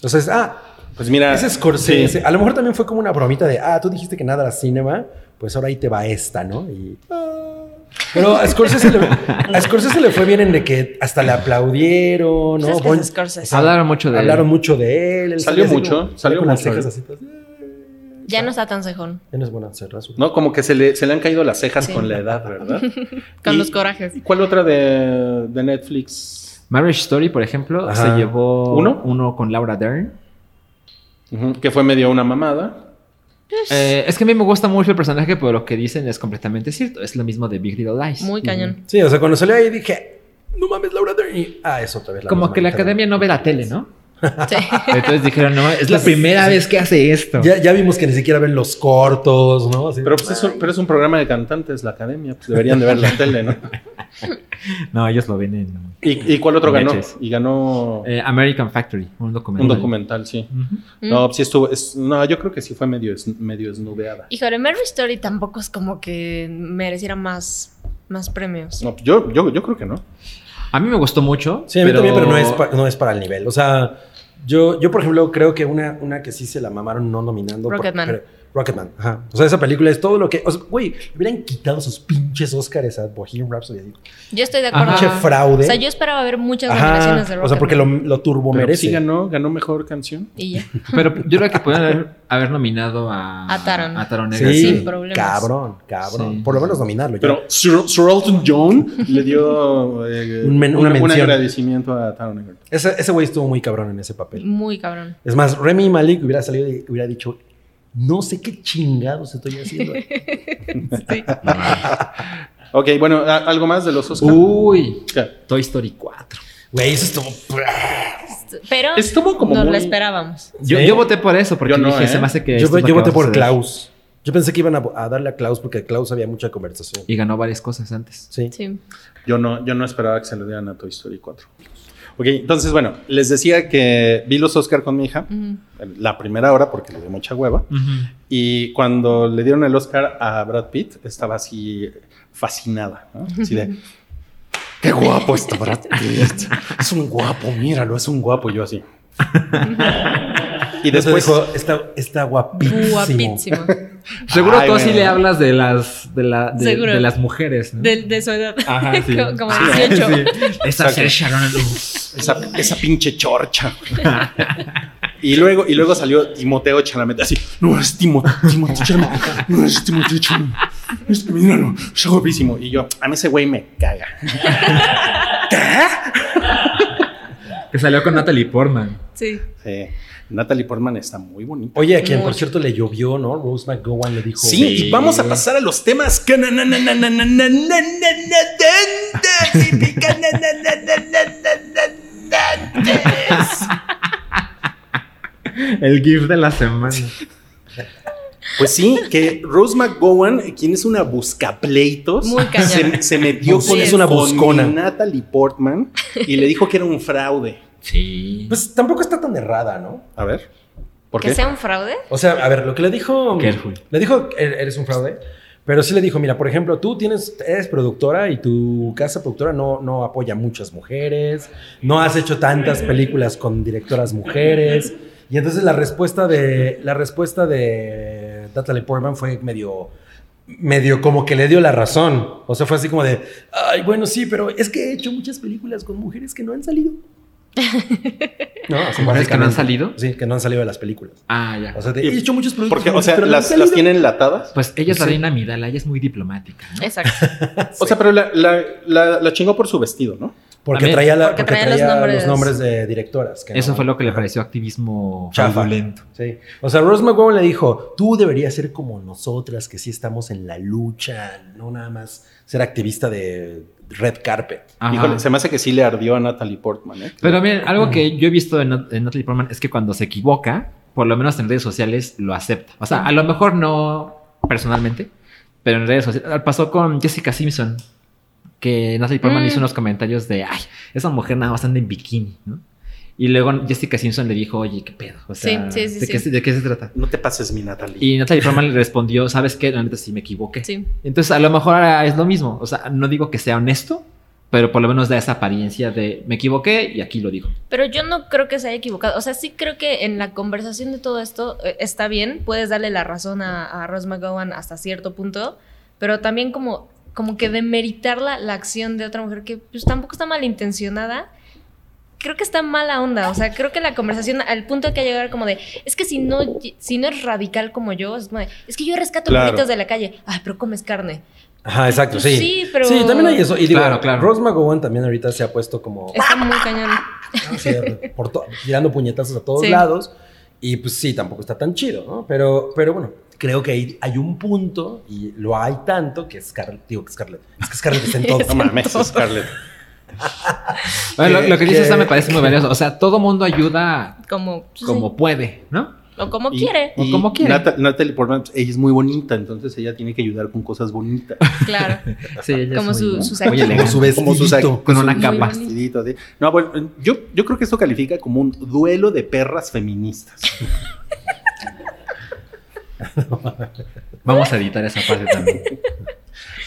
O sea, es, ah, Pues mira... ese Scorsese. sí. A lo mejor también fue como una bromita de, ah, tú dijiste que nada a la cinema. pues ahora ahí te va esta, ¿no? Y, ah. pero a Scorsese, le, a Scorsese le fue bien en de que hasta le aplaudieron, ¿no? Es que Bon- es Scorsese. sea, Hablaron mucho de él. Hablaron mucho de él. él Salió así mucho, como- salió con las mucho cejas él. así, pues, Ya no está tan cejón Ya no es buena cerrar su- No, como que se le, se le han caído las cejas Sí. con la edad, ¿verdad? con Y- los corajes. ¿y ¿Cuál otra de, de Netflix? Marriage Story, por ejemplo, Ajá. se llevó ¿Uno? con Laura Dern. Ujú, Que fue medio una mamada. Eh, es que a mí me gusta mucho el personaje, pero lo que dicen es completamente cierto. Es lo mismo de Big Little Lies. Muy cañón. Sí, o sea, cuando salió ahí dije, no mames, Laura Dern. Y, ah, es otra vez. Como misma que la guitarra. academia no ve la tele, ¿no? Sí. Entonces dijeron, no, es la primera vez que hace esto. Ya, ya vimos que ni siquiera ven los cortos, ¿no? Así- Pero, pues, es, un, pero es un programa de cantantes, la academia. pues, deberían de ver la tele, ¿no? No, ellos lo ven en ¿Y, y cuál otro ganó? Leches. Y ganó eh, American Factory, un documental. un documental, sí. Ujú. mm, Mm. No, pues, sí estuvo. es- no, yo creo que sí fue medio, es- medio esnubeada. Híjole, Mary Story tampoco es como que mereciera más, más premios. No, pues, yo, yo, yo creo que no. A mí me gustó mucho. Sí, a mí también, pero no es, pa- no es para el nivel. O sea, yo, yo por ejemplo, creo que una, una que sí se la mamaron no nominando. por- Rocketman. pero- Rocketman, ajá. O sea, esa película es todo lo que. O sea, güey, le hubieran quitado sus pinches Óscares a Bohemian Rhapsody. así. Yo estoy de acuerdo. Ajá. Pinche fraude. O sea, yo esperaba ver muchas Ah, Ajá. nominaciones de Rock. O sea, porque lo, lo turbo Pero merece. sí ganó, ganó mejor canción. Y ya. Pero yo creo que pueden haber, haber nominado a, A Taron. Negro. Sí, Sin problemas. cabrón, cabrón. Sí. Por lo menos nominarlo. ya. Pero Sir, Sir Elton John le dio eh, Un men- una un- un mención. agradecimiento a Taron Egerton. ese ese güey estuvo muy cabrón en ese papel. Muy cabrón. Es más, Remy Malik hubiera salido y hubiera dicho, no sé qué chingados estoy haciendo. Ok, bueno, a- algo más de los Oscars. Uy, Toy Story 4. Güey, eso estuvo... Pero Estuvo como no lo muy- esperábamos. Yo, Sí. yo voté por eso, porque Yo no, dije, ¿eh? se me hace que. esto Yo, es lo yo que va voté a por suceder. Klaus. Yo pensé que iban a, a darle a Klaus porque de Klaus había mucha conversación. Y ganó varias cosas antes. Sí. Sí. Yo no, yo no esperaba que se lo dieran a Toy Story 4. Ok, entonces, bueno, les decía que vi los Oscar con mi hija, Ujú. la primera hora, porque le dio mucha hueva. Y cuando le dieron el Oscar a Brad Pitt, estaba así fascinada, ¿no? Así de, qué guapo está Brad Pitt. Es un guapo, míralo, es un guapo. Yo así. Y después... Después dijo, está, está guapísimo. Guapísimo. Seguro Ay, tú sí bueno. le hablas de las, de la, de, Seguro. de las mujeres, ¿no? De, de su edad. Ajá, sí. Co- como Sí, 18. sí. Esa Exacto. es Sharon. Esa, esa pinche chorcha. y, luego, y luego salió Timoteo Chalamet así. No es Timoteo Timoteo Chalamet. No es Timoteo Chalamet. Es que míralo, es guapísimo. Y yo, a mí ese güey me caga. Que salió con Natalie Portman. Sí. Sí. Natalie Portman está muy bonita. Oye, a quien por Mucho. cierto le llovió, ¿no? Rose McGowan le dijo... "Pues, Sí, y vamos a pasar a los temas. que na, na, na, na, na, na, na, na, na, na, na, típica, na, na, na, na, na, na, na, na, na. El GIF de la semana. Pues sí, que Rose McGowan, quien es una buscapleitos, Muy cañona. se, se metió Sí, con, es una con buscona. Natalie Portman y le dijo que era un fraude. Sí. Pues tampoco está tan errada, ¿no? A ver, ¿por Que qué? sea un fraude. O sea, a ver, lo que le dijo... Careful. Le dijo, "Er- eres un fraude. Pero sí le dijo, mira, por ejemplo, tú tienes, eres productora y tu casa productora no, no apoya a muchas mujeres, no has hecho tantas películas con directoras mujeres. Y entonces la respuesta de, la respuesta de Natalie Portman fue medio, medio como que le dio la razón. O sea, fue así como de, ay, bueno, sí, pero es que he hecho muchas películas con mujeres que no han salido. No, así ¿Mujeres que no han básicamente. salido? Sí, que no han salido de las películas. Ah, ya. O sea, de, Y- he hecho muchos productos. Porque, con o sea, mujeres, pero no han las, las salido". tienen latadas. Pues ella es la Sí. reina Midala, ella es muy diplomática. ¿no? Exacto. O sea, pero la, la, la- la chingó por su vestido, ¿no? Porque También. traía, la- Porque porque traía los traía los, nombres. nombres. de directoras. que Eso no- fue lo que le Ajá. pareció activismo Chafa. fraudulento. Sí. O sea, Rose McGowan le dijo, tú deberías ser como nosotras, que sí estamos en la lucha, no nada más ser activista de red carpet. Ajá. Pues Híjole, se me hace que sí le ardió a Natalie Portman, ¿eh? Pero miren, algo Mm. que yo he visto en, Nat- en Natalie Portman es que cuando se equivoca, por lo menos en redes sociales lo acepta. O sea, a lo mejor no personalmente, pero en redes sociales. Pasó con Jessica Simpson, que Natalie Portman Mm. hizo unos comentarios de, ay, esa mujer nada más anda en bikini, ¿no? Y luego Jessica Simpson le dijo, oye, qué pedo. O sea, Sí, sí, sí, ¿de, sí. Qué, se- de qué se trata? No te pases, mi Natalie. Y Natalie Portman le respondió, ¿sabes qué? La neta sí me equivoqué. Sí. Entonces, a lo mejor ahora es lo mismo. O sea, no digo que sea honesto, pero por lo menos da esa apariencia de me equivoqué y aquí lo digo. Pero yo no creo que se haya equivocado. O sea, sí creo que en la conversación de todo esto eh, está bien. Puedes darle la razón a, a Ross McGowan hasta cierto punto. Pero también como, como que demeritar la, la acción de otra mujer que pues, tampoco está malintencionada. Creo que está mala onda. O sea, creo que la conversación al punto que ha llegado era como de es que si no, ll- si no es radical como yo, es como de, es que yo rescato Claro. burritos de la calle. Ay, pero comes carne. Pues Ajá, exacto, sí. Sí, pero- Sí, también hay eso. Y digo, Claro, claro. Ross McGowan también ahorita se ha puesto como... Está muy cañón. o sea, por to- tirando puñetazos a todos Sí. lados. Y pues sí, tampoco está tan chido, ¿no? Pero, pero bueno, creo que hay, hay un punto, y lo hay tanto, que Scarlett, digo que Scarlett, es que Scarlett está en todo. No mames, Scarlett. Bueno, lo, lo que dice Que- esa me parece muy valioso. O sea, todo mundo ayuda Como, pues sí, como puede, ¿no? o como Y- quiere. O como quiere. Nata- Natalie Portman, pues, ella es muy bonita, entonces ella tiene que ayudar con cosas bonitas. Claro. Sí, ella Como es muy- su- sus muy actos. elegante. Como su saco. con una Muy capa. bonito. Vestidito, así. No, bueno, yo, yo creo que esto califica como un duelo de perras feministas. Vamos a editar esa parte también.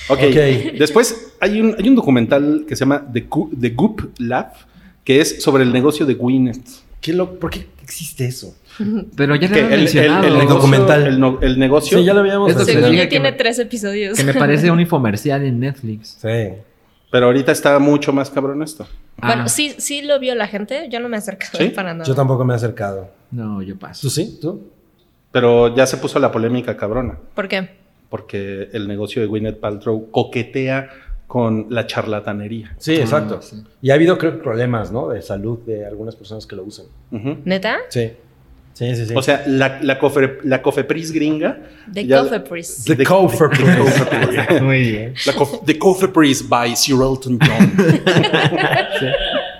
Ok. Ok. Después hay un, hay un documental que se llama The, Gu- The Goop Lab, que es sobre el negocio de Gwyneth. ¿Qué lo- ¿Por qué existe eso? Pero ya Que le he el, el- mencionado. el negocio, Ah, documental. el, no- el negocio Sí, ya lo habíamos... Esto mencionado. Pues Según diga yo que tiene me- tres episodios. Que me parece un infomercial en Netflix. Sí. Pero ahorita está mucho más cabrón esto. Bueno, Ah, sí, sí lo vio la gente. Yo no me he acercado ¿Sí? para nada. Yo tampoco me he acercado. No, yo ¿Tú paso. sí? ¿Tú? Pero ya se puso la polémica cabrona, ¿Por qué? porque el negocio de Gwyneth Paltrow coquetea con la charlatanería. Sí, exacto. Ah, sí. Y ha habido, creo, que problemas, ¿no? De salud de algunas personas que lo usan. Ujú. ¿Neta? Sí. Sí, sí, sí. O sea, la, la, cofre- la cofepris gringa. De ya- Coffee Priest. The de- Cofer The Cofepris. Muy bien. La cof- The Cofepris by Sir Elton John.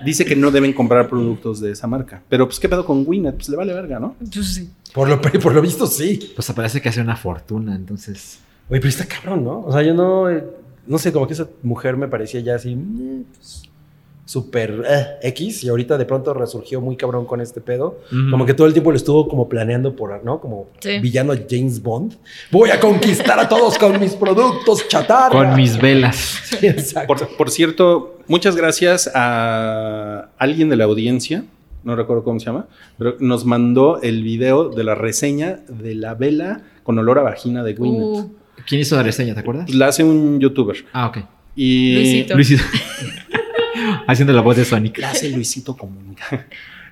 Dice que no deben comprar productos de esa marca. Pero, pues, ¿qué pedo con Winnet? Pues le vale verga, ¿no? Pues sí. Por lo, por lo visto, sí. Pues parece que hace una fortuna, entonces. Oye, pero está cabrón, ¿no? O sea, yo no. eh, No sé, como que esa mujer me parecía ya así. mm, pues, Súper eh, X. Y ahorita de pronto resurgió muy cabrón con este pedo. Como que todo el tiempo lo estuvo como planeando por, ¿no? Como Sí. villano James Bond. Voy a conquistar a todos con mis productos chatarra. Con mis velas. Sí, exacto. Por, por cierto, muchas gracias a alguien de la audiencia, no recuerdo cómo se llama, pero nos mandó el video de la reseña de la vela con olor a vagina de Gwyneth. Uh, ¿Quién hizo la reseña, te acuerdas? Pues La hace un youtuber. Ah, ok. Y Luisito. Luisito. Haciendo la voz de Sonic. La hace Luisito Comunica.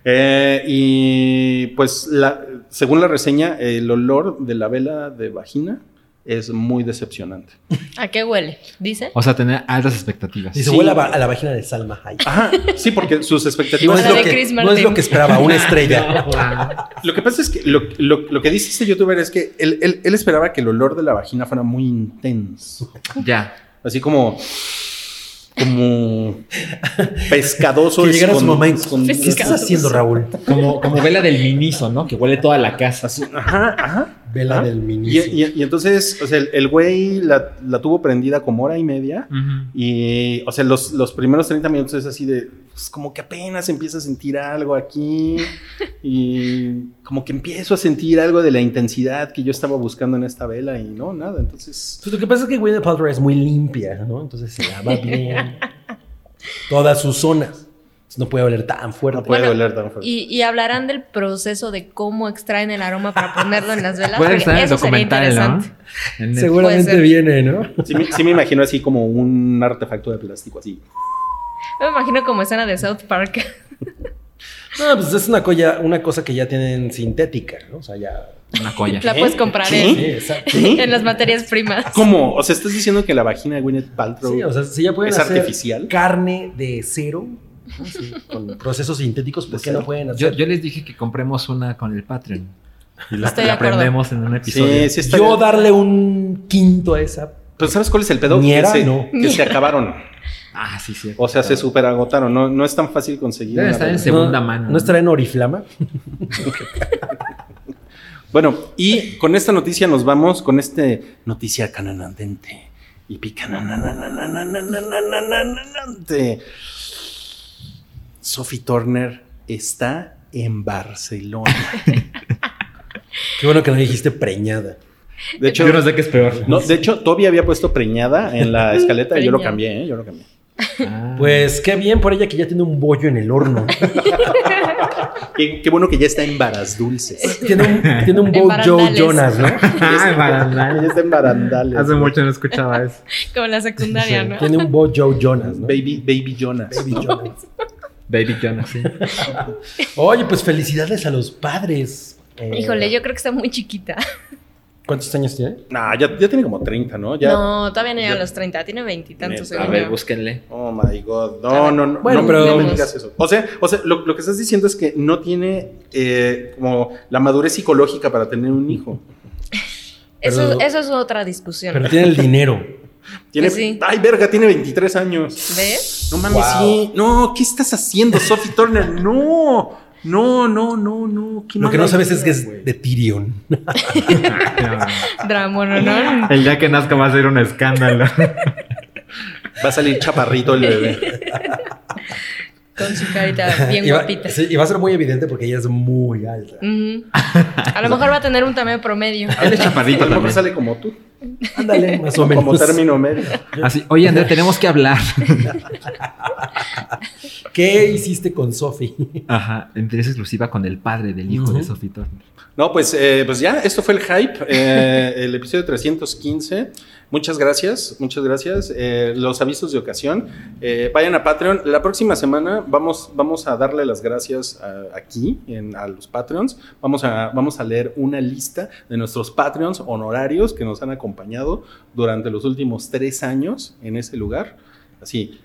Eh, y pues, la- según la reseña, el olor de la vela de vagina es muy decepcionante. ¿A qué huele? ¿Dice? O sea, tener altas expectativas. Y se Sí. vuelve a, va- a la vagina de Salma Hayek. Ajá, sí, porque sus No expectativas. es, la lo de que, Chris no es Martin. lo que esperaba, una estrella. Ah, Lo que pasa es que lo, lo- lo que dice este youtuber es que él, él- él esperaba que el olor de la vagina fuera muy intenso. ya. Así como. Como pescadoso. que llegara su escon- mamá y. escon- ¿Qué estás haciendo, Raúl? Como, como vela del miniso, ¿no? Que huele toda la casa. Así, ajá, ajá. Vela Ah, del Y, ministro. y- y entonces, o sea, el, el güey la, la tuvo prendida como hora y media. Y, o sea, los, los primeros 30 minutos es así de, pues, como que apenas empiezo a sentir algo aquí. Y como que empiezo a sentir algo de la intensidad que yo estaba buscando en esta vela y no, nada. Entonces, Pues lo que pasa es que Gwyneth Paltrow es muy limpia, ¿no? Entonces se lava bien todas sus zonas. Entonces no puede oler tan fuerte. no puede Bueno, oler tan fuerte. Y, y hablarán del proceso de cómo extraen el aroma para ponerlo en las velas. Puede porque estar en el eso sería documental, ¿no? interesante. En el- Puede ser. viene, ¿no? Sí, me- sí me imagino así como un artefacto de plástico, así. Me imagino como escena de South Park. No, pues es una, colla- una cosa que ya tienen sintética, ¿no? O sea, ya. Una colla. La puedes comprar ¿Sí? en, Sí, exacto. en las materias primas. ¿Cómo? O sea, estás diciendo que la vagina de Gwyneth Paltrow Sí, o sea, si ya pueden es hacer artificial. carne de cero ¿no? Sí, con procesos sintéticos, ¿por De qué cero. no pueden Yo, hacer? yo les dije que compremos una con el Patreon. Y la, Estoy de la acuerdo. aprendemos en un episodio. Sí, sí está Yo darle un quinto a esa. Pero ¿sabes cuál es el pedo? Ñera, que se, no. que se acabaron. Ah, sí, sí. O sea, se super agotaron. No, no es tan fácil conseguir. Debe una estar en vela. segunda no, mano. ¿No estará en Oriflama? Bueno, y con esta noticia nos vamos con este noticia cananandente y picanananananananananante. Sophie Turner está en Barcelona. Qué bueno que no dijiste preñada. De hecho, sé qué es peor. no, de hecho, Toby había puesto preñada en la escaleta y yo lo Preñada. cambié, ¿eh? yo lo cambié. Ah. Pues qué bien por ella que ya tiene un bollo en el horno. Qué, qué bueno que ya está en varas dulces. tiene un, tiene un En Bo Joe barandales. Jonas, ¿no? Ay, barandal. ya está en barandales. Hace mucho no escuchaba eso. Como la secundaria, Sí, ¿no? Tiene un Bo Joe Jonas, ¿no? Baby, baby Jonas. Baby ¿no? Jonas. Baby Jonas, sí. Oye, pues felicidades a los padres. Eh, Híjole, yo creo que está muy chiquita. ¿Cuántos años tiene? Nah, ya, ya tiene como 30, ¿no? Ya. no, todavía no llega ya- a los 30, tiene veintitantos. Neta, A según ver, yo. búsquenle. Oh my god, no, no, no. Bueno, no, pero- no me digas eso. O sea, o sea lo, lo que estás diciendo es que no tiene eh, como la madurez psicológica para tener un hijo. eso, pero- eso es otra discusión. Pero tiene el dinero. Tiene, Pues sí. Ay, verga, tiene 23 años. ¿Ves? No mames, Wow. sí. No, ¿qué estás haciendo, Sophie Turner? No, no, no, no, no. qué Lo que mala no sabes idea, es que es güey. de Tyrion. Dramononón. El día que nazca va a ser un escándalo. Va a salir chaparrito el bebé. Con su carita bien y, va, guapita. sí, y va a ser muy evidente porque ella es muy alta. Ujú. A lo mejor va a tener un tamaño promedio. Él es chaparrito A lo mejor también. sale como tú, Ándale, más o menos. como término medio. Así, oye, Andrea, tenemos que hablar. ¿Qué hiciste con Sophie? Ajá, entrevista exclusiva con el padre del hijo de Ujú. Sophie Turner. No, pues, eh, pues ya, esto fue el hype, eh, el episodio 315. Muchas gracias, muchas gracias. Eh, los avisos de ocasión, eh, vayan a Patreon. La próxima semana vamos, vamos a darle las gracias a- aquí en- a los Patreons. Vamos a, vamos a leer una lista de nuestros Patreons honorarios que nos han acompañado durante los últimos tres años en ese lugar. Así,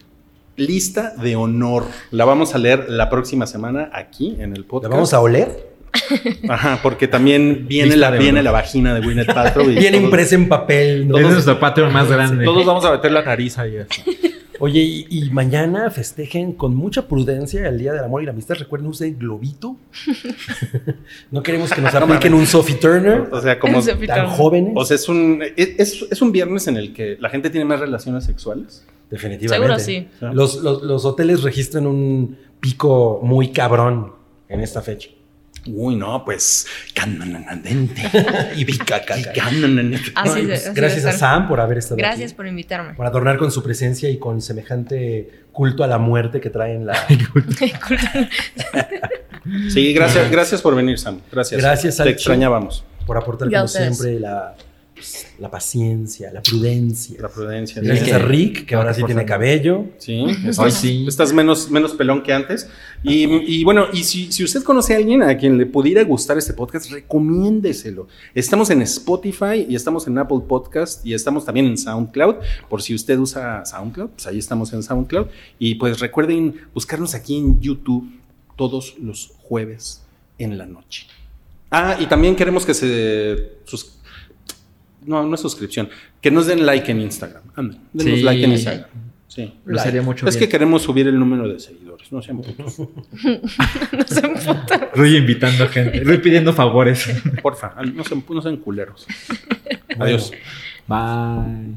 lista de honor. La vamos a leer la próxima semana aquí en el ¿La podcast. vamos a oler? Ajá, porque también viene, Lista la, de viene honor. la vagina de Winnet Paltrow. y Bien todos- impresa en papel. ¿no? Ese es nuestro Patreon más grande. Todos vamos a meter la nariz ahí. así. Oye, y, y mañana festejen con mucha prudencia el Día del Amor y la Amistad. Recuerden, usen globito. no queremos que nos apliquen un Sophie Turner O sea, como... Sophie tan Turner. jóvenes. O sea, es un, es, es un viernes en el que la gente tiene más relaciones sexuales. Definitivamente. Seguro sí. Los, los- los hoteles registran un pico muy cabrón en esta fecha. Uy, no, pues... cananandente, y pica, caca. cananandente. Así Ay, se- pues, así gracias debe a ser. Sam por haber estado Gracias aquí. por invitarme. Por adornar con su presencia y con semejante culto a la muerte que traen la... Sí, gracias, gracias por venir, Sam. Gracias. Gracias, Te Salchi. extrañábamos. por aportar Ya como ustedes. siempre la, la paciencia, la prudencia. La prudencia. Gracias Sí. a Rick, que ahora sí Por tiene favor. cabello. Sí, Hoy estás, sí. estás menos, menos pelón que antes. Y, y bueno, y si, si usted conoce a alguien a quien le pudiera gustar este podcast, recomiéndeselo. Estamos en Spotify y estamos en Apple Podcast y estamos también en SoundCloud. Por si usted usa SoundCloud, pues ahí estamos en SoundCloud. Y pues recuerden buscarnos aquí en YouTube todos los jueves en la noche. Ah, y también queremos que se... sus- no, no es suscripción. Que nos den like en Instagram. Anden, denos Sí. like en Instagram. Sí. Nos haría mucho Es bien. que queremos subir el número de seguidores, no sean putos. Rui invitando gente, Rui pidiendo favores. Porfa, no sean, no sean culeros. Bueno, Adiós. Bye.